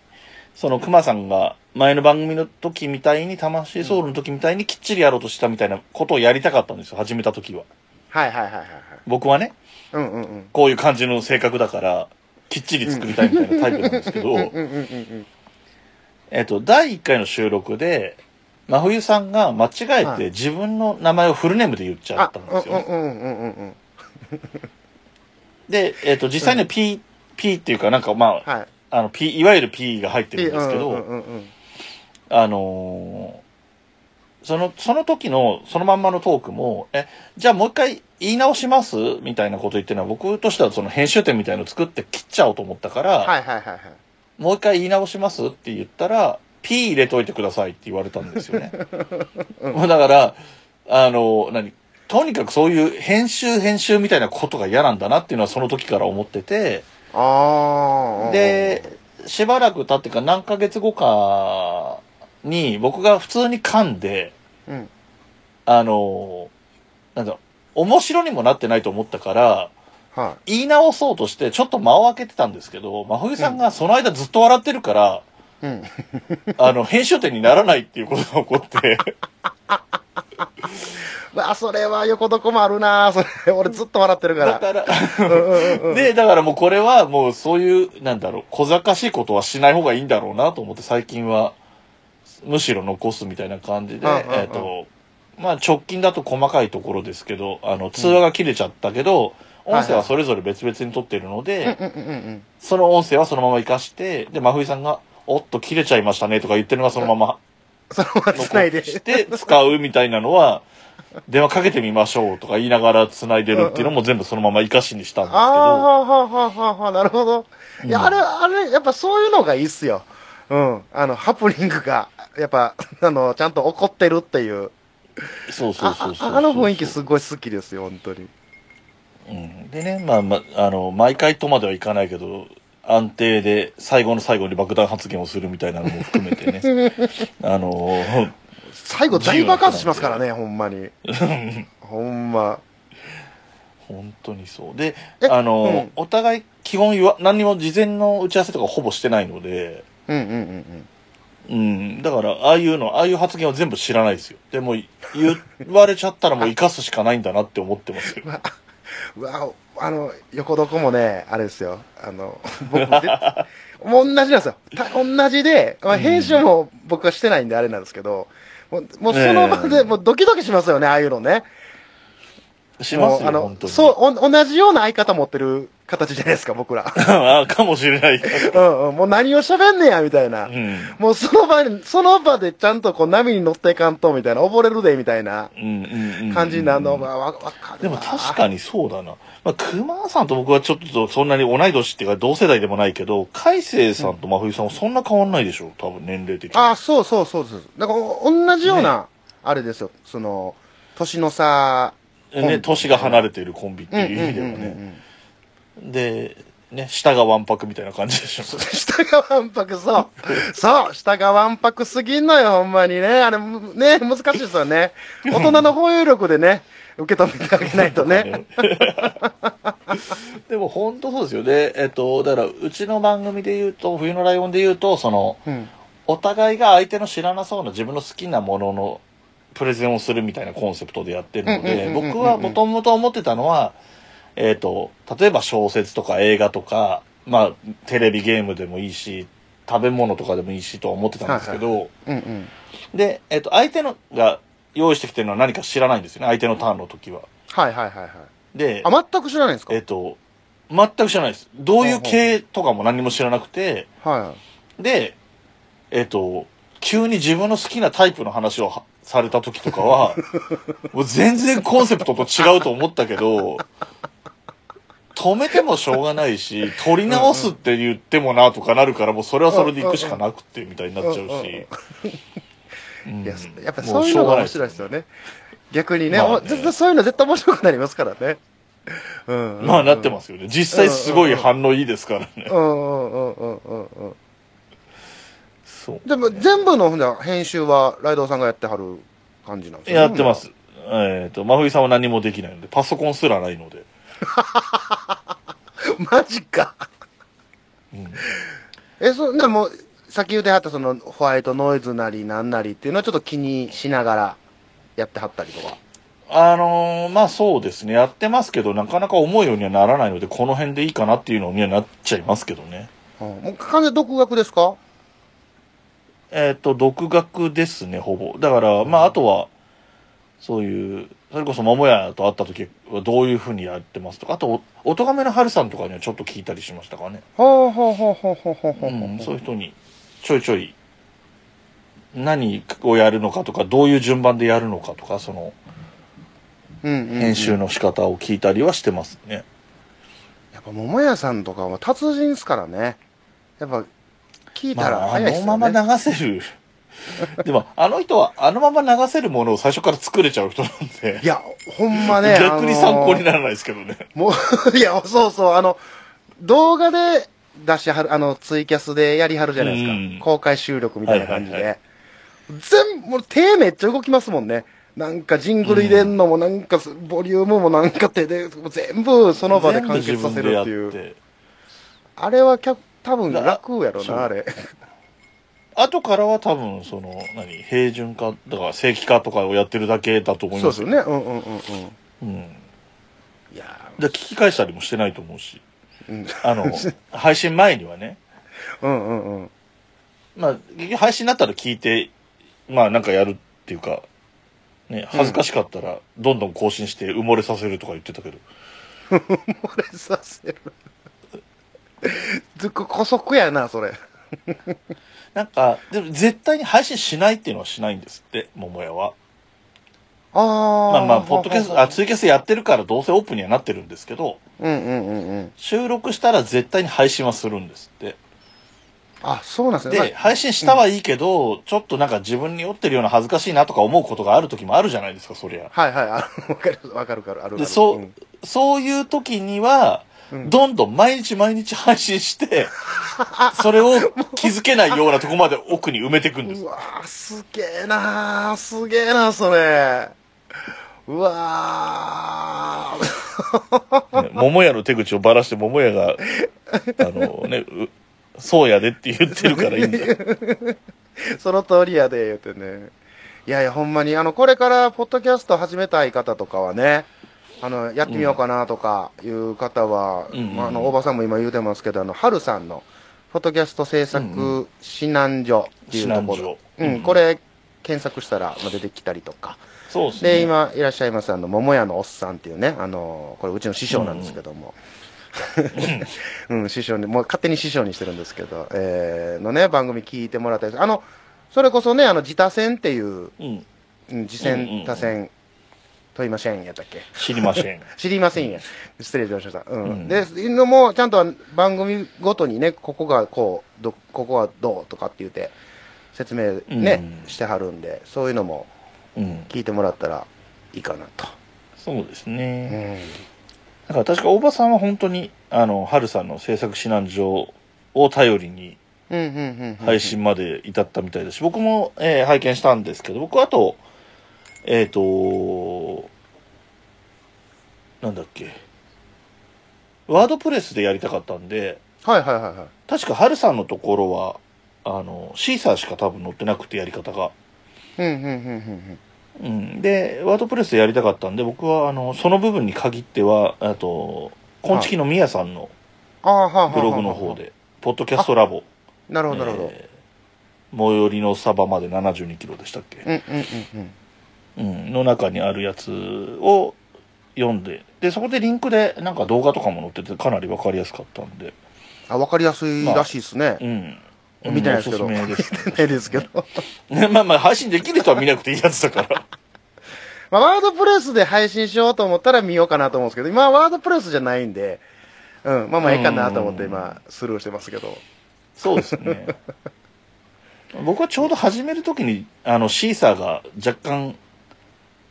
[SPEAKER 1] その熊さんが前の番組の時みたいに、魂ソウルの時みたいにきっちりやろうとしたみたいなことをやりたかったんですよ、始めた時は。
[SPEAKER 2] はいはいはいはいはい。
[SPEAKER 1] 僕はね、
[SPEAKER 2] うんうんうん。
[SPEAKER 1] こういう感じの性格だから、きっちり作りたいみたいなタイプなんですけど、
[SPEAKER 2] うんうんうん
[SPEAKER 1] えっと、第1回の収録で、真冬さんが間違え
[SPEAKER 2] はい
[SPEAKER 1] て自分の名前をフルネームで言っちゃったんですよ。
[SPEAKER 2] うんうんうんうんうん。
[SPEAKER 1] で、えっと、実際には P、P っていうかなんかまあ、
[SPEAKER 2] はい。
[SPEAKER 1] あの P、いわゆる P が入ってるんですけど、
[SPEAKER 2] うんうんうん
[SPEAKER 1] あのーその、その時の、そのまんまのトークも、え、じゃあもう一回言い直しますみたいなこと言ってるのは、僕としてはその編集点みたいの作って切っちゃおうと思ったから、
[SPEAKER 2] はいはいはいはい。
[SPEAKER 1] もう一回言い直しますって言ったら、P 入れといてくださいって言われたんですよね。 もうだから、あの、何とにかくそういう編集編集みたいなことが嫌なんだなっていうのはその時から思ってて、
[SPEAKER 2] ああ。
[SPEAKER 1] で、しばらく経ってか何ヶ月後かに僕が普通に噛んで、
[SPEAKER 2] うん。
[SPEAKER 1] あの、なんだろう、面白にもなってないと思ったから、
[SPEAKER 2] は
[SPEAKER 1] 言い直そうとしてちょっと間を空けてたんですけど、真冬さんがその間ずっと笑ってるから、
[SPEAKER 2] い。うん。
[SPEAKER 1] あの、編集点にならないっていうことが起こって、
[SPEAKER 2] わあ、それは横どこもあるなそれ、俺ずっと笑ってるか
[SPEAKER 1] だ
[SPEAKER 2] ら。
[SPEAKER 1] から、
[SPEAKER 2] うんうんうん。
[SPEAKER 1] で、だからもうこれはもうそういう、なんだろう、小賢しいことはしない方がいいんだろうなと思って最近は、むしろ残すみたいな感じで、
[SPEAKER 2] うんうんうん
[SPEAKER 1] えっ、と、まあ直近だと細かいところですけど、あの、通話が切れちゃったけど、
[SPEAKER 2] うんはいはい
[SPEAKER 1] 音声はそれぞれ別々に撮ってるので、
[SPEAKER 2] うんうんうん
[SPEAKER 1] その音声はそのまま活かして、で、真冬さんが、おっと切れちゃいましたねとか言ってるのがそのまま
[SPEAKER 2] そのままつないで。
[SPEAKER 1] して使うみたいなのは、電話かけてみましょうとか言いながら繋いでるっていうのも全部そのまま生かしにしたんです
[SPEAKER 2] あ
[SPEAKER 1] けど、
[SPEAKER 2] あ、はあはあはあはあ、なるほど。いや、あれ、あれ、やっぱそういうのがいいっすよ。うん。あの、ハプニングが、やっぱ、あの、ちゃんと怒ってるっていう。
[SPEAKER 1] そうそうそ
[SPEAKER 2] あ
[SPEAKER 1] うそう
[SPEAKER 2] ああの雰囲気すごい好きですよ、本当に。
[SPEAKER 1] うんでね、まあ、まあ、あの、毎回とまではいかないけど、安定で最後の最後に爆弾発言をするみたいなのも含めて ね、あの、
[SPEAKER 2] 最後大爆発しますからね、ほんまに。ほんま。
[SPEAKER 1] 本当にそう。で
[SPEAKER 2] え、
[SPEAKER 1] あの、
[SPEAKER 2] うん
[SPEAKER 1] お互い基本言わ、何にも事前の打ち合わせとかほぼしてないので、
[SPEAKER 2] うんうんうん
[SPEAKER 1] う
[SPEAKER 2] うん。
[SPEAKER 1] ん、だから、ああいうの、ああいう発言は 全部知らないですよ。でも、言われちゃったらもう生かすしかないんだなって思ってますよ。
[SPEAKER 2] うわあの横床もねあれですよ あの僕でもう同じなんですよた同じで、まあ、編集も僕はしてないんであれなんですけど、もうもうその場
[SPEAKER 1] ええ
[SPEAKER 2] でもうドキドキしますよねああいうのね
[SPEAKER 1] します
[SPEAKER 2] もうあ
[SPEAKER 1] よ、
[SPEAKER 2] の
[SPEAKER 1] 本当に。
[SPEAKER 2] そう
[SPEAKER 1] う。
[SPEAKER 2] お同じような相方持ってる形じゃないですか僕ら
[SPEAKER 1] あかもしれない。
[SPEAKER 2] うん、うん、もう何を喋んねやみたいな、
[SPEAKER 1] うん。
[SPEAKER 2] もうその場にその場でちゃんとこう波に乗っていかんとみたいな溺れるでみたいな
[SPEAKER 1] うんうんうん
[SPEAKER 2] 感じになるのまあわわかる
[SPEAKER 1] でも
[SPEAKER 2] わ
[SPEAKER 1] 確かにそうだな。まあ、熊さんと僕はちょっとそんなに同い年っていうか同世代でもないけど、海星さんと真冬さんはそんな変わんないでしょ多分年齢的に。
[SPEAKER 2] ああ、そうそうそうそう。だから、お同じような、あれですよ。その、年の差。コン
[SPEAKER 1] ね、
[SPEAKER 2] ビ
[SPEAKER 1] 年が離れているコンビって
[SPEAKER 2] うんう
[SPEAKER 1] い
[SPEAKER 2] ん
[SPEAKER 1] う意味で
[SPEAKER 2] う
[SPEAKER 1] は
[SPEAKER 2] んう
[SPEAKER 1] ね。
[SPEAKER 2] ん。
[SPEAKER 1] で、ね、下がわんぱくみたいな感じでしょ。
[SPEAKER 2] 下がわんぱくそう。そう、下がわんぱくすぎんのよ、ほんまにね。あれ、むね、難しいですよ ね。大人の包容力でね、受け止めてあげないとね。
[SPEAKER 1] でも本当そうですよね。えっと、だからうちの番組で言うと、冬のライオンで言うと、その、
[SPEAKER 2] うん。
[SPEAKER 1] お互いが相手の知らなそうな自分の好きなもののプレゼンをするみたいなコンセプトでやってるの
[SPEAKER 2] う
[SPEAKER 1] で
[SPEAKER 2] んうんうんうんうん
[SPEAKER 1] 僕はもともと思ってたのは、えー、と例えば小説とか映画とか、まあ、テレビゲームでもいいし食べ物とかでもいいしとは思ってたんですけど、
[SPEAKER 2] うんうん。
[SPEAKER 1] で、えー、と相手のが用意してきてるのは何か知らないんですよね相手のターンの時は。
[SPEAKER 2] はいはいはいはい。
[SPEAKER 1] で
[SPEAKER 2] あ、全く知らないんですか
[SPEAKER 1] えっ、と全く知らないです。どういう系とかも何も知らなくて。
[SPEAKER 2] は
[SPEAKER 1] で、えっ、と、急に自分の好きなタイプの話をはされた時とか は、もう全然コンセプトと違うと思ったけど、止めてもしょうがないし、取り直すって言ってもなとかなるから、もうそれはそれで行くしかなくて、みたいになっちゃうし。うん
[SPEAKER 2] い。いや、やっぱ
[SPEAKER 1] も
[SPEAKER 2] そういうのが面白い
[SPEAKER 1] しょうがな
[SPEAKER 2] ですよね。逆にね、
[SPEAKER 1] まあね
[SPEAKER 2] お絶対そういうの絶対面白くなりますからね。うん、うん。
[SPEAKER 1] まあなってますよね。実際すごい反応いいですからね。
[SPEAKER 2] うんうんうんうんうんうん。
[SPEAKER 1] そう。
[SPEAKER 2] でも全部のほんじゃ編集はライドウさんがやってはる感じなんですね
[SPEAKER 1] やってま。す。えっ、と、真冬さんは何もできないので、パソコンすらないので。
[SPEAKER 2] マジか。
[SPEAKER 1] うん
[SPEAKER 2] え、そう、でも、先言うてはったそのホワイトノイズなりなんなりっていうのはちょっと気にしながらやってはったりとか。
[SPEAKER 1] あのーまあそうですねやってますけどなかなか思うようにはならないのでこの辺でいいかなっていうのにはなっちゃいますけどね
[SPEAKER 2] うん、もう完全に独学ですか
[SPEAKER 1] えっ、と独学ですねほぼだからまああとはそういうそれこそ桃屋と会った時はどういうふうにやってますとかあとおとがめの春さんとかにはちょっと聞いたりしましたかね、
[SPEAKER 2] ほうほうほうほうほうほうほ
[SPEAKER 1] う
[SPEAKER 2] うほう。
[SPEAKER 1] ん、そういう人にちょいちょい何をやるのかとかどういう順番でやるのかとかその
[SPEAKER 2] うんうん
[SPEAKER 1] 編集の仕方を聞いたりはしてますね、
[SPEAKER 2] やっぱ桃屋さんとかは達人ですからね。やっぱ聞いたら
[SPEAKER 1] まあ、あ
[SPEAKER 2] 早いです
[SPEAKER 1] の
[SPEAKER 2] よね。
[SPEAKER 1] まま流せる でもあの人はあのまま流せるものを最初から作れちゃう人なんで
[SPEAKER 2] いや、ほんまね。
[SPEAKER 1] 逆に参考に
[SPEAKER 2] る
[SPEAKER 1] ならないですけどね、
[SPEAKER 2] もう、 いや、そうそう、あの、動画で出しはる、あの、ツイキャスでやりはるじゃないですか。
[SPEAKER 1] うん
[SPEAKER 2] 公開収録みたいな感じで。
[SPEAKER 1] はいはい
[SPEAKER 2] 全部、もう手めっちゃ動きますもんね。なんかジングル入れんのも、なんかす、ボリュームもなんか手で、もう全部その場で
[SPEAKER 1] 全部
[SPEAKER 2] 完
[SPEAKER 1] 自
[SPEAKER 2] 結さ
[SPEAKER 1] 分
[SPEAKER 2] せ
[SPEAKER 1] で
[SPEAKER 2] る
[SPEAKER 1] や
[SPEAKER 2] っ
[SPEAKER 1] って
[SPEAKER 2] いう。
[SPEAKER 1] て
[SPEAKER 2] あれはきゃ多分楽やろ
[SPEAKER 1] そう
[SPEAKER 2] な、あれ。
[SPEAKER 1] 後からは多分その何平準化だから正規化とかをやってるだけだと思い
[SPEAKER 2] そ
[SPEAKER 1] ま
[SPEAKER 2] うです
[SPEAKER 1] よ
[SPEAKER 2] すよね。うんうんうんうん。
[SPEAKER 1] うん
[SPEAKER 2] いや
[SPEAKER 1] で聞き返したりもしてないと思うし
[SPEAKER 2] ーうん
[SPEAKER 1] あ の配信前にはね
[SPEAKER 2] うんうんうん。
[SPEAKER 1] まあ結局配信になったら聞いてまあなんかやるっていうかね、恥ずかしかったらどんどん更新して埋もれさせるとか言ってたけど、
[SPEAKER 2] 漏れさせる。ずっこ古速やな、それ。
[SPEAKER 1] なんか、でも絶対に配信しないっていうのはしないんですって、桃屋は。
[SPEAKER 2] ああ。
[SPEAKER 1] まあまあ、ポッドキャスト、あ、ツイキャスやってるからどうせオープンにはなってるんですけど、
[SPEAKER 2] うんうんうんうん。
[SPEAKER 1] 収録したら絶対に配信はするんですって。
[SPEAKER 2] あ、そうなんですね。
[SPEAKER 1] で、配信したはいいけど、ちょっとなんか自分に酔ってるような恥ずかしいなとか思うことがある時もあるじゃないですか、そりゃ。
[SPEAKER 2] はいはい、あのわかる、わかる、わかる、ある。あ
[SPEAKER 1] で、
[SPEAKER 2] る
[SPEAKER 1] そう、
[SPEAKER 2] ん
[SPEAKER 1] そういう時には、
[SPEAKER 2] うん
[SPEAKER 1] どんどん毎日毎日配信 して、それを気づけないようなとこまで奥に埋めていくんです
[SPEAKER 2] う。わーすげえなーすげえなそれ。うわー
[SPEAKER 1] ね桃屋の手口をばらして桃屋があのねうそうやでって言ってるからいいんだよ
[SPEAKER 2] その通りやで、言うてね。いやいや、ほんまに、あの、これから、ポッドキャスト始めたい方とかはね、あの、やってみようかなとかいう方は、
[SPEAKER 1] うん
[SPEAKER 2] まあ、あの、大場さんも今言うてますけど、あの、春さんの、フォトキャスト
[SPEAKER 1] う
[SPEAKER 2] 制
[SPEAKER 1] ん
[SPEAKER 2] 作指南所っていうとこ
[SPEAKER 1] 指
[SPEAKER 2] ろ
[SPEAKER 1] 南所。
[SPEAKER 2] うん、これ、検索したらまあ出てきたりとか。
[SPEAKER 1] そうですね。
[SPEAKER 2] で、今いらっしゃいます、あの、桃屋のおっさんっていうね、あの、これうちの師匠なんですけども。うん、師匠に、もう勝手に師匠にしてるんですけど、えーのね、番組聞いてもらったりあの、それこそね、あの、自他戦っていう、
[SPEAKER 1] うん、
[SPEAKER 2] うん自
[SPEAKER 1] うんうんう
[SPEAKER 2] 戦、
[SPEAKER 1] ん
[SPEAKER 2] 他戦、問いませんやったっけ
[SPEAKER 1] 知りません。
[SPEAKER 2] 知りませんや。失礼しました。うん。
[SPEAKER 1] うん
[SPEAKER 2] で、いうのも、ちゃんと番組ごとにね、ここがこう、どここはどうとかって言って、説明ね、
[SPEAKER 1] うん
[SPEAKER 2] してはるんで、そういうのも
[SPEAKER 1] うん、
[SPEAKER 2] 聞いてもらったらいいかなと。
[SPEAKER 1] そうです
[SPEAKER 2] う
[SPEAKER 1] ね。
[SPEAKER 2] ん。
[SPEAKER 1] だから確か大場さんは本当に、あの、春さんの制作指南所を頼りに
[SPEAKER 2] うん、うん、うん。
[SPEAKER 1] 配。信まで至ったみたいだし、僕も、えー拝見したんですけど、僕はあと、えっ、と、なんだっけ、ワードプレスでやりたかったんで、
[SPEAKER 2] はいはいはいはい。
[SPEAKER 1] 確か春さんのところは、あの、シーサーしか多分載ってなくてやり方が。
[SPEAKER 2] うん、うん、うん、うん
[SPEAKER 1] うん、でワードプレスでやりたかったんで僕はあのその部分に限ってはあと昆虫のみやさんの
[SPEAKER 2] ああ、はあはあはあ。
[SPEAKER 1] ブログの方。で「ポッドキャストラボ」
[SPEAKER 2] なる
[SPEAKER 1] え
[SPEAKER 2] ほど、なるほど。
[SPEAKER 1] ー最寄りのサバまで7 2キロでしたっけ、
[SPEAKER 2] うん、うん、うん、うん。
[SPEAKER 1] うん、の中にあるやつを読んででそこでリンクでなんか動画とかも載っててかなり分かりやすかったんで、
[SPEAKER 2] あ、わかりやすいらしいですね
[SPEAKER 1] う。ん、
[SPEAKER 2] 見てないですけど。
[SPEAKER 1] うんおすすめ
[SPEAKER 2] 見てないですけど。
[SPEAKER 1] です まあまあ配信できる人は見なくていいやつだから
[SPEAKER 2] まあ、ワードプレスで配信しようと思ったら見ようかなと思うんですけど、今はワードプレスじゃないんで、うん、まあまあいいかなと思って
[SPEAKER 1] うん
[SPEAKER 2] 今、スルーしてますけど。
[SPEAKER 1] そうですね。僕はちょうど始めるときに、あの、シーサーが若干、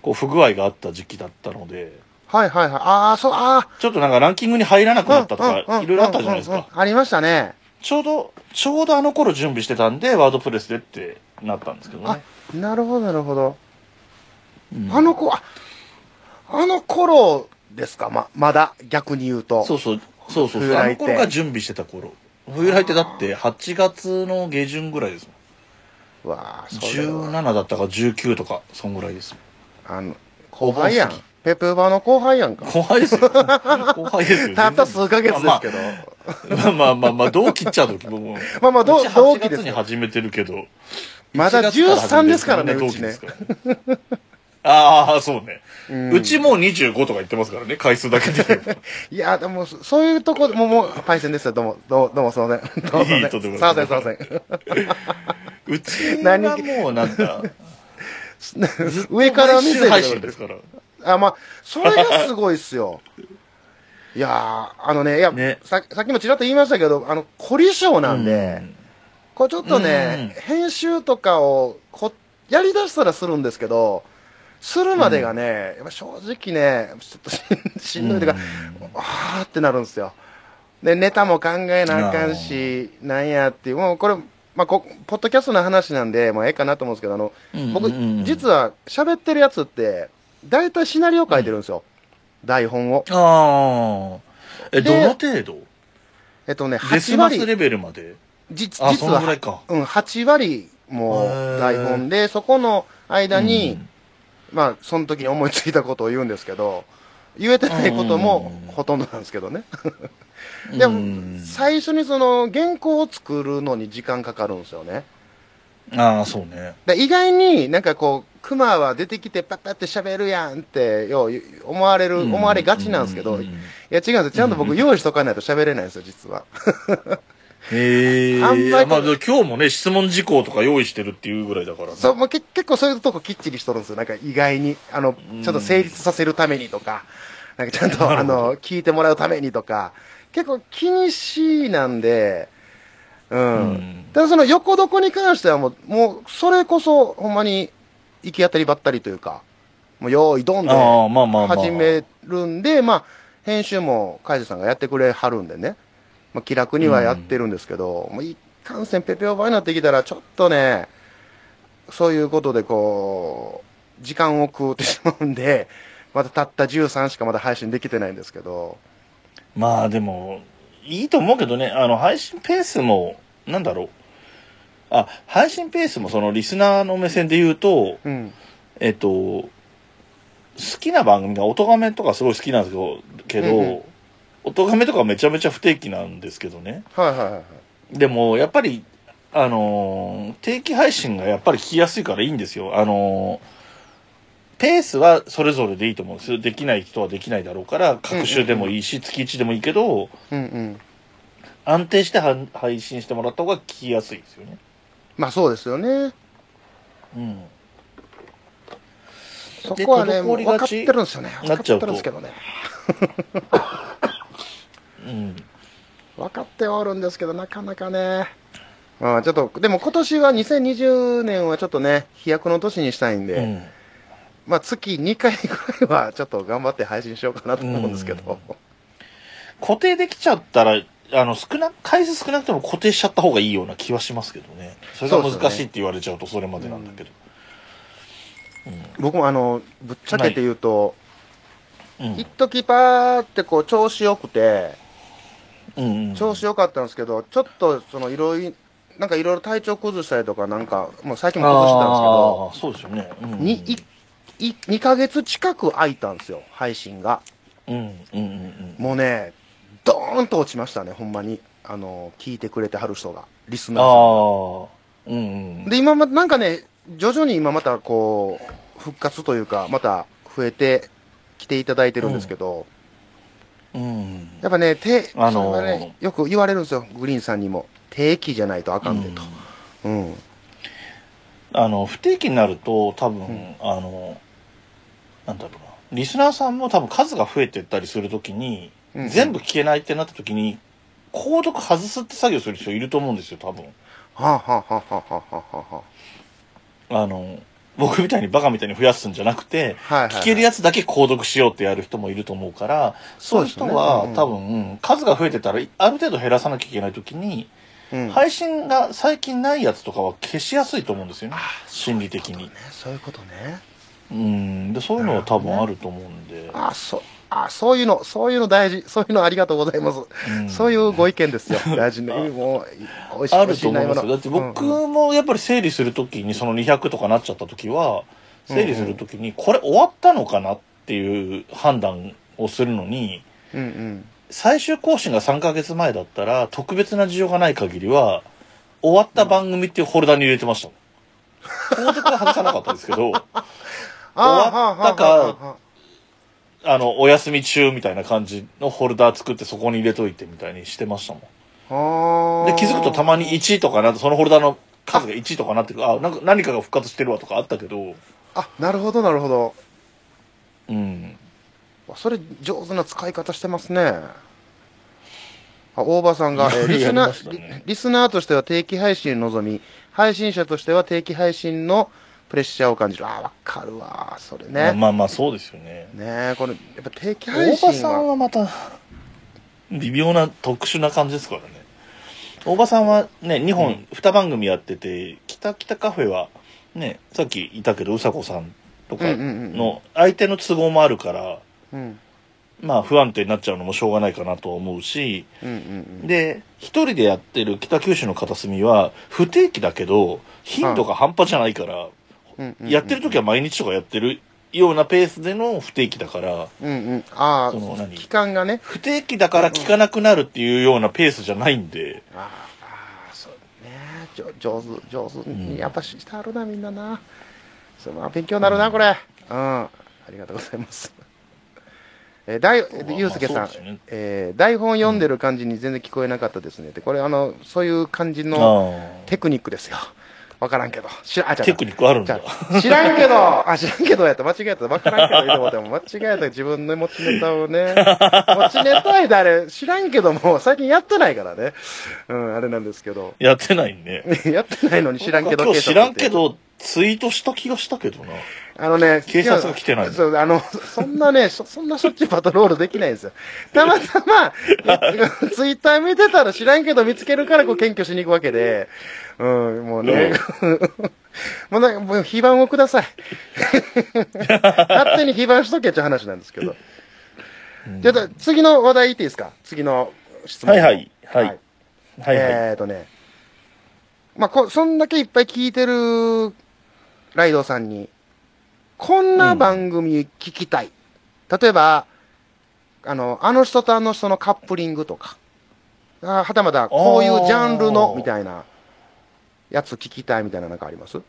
[SPEAKER 1] こう、不具合があった時期だったので、
[SPEAKER 2] はいはいはい。ああ、そう、あ
[SPEAKER 1] ちょっとなんかランキングに入らなく
[SPEAKER 2] あ。
[SPEAKER 1] なったとか、いろいろあったじゃないです
[SPEAKER 2] うんうん
[SPEAKER 1] か。
[SPEAKER 2] うんありましたね。
[SPEAKER 1] ちょうど、ちょうどあの頃準備してたんで、ワードプレスでってなったんですけど
[SPEAKER 2] あ
[SPEAKER 1] ね。、
[SPEAKER 2] なるほどなるほど。
[SPEAKER 1] うん
[SPEAKER 2] あの子は、あの頃ですか、ま、まだ逆に言うと。
[SPEAKER 1] そうそう、そうそうそう
[SPEAKER 2] 冬来
[SPEAKER 1] あ
[SPEAKER 2] て
[SPEAKER 1] の頃が準備してた頃。冬来ってだって8月の下旬ぐらいですもん。
[SPEAKER 2] う。わあ、それは。
[SPEAKER 1] 17だったか19とか、そんぐらいですもん。
[SPEAKER 2] あの、後輩やん
[SPEAKER 1] お盆過。
[SPEAKER 2] ペペーバーの後輩やんか。
[SPEAKER 1] 後輩ですよ。後輩ですよ。
[SPEAKER 2] たった数ヶ月ですけど。
[SPEAKER 1] まあまあまあまあ、どう切っちゃうとき、僕も。
[SPEAKER 2] まあまあ、どう
[SPEAKER 1] うち
[SPEAKER 2] 同
[SPEAKER 1] 8
[SPEAKER 2] 期で
[SPEAKER 1] 月
[SPEAKER 2] す
[SPEAKER 1] に
[SPEAKER 2] よ。
[SPEAKER 1] 始めてるけど。
[SPEAKER 2] まだ
[SPEAKER 1] 1月始めて
[SPEAKER 2] 13ですからね
[SPEAKER 1] みんな
[SPEAKER 2] うちね
[SPEAKER 1] 同期ですからああ、そうね、うんちもう25とか言ってますからね、回数だけで言えば。
[SPEAKER 2] いや、でも、そそういうとこ、もう、もう、パイセンですよ。どうも、どうも、どうも、すいません。どうも、
[SPEAKER 1] いいとでも
[SPEAKER 2] すいません、すいません。
[SPEAKER 1] うちはもうなんか、
[SPEAKER 2] 上から見
[SPEAKER 1] 毎
[SPEAKER 2] せ
[SPEAKER 1] 週配信で
[SPEAKER 2] る
[SPEAKER 1] す。から。
[SPEAKER 2] あ、まあ、それがすごいっすよ。いやー、あのね、いや、
[SPEAKER 1] ね
[SPEAKER 2] ささっきもちらっと言いましたけど、あの、凝り性なんで、こうちょっとね、
[SPEAKER 1] う
[SPEAKER 2] 編集とかをこ、やりだしたらするんですけど、するまでがね、やっぱ正直ね、ちょっとしんしんどいというか、あーってなるんですよ。で、ネタも考えなあかんし、なんやっていう、もうこれ、まあこ、ポッドキャストの話なんで、まあ、ええかなと思うんですけど、あの、僕、実
[SPEAKER 1] は。
[SPEAKER 2] は喋ってるやつって、大体シナリオ書いてるんですよ。台本を。
[SPEAKER 1] ああ。え、
[SPEAKER 2] で
[SPEAKER 1] どの程度
[SPEAKER 2] えっとね、
[SPEAKER 1] デス
[SPEAKER 2] 8
[SPEAKER 1] マス
[SPEAKER 2] 割、
[SPEAKER 1] レベルまで。
[SPEAKER 2] じ
[SPEAKER 1] あ、
[SPEAKER 2] 実
[SPEAKER 1] そのぐら
[SPEAKER 2] は、
[SPEAKER 1] いか。
[SPEAKER 2] うん、8割も
[SPEAKER 1] へー
[SPEAKER 2] 台本で、そこの間に、
[SPEAKER 1] うん
[SPEAKER 2] まあ、その時に思いついたことを言うんですけど、言えてないことも
[SPEAKER 1] うん
[SPEAKER 2] ほとんどなんですけどね。で
[SPEAKER 1] うん
[SPEAKER 2] も、最初にその原稿を作るのに時間かかるんですよね。
[SPEAKER 1] ああ、そうね。
[SPEAKER 2] で意外になんかこう、クマは出てきてパッパって喋るやんってよう言う思われる、思われがちなんですけど、
[SPEAKER 1] う
[SPEAKER 2] い
[SPEAKER 1] ん
[SPEAKER 2] や違うんですよ。ちゃんと僕用意しとかないと喋れないんですよ、実 は。
[SPEAKER 1] へえ。
[SPEAKER 2] あんまり
[SPEAKER 1] まあ、でも今日もね、質問事項とか用意してるっていうぐらいだからね。
[SPEAKER 2] そう、もうけ結構そういうとこきっちりしとるんですよ。なんか意外に。あの、
[SPEAKER 1] うん
[SPEAKER 2] ちょっと成立させるためにとか、なんかちゃんと、
[SPEAKER 1] なる
[SPEAKER 2] あ
[SPEAKER 1] ほど
[SPEAKER 2] の、聞いてもらうためにとか、結構気にしいなんで、うん。
[SPEAKER 1] うん
[SPEAKER 2] ただその横床に関してはもう、もう、それこそ、ほんまに、行き当たりばったりというか、もう、用意どんで、
[SPEAKER 1] ああ、まあまあまあ。
[SPEAKER 2] 始めるんで、まあ、編集も海瀬さんがやってくれはるんでね、まあ、気楽にはやってるんですけど、もう一貫線ペペオバになってきたら、ちょっとね、そういうことでこう、時間を食うてしまうんで、まだたった13しかまだ配信できてないんですけど、
[SPEAKER 1] まあでも、いいと思うけどね、あの、配信ペースも、なんだろう。あ、配信ペースもそのリスナーの目線で言うと、
[SPEAKER 2] うん。
[SPEAKER 1] えっと、好きな番組が、音がめとかすごい好きなんですけど、けど、
[SPEAKER 2] うんうん
[SPEAKER 1] 音がめとかめちゃめちゃ不定期なんですけどね。
[SPEAKER 2] はいはいはい。
[SPEAKER 1] でも、やっぱり、あのー定期配信がやっぱり聞きやすいからいいんですよ。あのーペースはそれぞれでいいと思うんですよ。できない人はできないだろうから、各週でもいいし、月1でもいいけど、
[SPEAKER 2] うんうん。
[SPEAKER 1] 安定しては配信してもらった方が聞きやすいですよね。
[SPEAKER 2] まあそうですよね。
[SPEAKER 1] うん。
[SPEAKER 2] そこはね、
[SPEAKER 1] で
[SPEAKER 2] もう
[SPEAKER 1] 滞りがち
[SPEAKER 2] 分かってるんですよね。
[SPEAKER 1] な
[SPEAKER 2] 分か
[SPEAKER 1] っ
[SPEAKER 2] っ
[SPEAKER 1] ち
[SPEAKER 2] て
[SPEAKER 1] ゃうと
[SPEAKER 2] るんですけどね。
[SPEAKER 1] うん。
[SPEAKER 2] 分かってはおるんですけど、なかなかね。まあちょっと、でも今年は2020年はちょっとね、飛躍の年にしたいんで、
[SPEAKER 1] うん
[SPEAKER 2] まあ月2回ぐらいはちょっと頑張って配信しようかなと思うんですけど。
[SPEAKER 1] 固定できちゃったら、あの、少な、回数少なくても固定しちゃった方がいいような気はしますけどね。それが
[SPEAKER 2] そうですよ
[SPEAKER 1] 難
[SPEAKER 2] ね
[SPEAKER 1] しいって言われちゃうとそれまでなんだけど。
[SPEAKER 2] 僕もあの、ぶっちゃけて言うと、
[SPEAKER 1] うん。
[SPEAKER 2] 一時パーってこう調子良くて、
[SPEAKER 1] うんうん
[SPEAKER 2] 調子良かったんですけど、ちょっとそのいろいろ、なんかいろいろ体調崩したりとか、なんか、もう最近も崩してたんですけど、
[SPEAKER 1] あーそうですよね。うんうん
[SPEAKER 2] に、い、い、2ヶ月近く空いたんですよ、配信が。
[SPEAKER 1] うんうんうんうん。
[SPEAKER 2] もうね、ドーンと落ちましたね、ほんまに。あの、聞いてくれてはる人が、リスナ
[SPEAKER 1] あ
[SPEAKER 2] ー
[SPEAKER 1] あ。うん
[SPEAKER 2] さん。で、今ま、なんかね、徐々に今またこう、復活というか、また増えてきていただいてるんですけど、
[SPEAKER 1] うん。うん。
[SPEAKER 2] やっぱね、て、
[SPEAKER 1] あのー
[SPEAKER 2] それはね、よく言われるんですよ、グリーンさんにも。定期じゃないとあかんでと。うん。
[SPEAKER 1] あの、不定期になると多分、
[SPEAKER 2] うん
[SPEAKER 1] あの、なんだろうな。リスナーさんも多分数が増えてったりするときに、
[SPEAKER 2] うん
[SPEAKER 1] 全部聞けないってなったときに、購読外すって作業する人いると思うんですよ、多分。
[SPEAKER 2] はあ、はあはあはあはあはあは
[SPEAKER 1] あの、僕みたいにバカみたいに増やすんじゃなくて、
[SPEAKER 2] あ、はいはいはい、
[SPEAKER 1] 聞けるやつだけ購読しようってやる人もいると思うから、そういう人は、
[SPEAKER 2] そうですね
[SPEAKER 1] 多分、数が増えてたら、ある程度減らさなきゃいけないときに、
[SPEAKER 2] うん、
[SPEAKER 1] 配信が最近ないやつとかは消しやすいと思うんですよね。心理的に
[SPEAKER 2] ね。。そういうことね。
[SPEAKER 1] うん。で、そういうのは多分あると思うんで。
[SPEAKER 2] あ、そう、あ、そういうの、そういうの大事。そういうのありがとうございます。
[SPEAKER 1] うん
[SPEAKER 2] そういうご意見で すよ。大事な、もう、おいし
[SPEAKER 1] あ
[SPEAKER 2] おい
[SPEAKER 1] る
[SPEAKER 2] し
[SPEAKER 1] と
[SPEAKER 2] い
[SPEAKER 1] 思
[SPEAKER 2] ないも
[SPEAKER 1] ます
[SPEAKER 2] の。
[SPEAKER 1] よ。だって僕
[SPEAKER 2] うんうん
[SPEAKER 1] もやっぱり整理するときに、その200とかなっちゃったときは、整理するときに、これ終わったのかなっていう判断をするのに、
[SPEAKER 2] うん
[SPEAKER 1] 最終更新が3ヶ月前だったら、特別な事情がない限りは、終わった番組っていうフォルダに入れてましたもん。高速は外さなかったですけど、終
[SPEAKER 2] あー
[SPEAKER 1] わったか
[SPEAKER 2] はあはあはあはあ
[SPEAKER 1] あの、お休み中みたいな感じのフォルダ作ってそこに入れといてみたいにしてましたもん。
[SPEAKER 2] あー
[SPEAKER 1] で、気づくとたまに1とかなって、そのフォルダの数が1とかなってくる、あ、なんか何かが復活してるわとかあったけど、
[SPEAKER 2] あなるほどなるほど
[SPEAKER 1] うん。
[SPEAKER 2] わそれ上手な使い方してますねあ大場さんが、えーリスナ
[SPEAKER 1] やりました
[SPEAKER 2] ー、
[SPEAKER 1] ね
[SPEAKER 2] リリスナーとしては定期配信を望み配信者としては定期配信のプレッシャーを感じるあーわかるわそれね、
[SPEAKER 1] まあまあそうですよね。
[SPEAKER 2] ねえこれやっぱ定期
[SPEAKER 1] 大
[SPEAKER 2] 配
[SPEAKER 1] 場
[SPEAKER 2] 信
[SPEAKER 1] さ
[SPEAKER 2] は
[SPEAKER 1] んはまた、微妙な特殊な感じですからね。大場さんはね、2本、2番組やってて、北北カフェは、ね、さっきいたけど、うさこさんとか
[SPEAKER 2] うんうんうんう
[SPEAKER 1] の相手の都合もあるから、
[SPEAKER 2] うん
[SPEAKER 1] まあ不安定になっちゃうのもしょうがないかなとは思うし、
[SPEAKER 2] うんうん
[SPEAKER 1] で、一人でやってる北九州の片隅は、不定期だけど、頻度が半端じゃないから、
[SPEAKER 2] うんうん
[SPEAKER 1] やってる時は毎日とかやってるようなペースでの不定期だから、
[SPEAKER 2] うんうんあ
[SPEAKER 1] その
[SPEAKER 2] あ
[SPEAKER 1] 何
[SPEAKER 2] 期間がね
[SPEAKER 1] 不定期だから聞かなくなるっていうようなペースじゃないんで、
[SPEAKER 2] あーあーそうねじょ上手上手
[SPEAKER 1] うん
[SPEAKER 2] にやっぱしてあるなみんななそうまあ勉強になるなこれうんありがとうございますえー、だい
[SPEAKER 1] まあ
[SPEAKER 2] ゆうすけさ
[SPEAKER 1] まあ
[SPEAKER 2] ん、
[SPEAKER 1] そうですよね
[SPEAKER 2] えー台本読んでる感じに全然聞こえなかったですねって、これあの、そういう感じの
[SPEAKER 1] あ
[SPEAKER 2] テクニックですよ。わからんけど。知らん、あ、
[SPEAKER 1] あ
[SPEAKER 2] じゃ
[SPEAKER 1] テクニックあるん
[SPEAKER 2] じ
[SPEAKER 1] だ
[SPEAKER 2] ゃ。あ知らんけど、あ、知らんけどやった。間違えた。わからんけどいいと思っても、間違えた。自分の持ちネタをね。持ちネタやであれ、知らんけども、最近やってないからね。うん、あれなんですけど。
[SPEAKER 1] やってないね。
[SPEAKER 2] やってないのに知らんけど
[SPEAKER 1] 今日知
[SPEAKER 2] 警察って
[SPEAKER 1] らんけど、ツイートした気がしたけどな。
[SPEAKER 2] あのね、
[SPEAKER 1] 警察が来てないの
[SPEAKER 2] そう、あの、そんなね、そそんなしょっちゅうパトロールできないんです よ。たまたま、 ツイッター見てたら知らんけど見つけるからこう検挙しに行くわけで、うん、もうね、 もうなんか、もう非番を ください。勝手に非番しとけって話なんですけど。じゃあ、次の話題いっていいですか次の質
[SPEAKER 1] は
[SPEAKER 2] 問。
[SPEAKER 1] いはい。はい。はいはい。
[SPEAKER 2] えーとね、まあこ、そんだけいっぱい聞いてるライドさんに、こんな番組聞きたい。例えば、あの、あの人とあの人のカップリングとか、あはたまたこういうジャンル
[SPEAKER 1] あ
[SPEAKER 2] の
[SPEAKER 1] ー
[SPEAKER 2] みたいなやつ聞きたいみたいななんかあります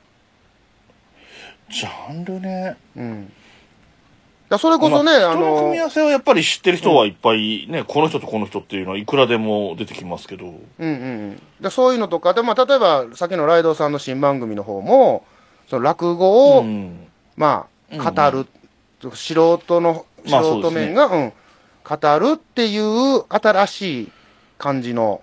[SPEAKER 1] ジャンルね。
[SPEAKER 2] うん。だからそれこそね、
[SPEAKER 1] ま
[SPEAKER 2] あ
[SPEAKER 1] 人の組
[SPEAKER 2] の
[SPEAKER 1] み合、わせはやっぱり知ってる人はいっぱいね、この人とこの人っていうのはいくらでも出てきますけど。
[SPEAKER 2] うんうんうん、でそういうのとかで、まあ、例えばさっきのライドウさんの新番組の方もその落語を、
[SPEAKER 1] うん。
[SPEAKER 2] ま
[SPEAKER 1] うん
[SPEAKER 2] あ、語る、素人の
[SPEAKER 1] まあそうで
[SPEAKER 2] 素人
[SPEAKER 1] すね
[SPEAKER 2] 面が、うん、語るっていう新しい感じの、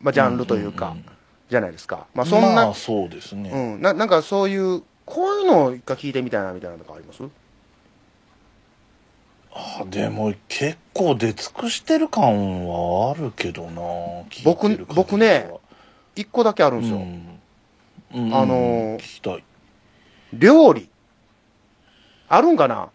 [SPEAKER 2] まあ、ジャンルというか、
[SPEAKER 1] うんうんうん
[SPEAKER 2] じゃないですか、
[SPEAKER 1] ま
[SPEAKER 2] まあ、そんな,、
[SPEAKER 1] あそうですね。
[SPEAKER 2] うん、ななんかそういうこういうのを一回聞いてみたいなみたいなのとかあります
[SPEAKER 1] あでも結構出尽くしてる感はあるけどな
[SPEAKER 2] 僕
[SPEAKER 1] 聞いてる感じは
[SPEAKER 2] 僕ね一個だけある
[SPEAKER 1] うん
[SPEAKER 2] ですよ、
[SPEAKER 1] ん、うん
[SPEAKER 2] あのー
[SPEAKER 1] 聞きたい
[SPEAKER 2] 料理あるんかな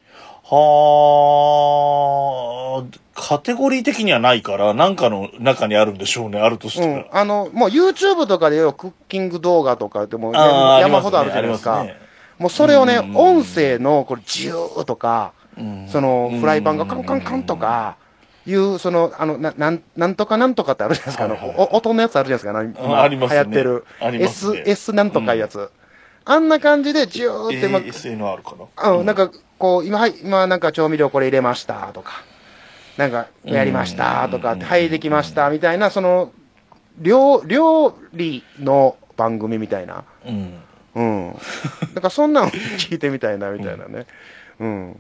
[SPEAKER 1] はあカテゴリー的にはないから何かの中にあるんでしょうねあるとした
[SPEAKER 2] う
[SPEAKER 1] ら、
[SPEAKER 2] ん、あの、もう YouTube とかでよ、クッキング動画とかでもう
[SPEAKER 1] あー
[SPEAKER 2] 山ほどあるじゃないですか。
[SPEAKER 1] りますね
[SPEAKER 2] もうそれをね、
[SPEAKER 1] うん
[SPEAKER 2] 音声の、これ、ジューと
[SPEAKER 1] あります
[SPEAKER 2] か、
[SPEAKER 1] ねうん
[SPEAKER 2] その
[SPEAKER 1] う、ん
[SPEAKER 2] フライパンがカンカンカンとか、いう、その、あの、な、なん、なんとかなんとかってあるじゃないですか。あの、
[SPEAKER 1] はいはい
[SPEAKER 2] お音のやつあるじゃないですか。あの
[SPEAKER 1] うんありますね
[SPEAKER 2] 流行ってる。
[SPEAKER 1] あります
[SPEAKER 2] S
[SPEAKER 1] ね、
[SPEAKER 2] S なんとかいうやつ。あんな感じで、ジューって、ま
[SPEAKER 1] ASNR かな
[SPEAKER 2] あ、うん、なんか、こう、今、はい、今、なんか調味料これ入れました、とか、なんか、やりました、とか、
[SPEAKER 1] うん
[SPEAKER 2] はい、できました、みたいな、その、料、料理の番組みたいな。
[SPEAKER 1] うん
[SPEAKER 2] うん。だから、そんなの 聞いてみたいな、みたいなね。うん。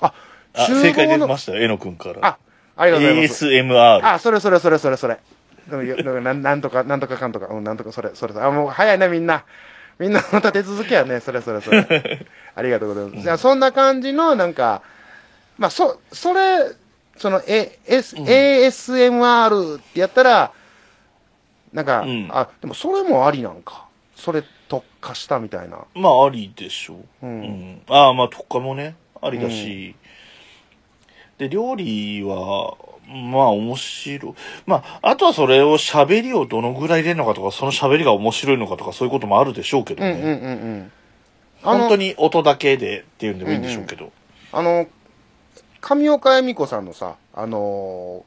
[SPEAKER 2] あ、
[SPEAKER 1] あ正解出ましたよえのくんから
[SPEAKER 2] あ、ありがとうございます。
[SPEAKER 1] ASMR
[SPEAKER 2] あ、それそれそれそれそれ。うんよなんなんとか、なんとかかんとか、うん、なんとかそれ、それそれ。あ、もう早いな、みんな。みんなまた手続きやね、それそれ それ。ありがとうございます。じゃあ、そんな感じの、なんか、まあ、そ、それ、その、A、S、ASMR ってやったら、なんか、
[SPEAKER 1] うん
[SPEAKER 2] あ、でもそれもありなんか。それ特化したみたいな。
[SPEAKER 1] まあありでしょう、
[SPEAKER 2] うん
[SPEAKER 1] ああまあ特化もねありだし、で料理はまあ面白いまああとはそれを喋りをどのぐらい入れるのかとかその喋りが面白いのかとかそういうこともあるでしょうけど
[SPEAKER 2] うん
[SPEAKER 1] ね、
[SPEAKER 2] うんうんうん。あ
[SPEAKER 1] 本
[SPEAKER 2] の
[SPEAKER 1] 当に音だけでっていうんでもいいんでしょうけど、
[SPEAKER 2] あの、上岡恵美子さんのさ、あの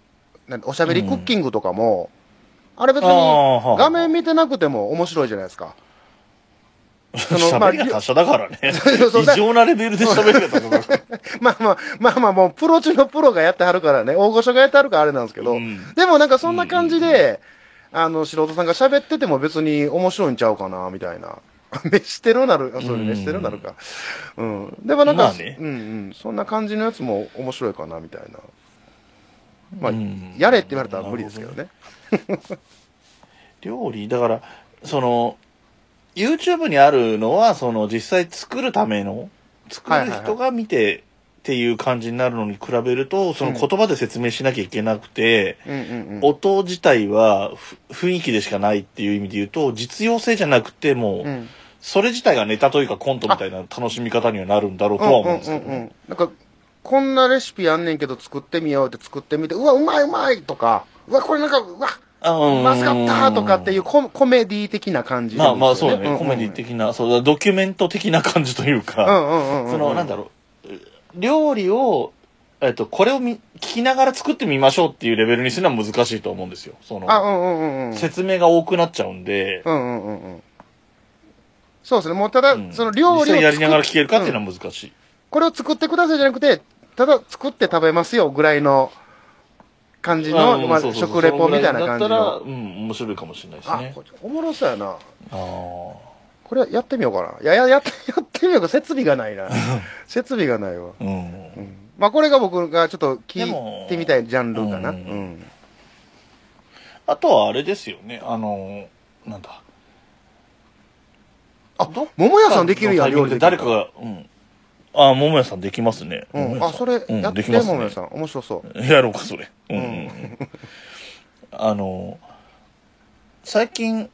[SPEAKER 2] ーなんておしゃべりクッキングとかも、あれ別に
[SPEAKER 1] あーはあ
[SPEAKER 2] 画面見てなくても面白いじゃないですか。その
[SPEAKER 1] 喋りが達者だからね
[SPEAKER 2] そうそう
[SPEAKER 1] 異常なレベルで喋りが達者だから
[SPEAKER 2] まあまあ、まあまあもうプロ中のプロがやってはるからね、大御所がやってはるからあれなんですけど、
[SPEAKER 1] うん
[SPEAKER 2] でもなんかそんな感じで、あの、素人さんが喋ってても別に面白いんちゃうかな、みたいな。 飯テロなる、あ、そうれ
[SPEAKER 1] ん
[SPEAKER 2] 飯テロなるか。うん。でもなんか、
[SPEAKER 1] まあね
[SPEAKER 2] うんうん、そんな感じのやつも面白いかな、みたいな。まあ、
[SPEAKER 1] うん
[SPEAKER 2] やれって言われたら無理ですけどね。
[SPEAKER 1] 料理だからその YouTube にあるのはその実際作るための作
[SPEAKER 2] はいはい
[SPEAKER 1] る
[SPEAKER 2] はい
[SPEAKER 1] 人が見てっていう感じになるのに比べるとその
[SPEAKER 2] うん
[SPEAKER 1] 言葉で説明しなきゃいけなくて、
[SPEAKER 2] うんうんうん。
[SPEAKER 1] 音自体はふ雰囲気でしかないっていう意味で言うと実用性じゃなくても
[SPEAKER 2] う
[SPEAKER 1] うんそれ自体がネタというかコントみたいな楽しみ方にはなるんだろうとは思うんですけど
[SPEAKER 2] うんうんうんう
[SPEAKER 1] ね
[SPEAKER 2] んなんかこんなレシピあんねんけど作ってみようって作ってみてうわうまいうまいとかうわこれなんかうわ
[SPEAKER 1] あうん
[SPEAKER 2] うまずかったとかっていうココメディ的な感じで
[SPEAKER 1] まあまあ
[SPEAKER 2] です
[SPEAKER 1] そう
[SPEAKER 2] よ
[SPEAKER 1] だね、コメディ的なそうだドキュメント的な感じというか、
[SPEAKER 2] うんうんうんうん
[SPEAKER 1] その、なんだろう、料理を、えっと、これを見聞きながら作ってみましょうっていうレベルにするのは難しいと思うんですよ。そ
[SPEAKER 2] あう
[SPEAKER 1] の、
[SPEAKER 2] んうんうんうん
[SPEAKER 1] 説明が多くなっちゃうんで、
[SPEAKER 2] うんうんうんうんそうですねもうただ、
[SPEAKER 1] うん
[SPEAKER 2] その料理
[SPEAKER 1] 実
[SPEAKER 2] を
[SPEAKER 1] 際やりながら聞
[SPEAKER 2] 作っ
[SPEAKER 1] けるかっていうのは難しい。
[SPEAKER 2] これを作ってくださいじゃなくてただ作って食べますよぐらいの感じの、
[SPEAKER 1] うん
[SPEAKER 2] まあ、
[SPEAKER 1] そうそうそう
[SPEAKER 2] 食レポみたいな感じ
[SPEAKER 1] そのぐらいだっ
[SPEAKER 2] の
[SPEAKER 1] たら、うん、面白いかもしれないです
[SPEAKER 2] あ
[SPEAKER 1] ね
[SPEAKER 2] こ。れおもろそうやな
[SPEAKER 1] あー
[SPEAKER 2] これやってみようかな。いや、や、やって、やってみようか。設備がな いな。設備がないわ。
[SPEAKER 1] うん。
[SPEAKER 2] うんまあ、これが僕がちょっと聞
[SPEAKER 1] でも
[SPEAKER 2] いてみたいジャンルかな。う
[SPEAKER 1] うん
[SPEAKER 2] ん。
[SPEAKER 1] あとはあれですよね、あの、なんだ。
[SPEAKER 2] あ
[SPEAKER 1] どっか
[SPEAKER 2] 桃屋さんできるや
[SPEAKER 1] のタイ
[SPEAKER 2] ん、
[SPEAKER 1] ミン
[SPEAKER 2] 料
[SPEAKER 1] グで
[SPEAKER 2] 理
[SPEAKER 1] 誰
[SPEAKER 2] できる。
[SPEAKER 1] かが、うん。ああ、桃屋さんできますね。
[SPEAKER 2] う
[SPEAKER 1] 桃
[SPEAKER 2] ん。
[SPEAKER 1] 屋
[SPEAKER 2] あ、
[SPEAKER 1] さん
[SPEAKER 2] それ、
[SPEAKER 1] うん
[SPEAKER 2] やって、
[SPEAKER 1] できますね
[SPEAKER 2] 桃屋さん。面白そう。
[SPEAKER 1] やろうか、それ。うん。
[SPEAKER 2] う
[SPEAKER 1] うんん、 あの、最近、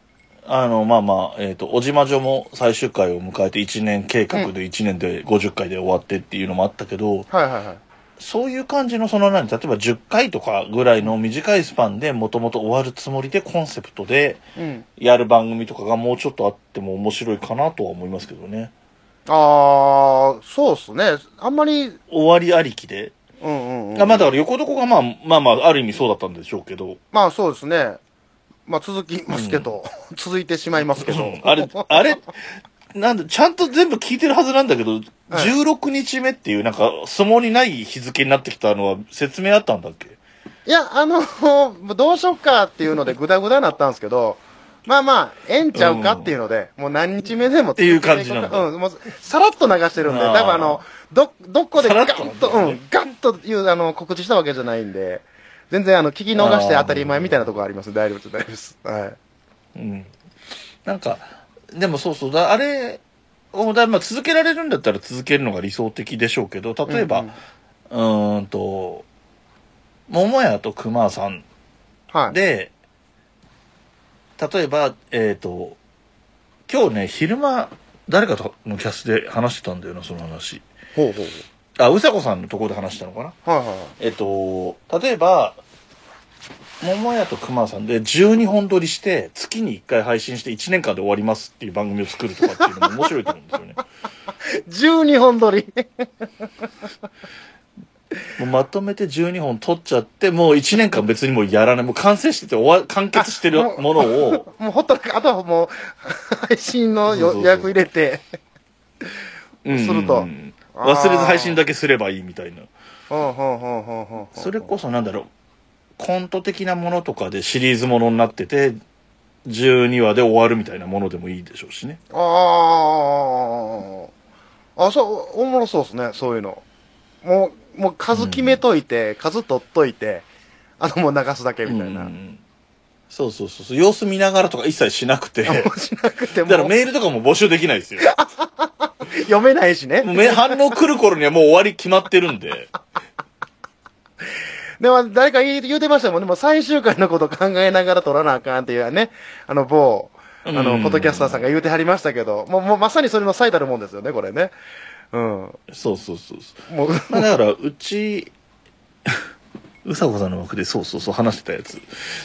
[SPEAKER 1] あの、まあまあ、えっ、と、おじまじょも最終回を迎えて1年計画で1年で50回で終わってっていうのもあったけど、
[SPEAKER 2] はいはいはい。
[SPEAKER 1] そういう感じの、その何、例えば10回とかぐらいの短いスパンでもともと終わるつもりでコンセプトで
[SPEAKER 2] うん。
[SPEAKER 1] やる番組とかがもうちょっとあっても面白いかなとは思いますけどね。
[SPEAKER 2] ああ、そうっすね。あんまり、うん
[SPEAKER 1] 終わりありきで。
[SPEAKER 2] うんうん。
[SPEAKER 1] あまあだから横床がまあまあまあある意味そうだったんでしょうけど、
[SPEAKER 2] まあそうですね。まあ続きますけど、続いてしまいますけど。
[SPEAKER 1] あれ、あれ、なんで、ちゃんと全部聞いてるはずなんだけど、
[SPEAKER 2] はい
[SPEAKER 1] 16日目っていうなんか相撲にない日付になってきたのは説明あったんだっけ
[SPEAKER 2] いや、あの、どうしよっかっていうので、ぐだぐだになったんですけど、まあまあ、ええんちゃうかっていうので、もう何日目でも
[SPEAKER 1] ていう感じなんだ
[SPEAKER 2] うん、もう、さらっと流してるんで、
[SPEAKER 1] あー
[SPEAKER 2] 多分あの、ど、どこで
[SPEAKER 1] さら
[SPEAKER 2] ガ
[SPEAKER 1] っと
[SPEAKER 2] ッと、うん、ガッという、あの、告知したわけじゃないんで、全然、あの、聞き逃して当たり前みたいなところあります。大丈夫です、大丈夫です。はい。
[SPEAKER 1] うん。なんか、でもそうそうだ、あれをだ、まあ、続けられるんだったら続けるのが理想的でしょうけど、例えば、
[SPEAKER 2] う
[SPEAKER 1] うん
[SPEAKER 2] うん
[SPEAKER 1] ーんと、桃屋と熊さん
[SPEAKER 2] はい。
[SPEAKER 1] で、例えば、えっ、と、今日ね、昼間、誰かとのキャスで話してたんだよな、その話。
[SPEAKER 2] ほうほう
[SPEAKER 1] あ、うさこさんのところで話したのかな
[SPEAKER 2] ほう。はいはいはい。
[SPEAKER 1] えっ、と、例えば、桃屋と熊さんで12本撮りして、月に1回配信して1年間で終わりますっていう番組を作るとかっていうのも面白いと思うんです よね。
[SPEAKER 2] 12本撮り。
[SPEAKER 1] もうまとめて12本撮っちゃって、もう1年間別にもうやらない。もう完成してて終わ、完結してるものを、
[SPEAKER 2] もうほったらか、あとはもう、配信の
[SPEAKER 1] そうそう
[SPEAKER 2] よ
[SPEAKER 1] そう
[SPEAKER 2] 予約入れて。
[SPEAKER 1] うん
[SPEAKER 2] すると
[SPEAKER 1] うんうん忘れず配信だけすればいいみたいな。
[SPEAKER 2] ほうほうほうほうほう。
[SPEAKER 1] それこそなんだろう、コント的なものとかでシリーズものになってて、12話で終わるみたいなものでもいいでしょうしね。
[SPEAKER 2] ああ、あ、そう、おもろそうですね、そういうの。もう、もう数決めといて、数取っといて、あともう流すだけみた
[SPEAKER 1] う
[SPEAKER 2] いな。
[SPEAKER 1] んうんうんそうそうそうそう。様子見ながらとか一切しなくて。
[SPEAKER 2] あも
[SPEAKER 1] だ
[SPEAKER 2] うしなくても、
[SPEAKER 1] からメールとかも募集できないですよ。
[SPEAKER 2] 読めないしね
[SPEAKER 1] も。うめ反応来る頃にはもう終わり決まってるんで。
[SPEAKER 2] でも、誰か言い言うてましたもんね。もう最終回のこと考えながら取らなあかんっていうね、あの某、あ
[SPEAKER 1] う
[SPEAKER 2] の、
[SPEAKER 1] ん
[SPEAKER 2] ポッドキャスターさんが言うてはりましたけど、もう、もうまさにそれの最たるもんですよね、これね。うん。
[SPEAKER 1] そうそうそうそう。
[SPEAKER 2] もう、
[SPEAKER 1] まあだから、うち、うさこさんの枠でそうそうそう話してたやつ。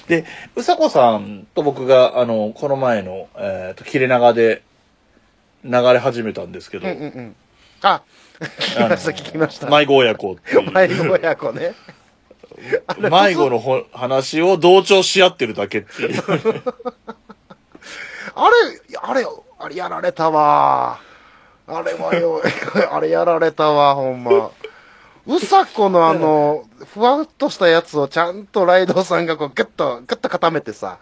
[SPEAKER 1] で、うさこさんと僕が、あの、この前の、えっ、と、切れ長で流れ始めたんですけ
[SPEAKER 2] う
[SPEAKER 1] ど、
[SPEAKER 2] んうんうん。あ、聞きました、
[SPEAKER 1] あの
[SPEAKER 2] 聞きました。
[SPEAKER 1] 迷子親子っていう。
[SPEAKER 2] 迷子親子ね。
[SPEAKER 1] 迷子のほ話を同調し合ってるだけっていう。
[SPEAKER 2] あれ、あれ、あれやられたわ。あれはよ、あれやられたわ、ほんま。うさこのあの、ふわっとしたやつをちゃんとライドウさんがこう、ぐっと、ぐっと固めてさ、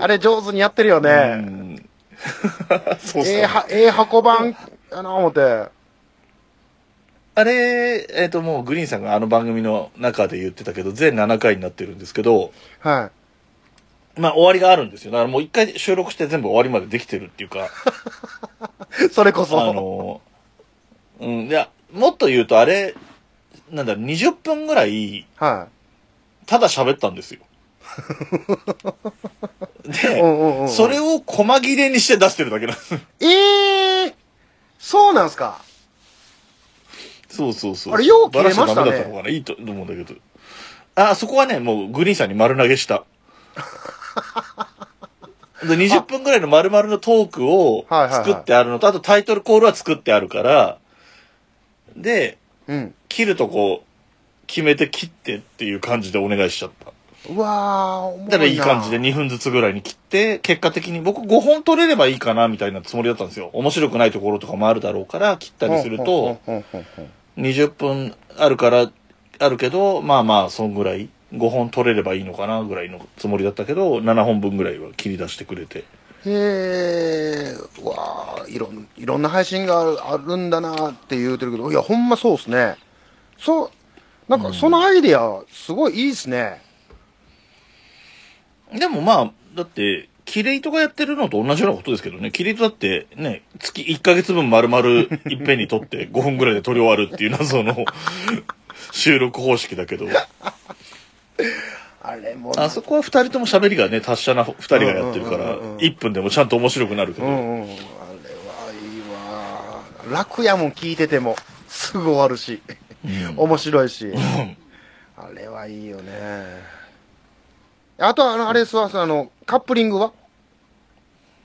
[SPEAKER 2] あれ上手にやってるよ
[SPEAKER 1] う
[SPEAKER 2] ね。
[SPEAKER 1] ん そうっす
[SPEAKER 2] ええ
[SPEAKER 1] ね。
[SPEAKER 2] は、ええ箱番、あの、思って。
[SPEAKER 1] あれ、えっ、と、もうグリーンさんがあの番組の中で言ってたけど、全7回になってるんですけど、
[SPEAKER 2] は
[SPEAKER 1] まあ終わりがあるんですよ。だからもう1回収録して全部終わりまでできてるっていう か、
[SPEAKER 2] い。それこそ。
[SPEAKER 1] あの、うん、いや、もっと言うとあれ、なんだろう、20分ぐらい、
[SPEAKER 2] は
[SPEAKER 1] ただ喋ったん ですよ。
[SPEAKER 2] い。う
[SPEAKER 1] で、
[SPEAKER 2] んうんうん。
[SPEAKER 1] それを細切れにして出してるだけなんです。
[SPEAKER 2] ええそうなんすか
[SPEAKER 1] そうそうそう。
[SPEAKER 2] あれよう切れました
[SPEAKER 1] バ
[SPEAKER 2] ね
[SPEAKER 1] ラしちゃダメだったのかな。いいと思うんだけど。あ、そこはね、もうグリーンさんに丸投げ した。で20分ぐらいの丸々のトークを
[SPEAKER 2] はいはいはい
[SPEAKER 1] 作ってあるのと、あとタイトルコールは作ってあるから、で、
[SPEAKER 2] うん。
[SPEAKER 1] 切るとこ決めて切ってっていう感じでお願いしちゃった。
[SPEAKER 2] うわー、おもろいな
[SPEAKER 1] だからいい感じで2分ずつぐらいに切って、結果的に僕5本取れればいいかなみたいなつもりだったんですよ。面白くないところとかもあるだろうから、切ったりすると、
[SPEAKER 2] うんうんうんうんうん、
[SPEAKER 1] 20分あるから、あるけど、まあまあ、そんぐらい、5本取れればいいのかな、ぐらいのつもりだったけど、7本分ぐらいは切り出してくれて。
[SPEAKER 2] へえ、うわあ、いろん、いろんな配信があるあるんだなって言うてるけど、いや、ほんまそうっすね。そう、なんかそのアイディア、すごいいいっすね。
[SPEAKER 1] でもまあ、だって、キレイトがやってるのと同じようなことですけどね。キレイトだって、ね、月1ヶ月分丸々いっぺんに撮って5分ぐら いで撮り終わるっていう謎の収録方式だけど、
[SPEAKER 2] あれも、
[SPEAKER 1] あそこは2人とも喋りがね、達者な2人がやってるか
[SPEAKER 2] う
[SPEAKER 1] ら
[SPEAKER 2] んうんうんうん、
[SPEAKER 1] 1分でもちゃんと面白くなるけ
[SPEAKER 2] う
[SPEAKER 1] ど。
[SPEAKER 2] んうん、あれはいいわ。楽やもん聞いてても、すぐ終わるし、
[SPEAKER 1] うん
[SPEAKER 2] 面白いし。あれはいいよね。あとは、あのあれですわ、そのあの、カップリングは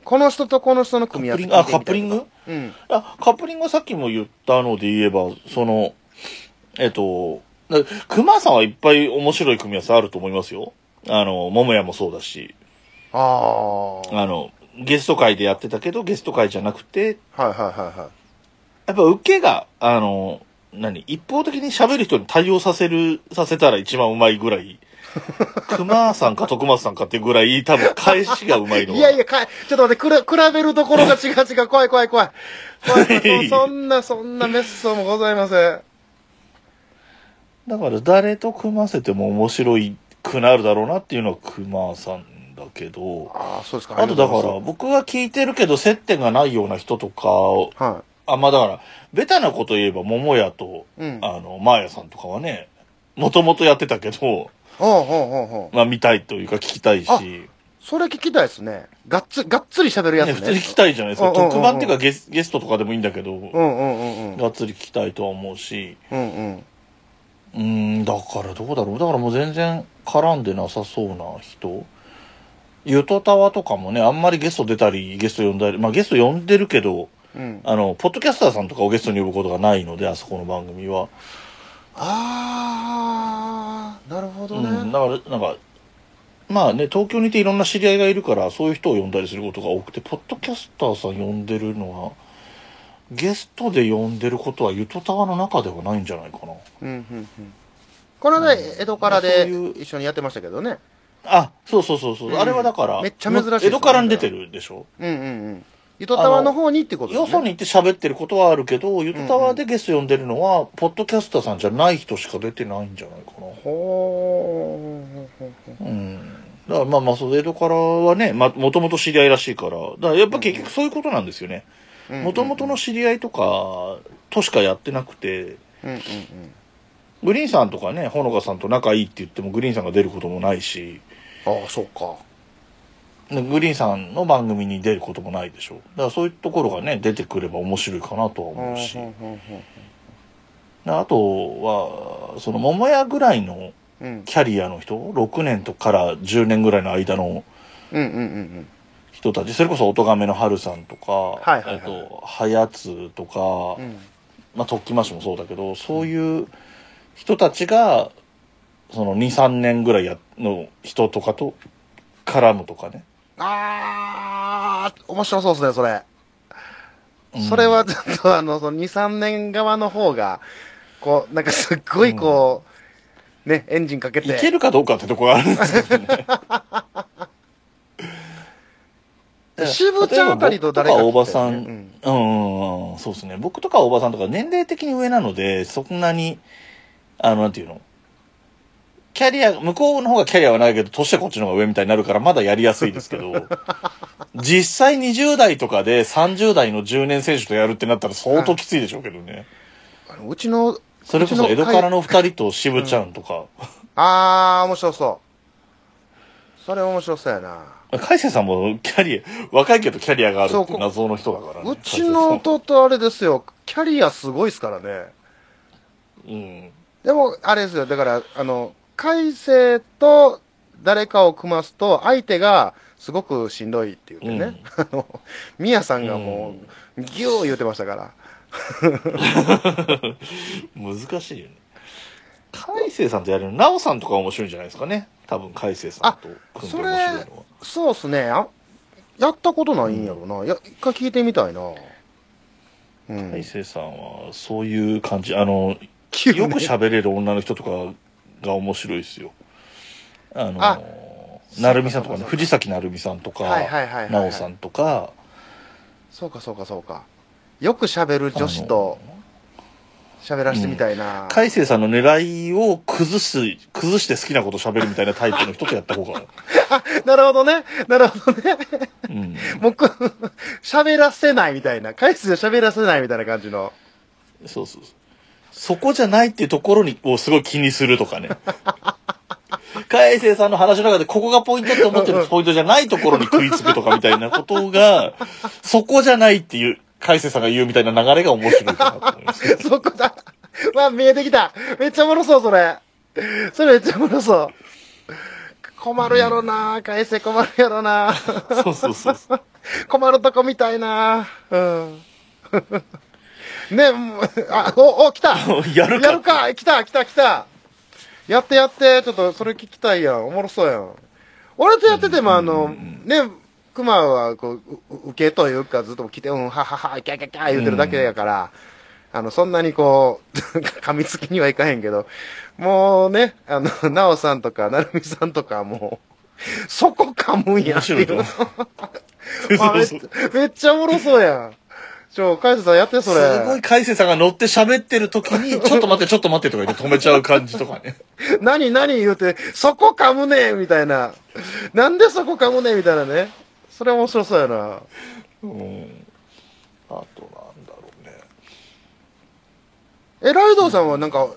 [SPEAKER 2] この人とこの人の組み合わ
[SPEAKER 1] あ、
[SPEAKER 2] せ
[SPEAKER 1] カップリング
[SPEAKER 2] うん。
[SPEAKER 1] あ、カップリングはさっきも言ったので言えば、その、えっと、だ熊さんはいっぱい面白い組み合わせあると思いますよ。あの、桃屋もそうだし、
[SPEAKER 2] ああ。はい
[SPEAKER 1] あの、ゲスト会でやってたけど、ゲスト会じゃなくて、
[SPEAKER 2] はいはいはい。
[SPEAKER 1] やっぱ受けが、あの、何一方的に喋る人に対応させる、させたら一番うまいぐら い。熊さんか徳松さんかっていうぐらい、多分返しがうまいのは。
[SPEAKER 2] いやいや、かい、ちょっと待って、くら、比べるところが違う違う、怖い怖い怖い。怖い怖い怖いそんな、そんなメッソもございません。
[SPEAKER 1] だから誰と組ませても面白いくなるだろうなっていうのは熊さんだけど、
[SPEAKER 2] ああ、そうですか。
[SPEAKER 1] あとだか
[SPEAKER 2] りが
[SPEAKER 1] ら
[SPEAKER 2] う
[SPEAKER 1] 僕が聞いてるけど接点がないような人とかを、
[SPEAKER 2] ございますは
[SPEAKER 1] あ、まあだから、ベタなこと言えば桃屋と、
[SPEAKER 2] い。うん。
[SPEAKER 1] あの、マーヤさんとかはね、もともとやってたけど、
[SPEAKER 2] ほうほうほうほう。
[SPEAKER 1] まあ見たいというか聞きたいし、
[SPEAKER 2] あ
[SPEAKER 1] ね
[SPEAKER 2] それ聞きたいですね。がっつ、がっつり喋るやつね。
[SPEAKER 1] 普通に聞きたいじゃないですか。
[SPEAKER 2] うんうんうんうん
[SPEAKER 1] 特番っていうかゲスゲストとかでもいいんだけど、
[SPEAKER 2] うんうんうんうん。
[SPEAKER 1] がっつり聞きたいとは思うし、
[SPEAKER 2] うんうん。
[SPEAKER 1] うーん、だからどうだろう。だからもう全然絡んでなさそうな人。ゆとたわとかもね、あんまりゲスト出たり、ゲスト呼んだり、まあゲスト呼んでるけど、
[SPEAKER 2] うん。
[SPEAKER 1] あの、ポッドキャスターさんとかをゲストに呼ぶことがないので、あそこの番組は。
[SPEAKER 2] ああ、なるほどね。
[SPEAKER 1] うん、だから、なんか、まあね、東京にいていろんな知り合いがいるから、そういう人を呼んだりすることが多くて、ポッドキャスターさん呼んでるのは、ゲストで呼んでることは、ゆとたわの中ではないんじゃないかな。
[SPEAKER 2] うんうんうん。この間、江戸からで
[SPEAKER 1] そういう
[SPEAKER 2] 一緒にやってましたけどね。
[SPEAKER 1] あ、そうそうそうそう。
[SPEAKER 2] うん
[SPEAKER 1] あれはだから、
[SPEAKER 2] めっちゃ珍しいですよね
[SPEAKER 1] 江戸からに出てるでしょ
[SPEAKER 2] うんうんうん。ゆとたわの方にってことです
[SPEAKER 1] よ
[SPEAKER 2] ね。
[SPEAKER 1] そに行って喋ってることはあるけど、ゆとたわでゲス呼んでるのは、ポッドキャスターさんじゃない人しか出てないんじゃないか
[SPEAKER 2] ほーほうほう。
[SPEAKER 1] な。うん。だからまあまあ、それ江戸からはね、まあ、もともと知り合いらしいから、だからやっぱ結局そういうことなんですよね。もともとの知り合いとか、としかやってなくて、
[SPEAKER 2] うんうんうん。
[SPEAKER 1] グリーンさんとかね、ほのかさんと仲いいって言ってもグリーンさんが出ることもないし、
[SPEAKER 2] ああ、そうか。
[SPEAKER 1] でグリーンさんの番組に出ることもないでしょ。だからそういうところがね、出てくれば面白いかなとは思うし。
[SPEAKER 2] うんうん
[SPEAKER 1] あとは、その桃屋ぐらいの
[SPEAKER 2] うんうん。
[SPEAKER 1] キャリアの人、6年とから10年ぐらいの間の
[SPEAKER 2] うんうんうんうん。
[SPEAKER 1] 人たち、それこそ音亀の春さんとか、
[SPEAKER 2] いはいはい
[SPEAKER 1] えっと、はやつとか、
[SPEAKER 2] うん
[SPEAKER 1] まあ、とっきましもそうだけど、そういう人たちが、その2、3年ぐらいやの人とかと絡むとかね。
[SPEAKER 2] あー、面白そうですね、それ。
[SPEAKER 1] うん
[SPEAKER 2] それはちょっと、あの、その2、3年側の方が、こう、なんかすっごいこう、ね、エンジンかけて。
[SPEAKER 1] いけるかどうかってとこがあるんですけどね。
[SPEAKER 2] 渋ちゃんあたりと誰か
[SPEAKER 1] 例えば僕
[SPEAKER 2] 来て
[SPEAKER 1] と
[SPEAKER 2] る
[SPEAKER 1] か
[SPEAKER 2] よ
[SPEAKER 1] おば
[SPEAKER 2] ね
[SPEAKER 1] さん、うん、うんうん、そうですね。僕とかおばさんとか年齢的に上なので、そんなに、あの、なんていうのキャリア、向こうの方がキャリアはないけど、年はこっちの方が上みたいになるから、まだやりやすいですけ ど、実際20代とかで30代の10年選手とやるってなったら相当きついでしょうけどね。
[SPEAKER 2] あのうちの、
[SPEAKER 1] それこそ江戸からの2人と渋
[SPEAKER 2] ん
[SPEAKER 1] ちゃんとか、
[SPEAKER 2] あー、面白そう。それ面白そうやな。
[SPEAKER 1] 海星さんもキャリア、若いけどキャリアがある
[SPEAKER 2] そ
[SPEAKER 1] っ
[SPEAKER 2] う
[SPEAKER 1] て
[SPEAKER 2] こ
[SPEAKER 1] 謎の人だからね。
[SPEAKER 2] うちの弟あれですよ、キャリアすごいですからね。
[SPEAKER 1] うん。
[SPEAKER 2] でも、あれですよ、だから、あの、海星と誰かを組ますと、相手がすごくしんどいって言ってね、 あの、ミヤさんがもう、ギュー言ってましたから。
[SPEAKER 1] 難しいよね。海星さんとやるの、奈緒さんとか面白いんじゃないですかね。多分海星さんと組んで面白いのは。
[SPEAKER 2] そうっすね、あやったことないんやろな。や、一回聞いてみたいな。う
[SPEAKER 1] 海
[SPEAKER 2] ん。
[SPEAKER 1] 星さんはそういう感じ。あの、
[SPEAKER 2] 急
[SPEAKER 1] よく喋れる女の人とかが面白いですよ。あの、
[SPEAKER 2] あ
[SPEAKER 1] なるみさんとか
[SPEAKER 2] そ
[SPEAKER 1] ね、
[SPEAKER 2] うかそうか
[SPEAKER 1] 藤崎なるみさんとか、
[SPEAKER 2] はいはいはいはいはい
[SPEAKER 1] 奈緒さんとか、
[SPEAKER 2] そうかそうかそうか。よく喋る女子と喋らせてみたいな。
[SPEAKER 1] 海星さんの狙いを崩す、崩して好きなこと喋るみたいなタイプの人とやった方が、
[SPEAKER 2] なるほどね。なるほどね。
[SPEAKER 1] うん。
[SPEAKER 2] もうこ、喋らせないみたいな。回数喋らせないみたいな感じの。
[SPEAKER 1] そうそうそう。そこじゃないっていうところに、こう、すごい気にすると かね。海星さんの話の中で、ここがポイントって思ってるポイントじゃないところに食いつくとかみたいなことが、そこじゃないっていう、海星さんが言うみたいな流れが面白いかなと思います。
[SPEAKER 2] そこだ。わあ、見えてきた。めっちゃおもろそう、それ。それめっちゃおもろそう。困るやろな。回数困るやろな。
[SPEAKER 1] そうそうそうそう。
[SPEAKER 2] 困るとこみたいなうん。 ね、もうあ、お、お、来た
[SPEAKER 1] やるか
[SPEAKER 2] やるか来た来た来たやってやって、ちょっとそれ聞きたいやん。おもろそうやん。俺とやってても、あの、ね、クマは、こう、うう受けというか、ずっと来て、うん、ははは、キャキャキャ言うてるだけやから、あの、そんなにこう、 噛みつきにはいかへんけど、もうね、あの、なおさんとか、なるみさんとかもう、そこ噛むんやってい
[SPEAKER 1] 面白いと
[SPEAKER 2] う
[SPEAKER 1] 思。
[SPEAKER 2] あめっ
[SPEAKER 1] そう
[SPEAKER 2] めっちゃおもろそうやん。ちょ、カイトさんやって、それ。
[SPEAKER 1] すごい海星さんが乗って喋ってる時に、ちょっと待って、ちょっと待ってとか言って止めちゃう感じとかね。
[SPEAKER 2] 何何言うて、そこ噛むねみたいな。なんでそこ噛むねみたいなね。それ面白そうやな。
[SPEAKER 1] うん。あとなんだろうね。
[SPEAKER 2] え、ライドウさんはなんか、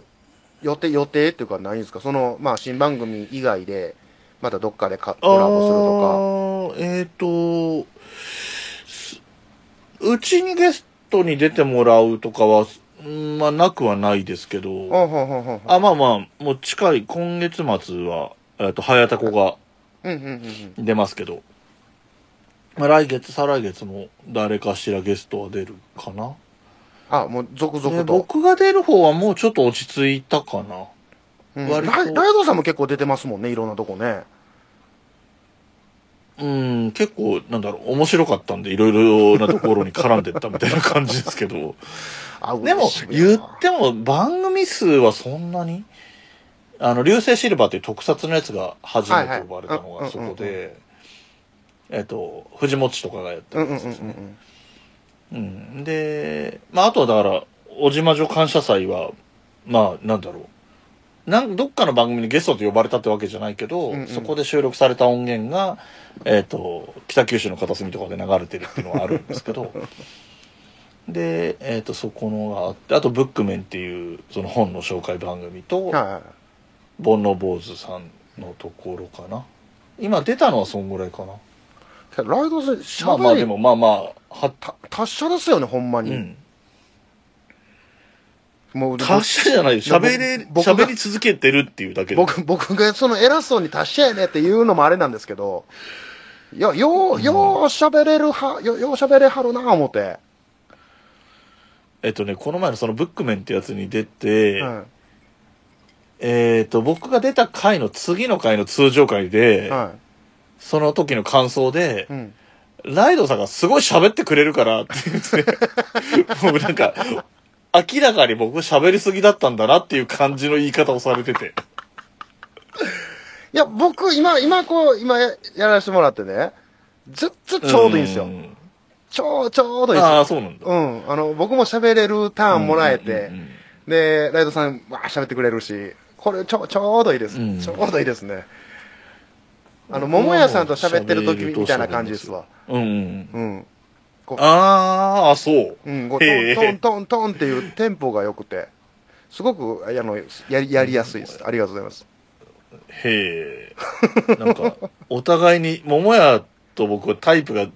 [SPEAKER 2] 予定、予定っていうかないんですかその、まあ、新番組以外で、またどっかでかコラボすると
[SPEAKER 1] あーえっ、とすうちにゲストに出てもらうとかは、うんまあ、なくはないですけ
[SPEAKER 2] か。
[SPEAKER 1] ど、
[SPEAKER 2] あ、ほんほんほんほん。
[SPEAKER 1] あ、まあまあ、もう近い、今月末は、えっ、と、早田子が
[SPEAKER 2] うんうんうんうん。
[SPEAKER 1] 出ますけど、まあ、来月、再来月も誰かしらゲストは出るかな。
[SPEAKER 2] あ、もう、続
[SPEAKER 1] で
[SPEAKER 2] 々と。
[SPEAKER 1] 僕が出る方はもうちょっと落ち着いたかな。
[SPEAKER 2] うんライ
[SPEAKER 1] 割と
[SPEAKER 2] ライドウさんも結構出てますもんね、いろんなとこね。
[SPEAKER 1] うん、結構、なんだろう、面白かったんで、いろいろなところに絡んでったみたいな感じですけど。
[SPEAKER 2] あ、
[SPEAKER 1] でも
[SPEAKER 2] 嬉し、いな
[SPEAKER 1] 言っても番組数はそんなにあの、流星シルバーっていう特撮のやつが初めて呼ばれたの
[SPEAKER 2] はいは
[SPEAKER 1] が
[SPEAKER 2] い
[SPEAKER 1] そこで、えっと、藤本とかがやって
[SPEAKER 2] うん
[SPEAKER 1] る
[SPEAKER 2] うんん
[SPEAKER 1] ですよね。う
[SPEAKER 2] うんうんうん。
[SPEAKER 1] んで、まあ、あとはだから、小島女感謝祭は、まあ、なんだろう。なんどっかの番組にゲストと呼ばれたってわけじゃないけど、
[SPEAKER 2] うんうん
[SPEAKER 1] そこで収録された音源が、えっ、と、北九州の片隅とかで流れてるっていうのはあるんですけ ど、で、えっ、と、そこのがあって、あと、ブックメンっていう、その本の紹介番組と、
[SPEAKER 2] はいはい。
[SPEAKER 1] 煩悩坊主さんのところかな。今出たのはそんぐらいかな。
[SPEAKER 2] ライドウさん、
[SPEAKER 1] まあまあ、
[SPEAKER 2] 喋
[SPEAKER 1] で
[SPEAKER 2] り、
[SPEAKER 1] も、まあまあ、は、
[SPEAKER 2] た達者ですよね、ほんま
[SPEAKER 1] う
[SPEAKER 2] に。
[SPEAKER 1] ん。
[SPEAKER 2] もう
[SPEAKER 1] 達者じゃないです。
[SPEAKER 2] 僕
[SPEAKER 1] 喋れ、
[SPEAKER 2] 僕が
[SPEAKER 1] 喋り続けてるっていうだけで。
[SPEAKER 2] 僕、 僕がその偉そうに達者やねっていうのもあれなんですけど、いや、よう、よう喋れるは、よよう喋れはるな思って。
[SPEAKER 1] えっとね、この前のそのブックメンってやつに出て、
[SPEAKER 2] は
[SPEAKER 1] えっと、僕が出た回の次の回の通常回
[SPEAKER 2] い。
[SPEAKER 1] で、
[SPEAKER 2] は
[SPEAKER 1] その時の感想で
[SPEAKER 2] い。う、ん。
[SPEAKER 1] ライドさんがすごい喋ってくれるからって言っ て、もうなんか、明らかに僕喋りすぎだったんだなっていう感じの言い方をされてて。
[SPEAKER 2] いや、僕、今、今こう、今ややらせてもらってね、ずっとちょうどいいんですよ
[SPEAKER 1] う。ん
[SPEAKER 2] ちょう、ちょうどいいんです
[SPEAKER 1] あ
[SPEAKER 2] よ。
[SPEAKER 1] あ、そうなんだ。
[SPEAKER 2] うん。あの、僕も喋れるターンもらえて
[SPEAKER 1] うんうんうん、
[SPEAKER 2] で、ライドさん、わー喋ってくれるし、これ、ちょ、ちょうどいいです。
[SPEAKER 1] うん
[SPEAKER 2] ちょうどいいですね。あの、桃屋さんと喋ってる時みたいな感じですわ。
[SPEAKER 1] うんうん。
[SPEAKER 2] うん。
[SPEAKER 1] あーあ、そう。
[SPEAKER 2] うん、こう
[SPEAKER 1] へえ
[SPEAKER 2] トントントントンっていうテンポが良くて、すごくあのやりやりやすいです。ありがとうございます。
[SPEAKER 1] へえ。なんか、お互いに、桃屋と僕はタイプが違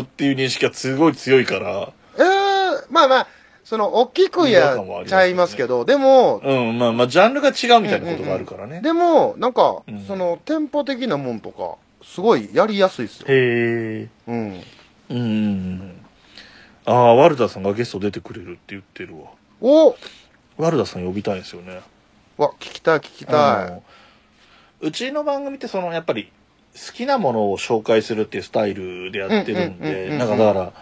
[SPEAKER 1] うっていう認識がすごい強いから、
[SPEAKER 2] えー、まあまあ、その、大きくやっちゃいますけど、でも、
[SPEAKER 1] うん、まあまあ、ジャンルが違うみたいなことがあるからね。
[SPEAKER 2] でも、なんか、
[SPEAKER 1] うん
[SPEAKER 2] その、テンポ的なもんとか、すごいやりやすいですよ。
[SPEAKER 1] へえ。
[SPEAKER 2] うん。
[SPEAKER 1] うんうんうん。ああ、ワルダーさんがゲスト出てくれるって言ってるわ。
[SPEAKER 2] お
[SPEAKER 1] ワルダーさん呼びたいんですよね。
[SPEAKER 2] わ、聞きたい聞き
[SPEAKER 1] あ
[SPEAKER 2] た
[SPEAKER 1] のうちの番組ってそのやっぱり好きなものを紹介するっていうスタイルでやってるん
[SPEAKER 2] うんうんうんうんう
[SPEAKER 1] で
[SPEAKER 2] ん
[SPEAKER 1] なんかだから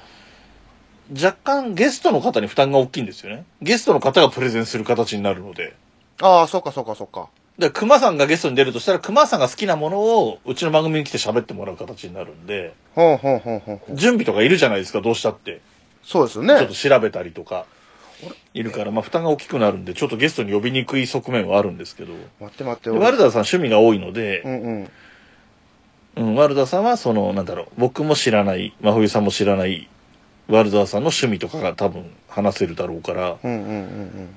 [SPEAKER 1] 若干ゲストの方に負担が大きいんですよねゲストの方がプレゼンする形になるので
[SPEAKER 2] い。ああ、そっかそっかそっか。
[SPEAKER 1] だから熊さんがゲストに出るとしたら熊さんが好きなものをうちの番組に来て喋ってもらう形になるんで
[SPEAKER 2] ほんほんほんほんほん。
[SPEAKER 1] 準備とかいるじゃないですかどうしたって
[SPEAKER 2] そうですよ
[SPEAKER 1] ちょっ
[SPEAKER 2] ね
[SPEAKER 1] と。調べたりとかいるからまあ負担が大きくなるんでちょっとゲストに呼びにくい側面はあるんですけど
[SPEAKER 2] 待って待って。
[SPEAKER 1] でワルダーさん趣味が多いので、
[SPEAKER 2] うんうん。
[SPEAKER 1] うん、ワルダーさんはその、なんだろう、僕も知らない、真冬さんも知らない、ワルダーさんの趣味とかが多分話せるだろうから、
[SPEAKER 2] うんうんうんうん。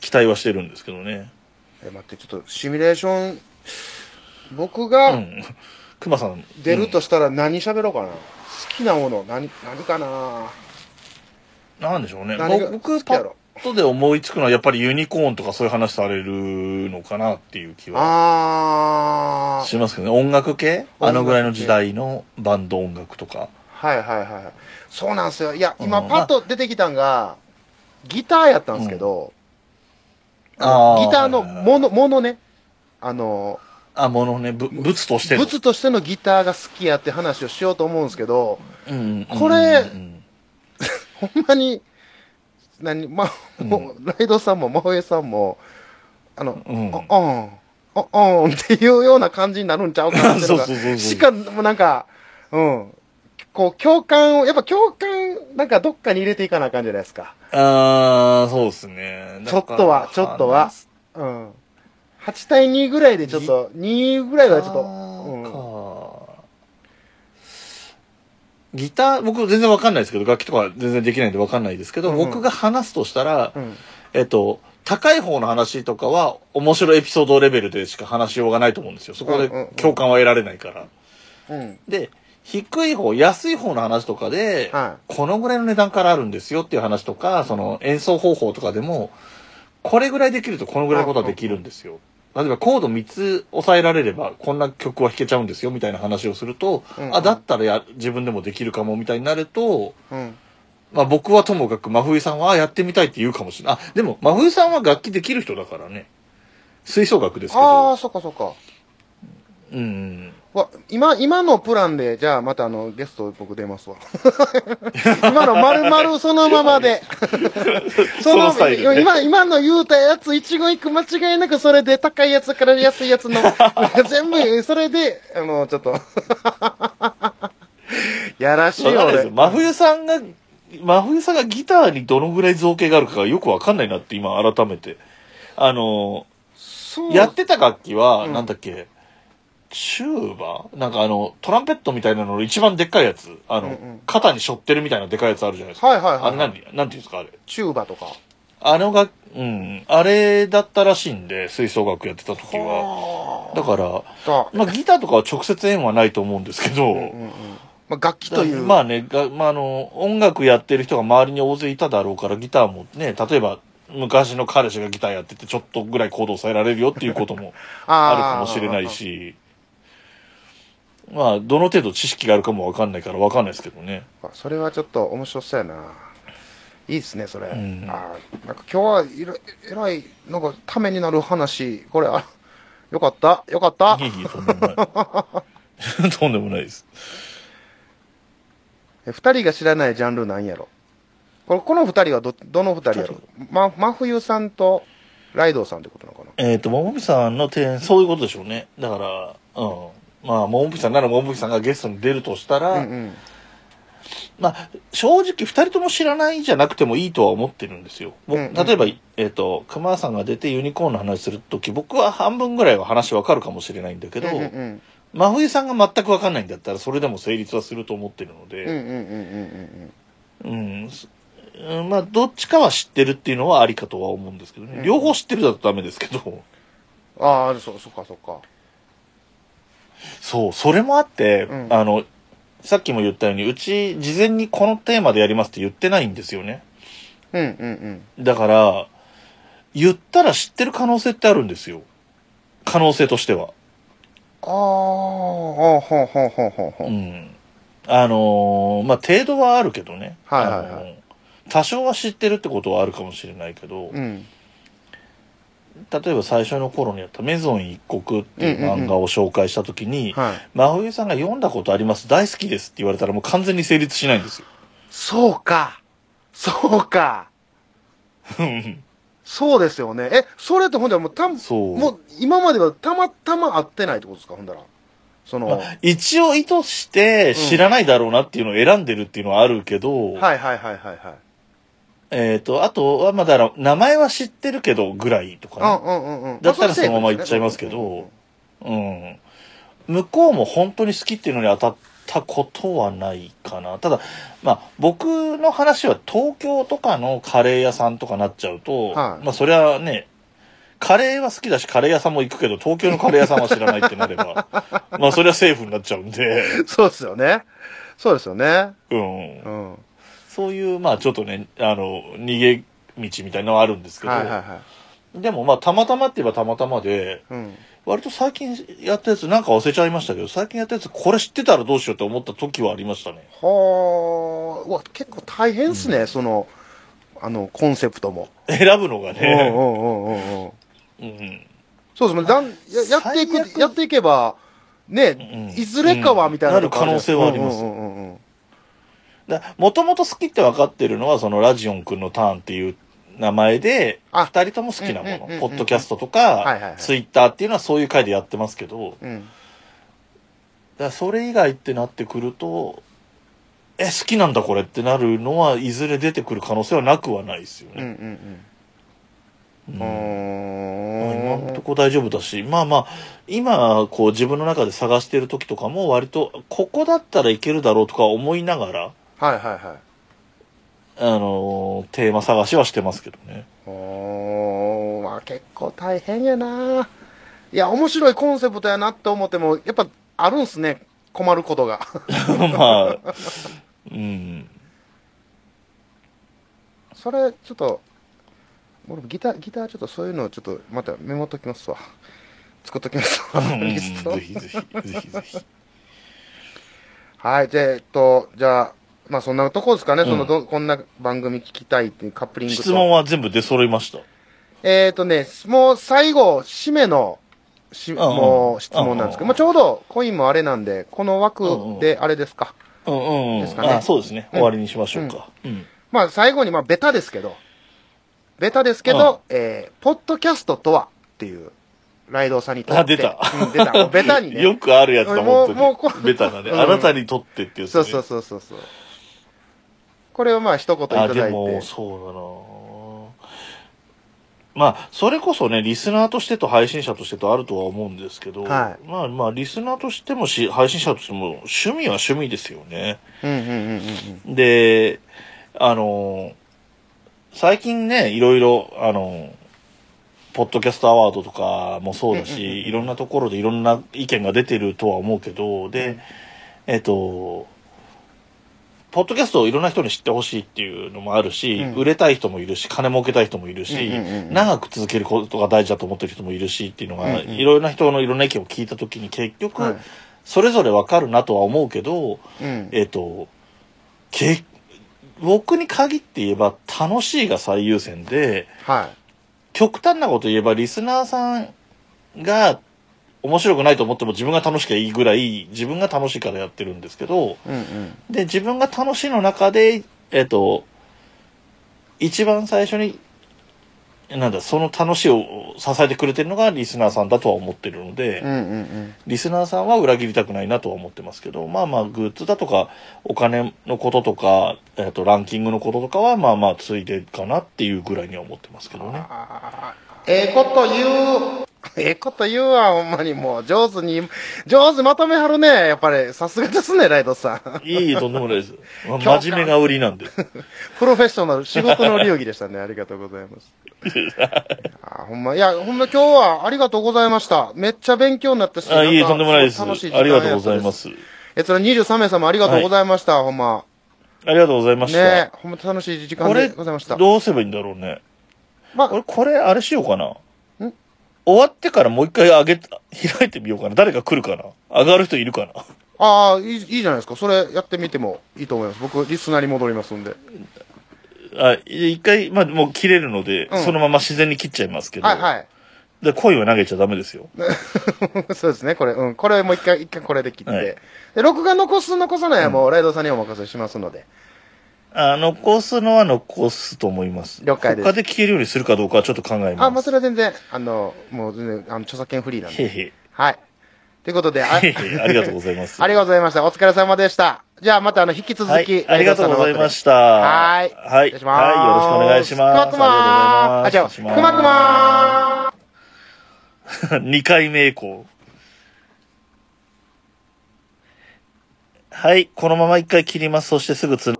[SPEAKER 1] 期待はしてるんですけどね。
[SPEAKER 2] え、待って、ちょっと、シミュレーション、僕
[SPEAKER 1] う
[SPEAKER 2] が、
[SPEAKER 1] ん。熊さん。
[SPEAKER 2] 出るとしたら何喋ろうかな、好きなもの何何かな
[SPEAKER 1] うん、なんでしょうね。
[SPEAKER 2] 何が
[SPEAKER 1] 僕、
[SPEAKER 2] 好き
[SPEAKER 1] パ
[SPEAKER 2] や
[SPEAKER 1] ッ
[SPEAKER 2] ろ
[SPEAKER 1] とで思いつくのはやっぱりユニコーンとかそういう話されるのかなっていう気は
[SPEAKER 2] あー
[SPEAKER 1] しますけどね。音楽系
[SPEAKER 2] 系
[SPEAKER 1] あのぐらいの時代のバンド音楽とか。
[SPEAKER 2] はいはいはい。そうなんですよ。いや、今
[SPEAKER 1] うん
[SPEAKER 2] パッと出てきたんが、ギターやったんですけど、
[SPEAKER 1] あー
[SPEAKER 2] ギターの
[SPEAKER 1] はいはいはい
[SPEAKER 2] もの、ものね、あの、
[SPEAKER 1] あ、ものね、ぶ物としての
[SPEAKER 2] 物としてのギターが好きやって話をしようと思うんですけど、
[SPEAKER 1] うんうんうん
[SPEAKER 2] これ
[SPEAKER 1] うん
[SPEAKER 2] ほんまに、何、まあ、もう、ライドさんも、真帆さんも、あの、
[SPEAKER 1] うん
[SPEAKER 2] おおん、おおんっていうような感じになるんちゃうかなっていうの が
[SPEAKER 1] そうそうそうそう
[SPEAKER 2] しかもなんか、うん、こう共感を、やっぱ共感、なんかどっかに入れていかなあかんじゃないですか。
[SPEAKER 1] あー、そうですね。
[SPEAKER 2] ちょっとは
[SPEAKER 1] だから
[SPEAKER 2] ちょっとは
[SPEAKER 1] 話す
[SPEAKER 2] うん。8対2ぐらいでちょっと、2ぐらいはちょっと、うん。
[SPEAKER 1] かギター、僕全然わかんないですけど、楽器とか全然できないんでわかんないですけど、
[SPEAKER 2] うんうん
[SPEAKER 1] 僕が話すとしたら、
[SPEAKER 2] うん、
[SPEAKER 1] えっと、高い方の話とかは面白いエピソードレベルでしか話しようがないと思うんですよ。そこで
[SPEAKER 2] うんうんうん
[SPEAKER 1] 共感は得られないから。
[SPEAKER 2] うん。
[SPEAKER 1] で、低い方、安い方の話とかで、
[SPEAKER 2] は
[SPEAKER 1] このぐらいの値段からあるんですよっていう話とか、その演奏方法とかでも、これぐらいできるとこのぐらいのことはできるんですよ。例えばコード3つ抑えられれば、こんな曲は弾けちゃうんですよみたいな話をすると、
[SPEAKER 2] うんうん
[SPEAKER 1] あ、だったらや自分でもできるかもみたいになると、
[SPEAKER 2] うん。
[SPEAKER 1] まあ僕はともかく、真冬さんはあやってみたいって言うかもしれない。あ、でも真冬さんは楽器できる人だからね。吹奏楽ですけ
[SPEAKER 2] ああ、
[SPEAKER 1] ど。
[SPEAKER 2] そっかそっか。
[SPEAKER 1] うん。
[SPEAKER 2] わ今、今のプランで、じゃあまたあの、ゲスト僕出 ますわ。 今の丸々そのままで。
[SPEAKER 1] そのスタイルね
[SPEAKER 2] 今、今の言うたやつ、一言一句間違いなくそれで高いやつから安いや つの、全部、それで、あの、ちょっと。 やらしい
[SPEAKER 1] わかんないです
[SPEAKER 2] 俺
[SPEAKER 1] よ。。真冬さんが、真冬さんがギターにどのぐらい造形があるかがよくわかんないなって今改めて。あの、
[SPEAKER 2] そう
[SPEAKER 1] やってた楽器は、
[SPEAKER 2] うん
[SPEAKER 1] なんだっけ、チューバーなんかあの、トランペットみたいなのの一番でっかいやつ。あの、
[SPEAKER 2] うんうん
[SPEAKER 1] 肩に背負ってるみたいなでかいやつあるじゃないですか。
[SPEAKER 2] はいはいはい。
[SPEAKER 1] あれ何、なんていうんですかあれ。
[SPEAKER 2] チューバとか。
[SPEAKER 1] あのが、うん、あれだったらしいんで、吹奏楽やってた時は。だから、
[SPEAKER 2] と、
[SPEAKER 1] まあギターとかは直接縁はないと思うんですけど、
[SPEAKER 2] うんうんまあ、楽器という。
[SPEAKER 1] まあね、がまあ、あの、音楽やってる人が周りに大勢いただろうから、ギターもね、例えば、昔の彼氏がギターやってて、ちょっとぐらいコード抑えられるよっていうこと もあるかもしれないし、まあ、どの程度知識があるかもわかんないからわかんないですけどね。
[SPEAKER 2] あ。それはちょっと面白そうやな。いいっすね、それ。
[SPEAKER 1] ん
[SPEAKER 2] あーなんか今日はいろえらい、なんかためになる話、これ、あよかった、よかった
[SPEAKER 1] いえ。いえ、とんでもない。 とんでもないです。
[SPEAKER 2] え二人が知らないジャンルなんやろ。これこの二人はど、どの二人やろま、真冬さんとライドウさんってことなのかな
[SPEAKER 1] えっ、と、ももびさんの点、そういうことでしょうね。だから、うん。まあ、ももびさんならももびさんがゲストに出るとしたら、
[SPEAKER 2] うんうん。
[SPEAKER 1] まあ、正直二人とも知らないじゃなくてもいいとは思ってるんですよ。僕
[SPEAKER 2] うんうん
[SPEAKER 1] 例えば、えっ、と、熊さんが出てユニコーンの話するとき、僕は半分ぐらいは話わかるかもしれないんだけど、
[SPEAKER 2] うんうん
[SPEAKER 1] 真冬さんが全くわかんないんだったら、それでも成立はすると思ってるの
[SPEAKER 2] うん。うん
[SPEAKER 1] で、
[SPEAKER 2] うんうんうん
[SPEAKER 1] うん、すうん、まあ、どっちかは知ってるっていうのはありかとは思うんですけど
[SPEAKER 2] う
[SPEAKER 1] ね。
[SPEAKER 2] ん
[SPEAKER 1] 両方知ってるだとダメですけど、
[SPEAKER 2] うん。ああ、そ、そっかそっか。
[SPEAKER 1] そう、それもあって、
[SPEAKER 2] うん
[SPEAKER 1] あの、さっきも言ったように、うち事前にこのテーマでやりますって言ってないんですよね。
[SPEAKER 2] うんうんうん。
[SPEAKER 1] だから、言ったら知ってる可能性ってあるんですよ。可能性としては。
[SPEAKER 2] あーあ、ほんほんほんほんほ。
[SPEAKER 1] うんん。あのーまあ、程度はあるけどね。
[SPEAKER 2] はいはいはい
[SPEAKER 1] あのー多少は知ってるってことはあるかもしれないけど、
[SPEAKER 2] うん。
[SPEAKER 1] 例えば最初の頃にやったメゾン一国っていう漫画を紹介した時に、
[SPEAKER 2] はい。
[SPEAKER 1] 真冬さんが読んだことあります、大好きですって言われたらもう完全に成立しないん ですよ。
[SPEAKER 2] そうか。そうか。
[SPEAKER 1] うん
[SPEAKER 2] そうですよね。え、それってほんじゃもうたん、
[SPEAKER 1] そう。
[SPEAKER 2] もう今まではたまたま会ってないってことですかほんだら。その、
[SPEAKER 1] まあ一応意図して知らないだろうなっていうのを選んでるっていうのはあるけど、
[SPEAKER 2] はいはいはいはいはい。
[SPEAKER 1] えっ、と、あとは、まあだから、名前は知ってるけど、ぐらいと
[SPEAKER 2] う
[SPEAKER 1] か
[SPEAKER 2] んうんうんうん。
[SPEAKER 1] だったらそのまま行っちゃいますけど
[SPEAKER 2] うんうんうん
[SPEAKER 1] ね。うん。向こうも本当に好きっていうのに当たったことはないかな。ただ、まあ、僕の話は東京とかのカレー屋さんとかなっちゃうと、
[SPEAKER 2] はい
[SPEAKER 1] まあそれはね、カレーは好きだし、カレー屋さんも行くけど、東京のカレー屋さんは知らないってなれ ば、まあそれはセーフになっちゃうんで、
[SPEAKER 2] そうですよね。そうですよね。
[SPEAKER 1] うん
[SPEAKER 2] う。ん。は
[SPEAKER 1] そういう、まあちょっとね、あの、逃げ道みたいなのはあるんです
[SPEAKER 2] い
[SPEAKER 1] けど、
[SPEAKER 2] はいはい。
[SPEAKER 1] でもまあたまたまって言えばたまたまで、
[SPEAKER 2] うん。
[SPEAKER 1] 割と最近やったやつなんか忘れちゃいましたけど、最近やったやつこれ知ってたらどうしようって思った時はありましたね。
[SPEAKER 2] はあ、うわ、結構大変っすね、その、あの、コンセプトも。
[SPEAKER 1] 選ぶのが
[SPEAKER 2] うん
[SPEAKER 1] ね。
[SPEAKER 2] うんうんうんうん。
[SPEAKER 1] うん。
[SPEAKER 2] そうですね、だんややってい
[SPEAKER 1] 最
[SPEAKER 2] く、
[SPEAKER 1] 悪
[SPEAKER 2] やっていけば、
[SPEAKER 1] ん
[SPEAKER 2] ね、いずれかは、
[SPEAKER 1] うん
[SPEAKER 2] みたいなとこる。
[SPEAKER 1] なる可能性はあります
[SPEAKER 2] うんうんうんうん
[SPEAKER 1] もともと好きって分かってるのは、そのラジオンくんのターンっていう名前で、
[SPEAKER 2] あ
[SPEAKER 1] 二人とも好きなも
[SPEAKER 2] うんうんうんうん
[SPEAKER 1] の。ポッドキャストと
[SPEAKER 2] はいはいは
[SPEAKER 1] か
[SPEAKER 2] い、
[SPEAKER 1] ツイッターっていうのはそういう回でやってますけど、
[SPEAKER 2] うん。
[SPEAKER 1] だからそれ以外ってなってくると、え、好きなんだこれってなるのは、いずれ出てくる可能性はなくはないですよ
[SPEAKER 2] うんう
[SPEAKER 1] ね。
[SPEAKER 2] ん
[SPEAKER 1] う
[SPEAKER 2] う
[SPEAKER 1] ん
[SPEAKER 2] ん。う
[SPEAKER 1] まあ今
[SPEAKER 2] ー
[SPEAKER 1] のと
[SPEAKER 2] ん。
[SPEAKER 1] こ大丈夫だし、まあまあ、今、こう自分の中で探してる時とかも割と、ここだったらいけるだろうとか思いながら、
[SPEAKER 2] はいはいはい。
[SPEAKER 1] あのーテーマ探しはしてますけどね。
[SPEAKER 2] おー、まあ結構大変やな。いや、面白いコンセプトやなって思っても、やっぱあるんすね、困ることが。
[SPEAKER 1] まあ、 うん。
[SPEAKER 2] それ、ちょっと、俺もギター、ギターちょっとそういうのをちょっと、またメモっときますわ。作っときます
[SPEAKER 1] う
[SPEAKER 2] わ。
[SPEAKER 1] ん
[SPEAKER 2] リ
[SPEAKER 1] ぜ
[SPEAKER 2] スト。
[SPEAKER 1] ひぜひ、ぜひぜひ。
[SPEAKER 2] はい、じゃあ、えっと、じゃあ、まあそんなとこですかね、
[SPEAKER 1] うん
[SPEAKER 2] そのど、こんな番組聞きたいっていうカップリングと。
[SPEAKER 1] 質問は全部出揃いました。
[SPEAKER 2] えっ、とね、もう最後、締めの、し
[SPEAKER 1] んうん
[SPEAKER 2] もう質問なんですけ
[SPEAKER 1] う
[SPEAKER 2] ど、
[SPEAKER 1] ん
[SPEAKER 2] まあちょうどコインもあれなんで、この
[SPEAKER 1] うんうん
[SPEAKER 2] 枠であれですか。
[SPEAKER 1] うんうん、う
[SPEAKER 2] です
[SPEAKER 1] ん
[SPEAKER 2] かね
[SPEAKER 1] あ。そうですね。
[SPEAKER 2] うん
[SPEAKER 1] 終わりにしましょうか。うん。
[SPEAKER 2] まあ最後に、まあベタですけど、ベタですけど、えー、ポッドキャストとはっていう、ライドウさんにとって。
[SPEAKER 1] あ出た
[SPEAKER 2] うん、出た。もう ベタにね。
[SPEAKER 1] よくあるやつだ、
[SPEAKER 2] もう
[SPEAKER 1] 本
[SPEAKER 2] もうこ
[SPEAKER 1] 当に。ベタなね。
[SPEAKER 2] うん
[SPEAKER 1] あなたにとってっていう、ね。
[SPEAKER 2] そうそうそうそうそう。これをまあ一言いただ
[SPEAKER 1] あ
[SPEAKER 2] いて。
[SPEAKER 1] でもそうだなまあそれこそねリスナーとしてと配信者としてとあるとは思うんですけど、
[SPEAKER 2] は
[SPEAKER 1] まあまあリスナーとしてもし配信者としても趣味は趣味ですよね
[SPEAKER 2] うんうんうんうん
[SPEAKER 1] であの最近ねいろいろあのポッドキャストアワードとかもそうだし、
[SPEAKER 2] うんうんうんうん
[SPEAKER 1] いろんなところでいろんな意見が出てるとは思うけどで、えっと、ポッドキャストをいろんな人に知ってほしいっていうのもあるし、
[SPEAKER 2] うん
[SPEAKER 1] 売れたい人もいるし、金儲けたい人もいるし、
[SPEAKER 2] うんうんうんうん
[SPEAKER 1] 長く続けることが大事だと思ってる人もいるしっていうのが、
[SPEAKER 2] うんうん
[SPEAKER 1] いろんな人のいろんな意見を聞いたときに結局、
[SPEAKER 2] はい
[SPEAKER 1] それぞれわかるなとは思うけど、
[SPEAKER 2] うん。うん。
[SPEAKER 1] えっと、け僕に限って言えば楽しいが最優先で、
[SPEAKER 2] はい。
[SPEAKER 1] 極端なこと言えばリスナーさんが面白くないと思っても自分が楽しきゃいいぐらい自分が楽しいからやってるんですけど、
[SPEAKER 2] うんうん。
[SPEAKER 1] で、自分が楽しいの中で、えっと、一番最初に、なんだ、その楽しいを支えてくれてるのがリスナーさんだとは思ってるので、
[SPEAKER 2] うんうんうん。
[SPEAKER 1] リスナーさんは裏切りたくないなとは思ってますけど、まあまあ、グッズだとか、お金のこととか、えっと、ランキングのこととかは、まあまあ、ついでかなっていうぐらいには思ってますけどね。
[SPEAKER 2] ええこと言う。ええこと言うわ、ほんまにもう。上手に、上手まとめはるね。やっぱり、さすがですね、ライドさん。
[SPEAKER 1] いい、とんでもない です。まあ
[SPEAKER 2] 共感
[SPEAKER 1] 真面目が売りなんで。
[SPEAKER 2] プロフェッショナル、仕事の流儀でし たね。ありがとうございます。あほんま、いや、ほんま今日はありがとうございました。めっちゃ勉強になったし。
[SPEAKER 1] あ、いい、
[SPEAKER 2] なか
[SPEAKER 1] とんでもないです。あ
[SPEAKER 2] 楽しい時間
[SPEAKER 1] りがとうございま
[SPEAKER 2] やったです。
[SPEAKER 1] す。
[SPEAKER 2] え、それ23名様ありがとうございました、ほんま。
[SPEAKER 1] ありがとうございました。
[SPEAKER 2] ねえ、ほんま楽しい時間
[SPEAKER 1] これ
[SPEAKER 2] でございました。
[SPEAKER 1] どうすればいいんだろうね。
[SPEAKER 2] まあ
[SPEAKER 1] 俺、これ、あれしようかな。
[SPEAKER 2] ん
[SPEAKER 1] 終わってからもう一回上げ、開いてみようかな。誰か来るかな。上がる人いるかな。
[SPEAKER 2] ああ、いいいいじゃないですか。それやってみてもいいと思います。僕、リスナーに戻りますんで。
[SPEAKER 1] あ、い一回、まあ、もう切れるので、
[SPEAKER 2] うん
[SPEAKER 1] そのまま自然に切っちゃいますけど。
[SPEAKER 2] はいはい。
[SPEAKER 1] で、恋は投げちゃダメですよ。
[SPEAKER 2] そうですね、これ、うん、これもう一回、一回これで切って。
[SPEAKER 1] はい
[SPEAKER 2] で、録画残す、残さないはもう、ライドさんにお任せしますので。
[SPEAKER 1] あ、残すのは残すと思います。
[SPEAKER 2] 了解です
[SPEAKER 1] 他で聞けるようにするかどうかはちょっと考えます。
[SPEAKER 2] あ、まあ、それは全然、あの、もう全然、あの、著作権フリーなん
[SPEAKER 1] へ
[SPEAKER 2] で。
[SPEAKER 1] へ。
[SPEAKER 2] はい。ということで、ああ
[SPEAKER 1] へ
[SPEAKER 2] り
[SPEAKER 1] へ。ありがとうござい ます。
[SPEAKER 2] がとうございました。お疲れ様でした。じゃあ、また、あの、引き続
[SPEAKER 1] はい
[SPEAKER 2] き、
[SPEAKER 1] ありがとうございました。は
[SPEAKER 2] はい。
[SPEAKER 1] はい。はい。よ
[SPEAKER 2] 失
[SPEAKER 1] ろ
[SPEAKER 2] 礼
[SPEAKER 1] しくお願いします。
[SPEAKER 2] くま
[SPEAKER 1] あ
[SPEAKER 2] くま
[SPEAKER 1] りがと
[SPEAKER 2] ー
[SPEAKER 1] うございます。
[SPEAKER 2] あ、違う。くまくまー
[SPEAKER 1] 2回目以降。はい、このまま1回切ります。そしてすぐつな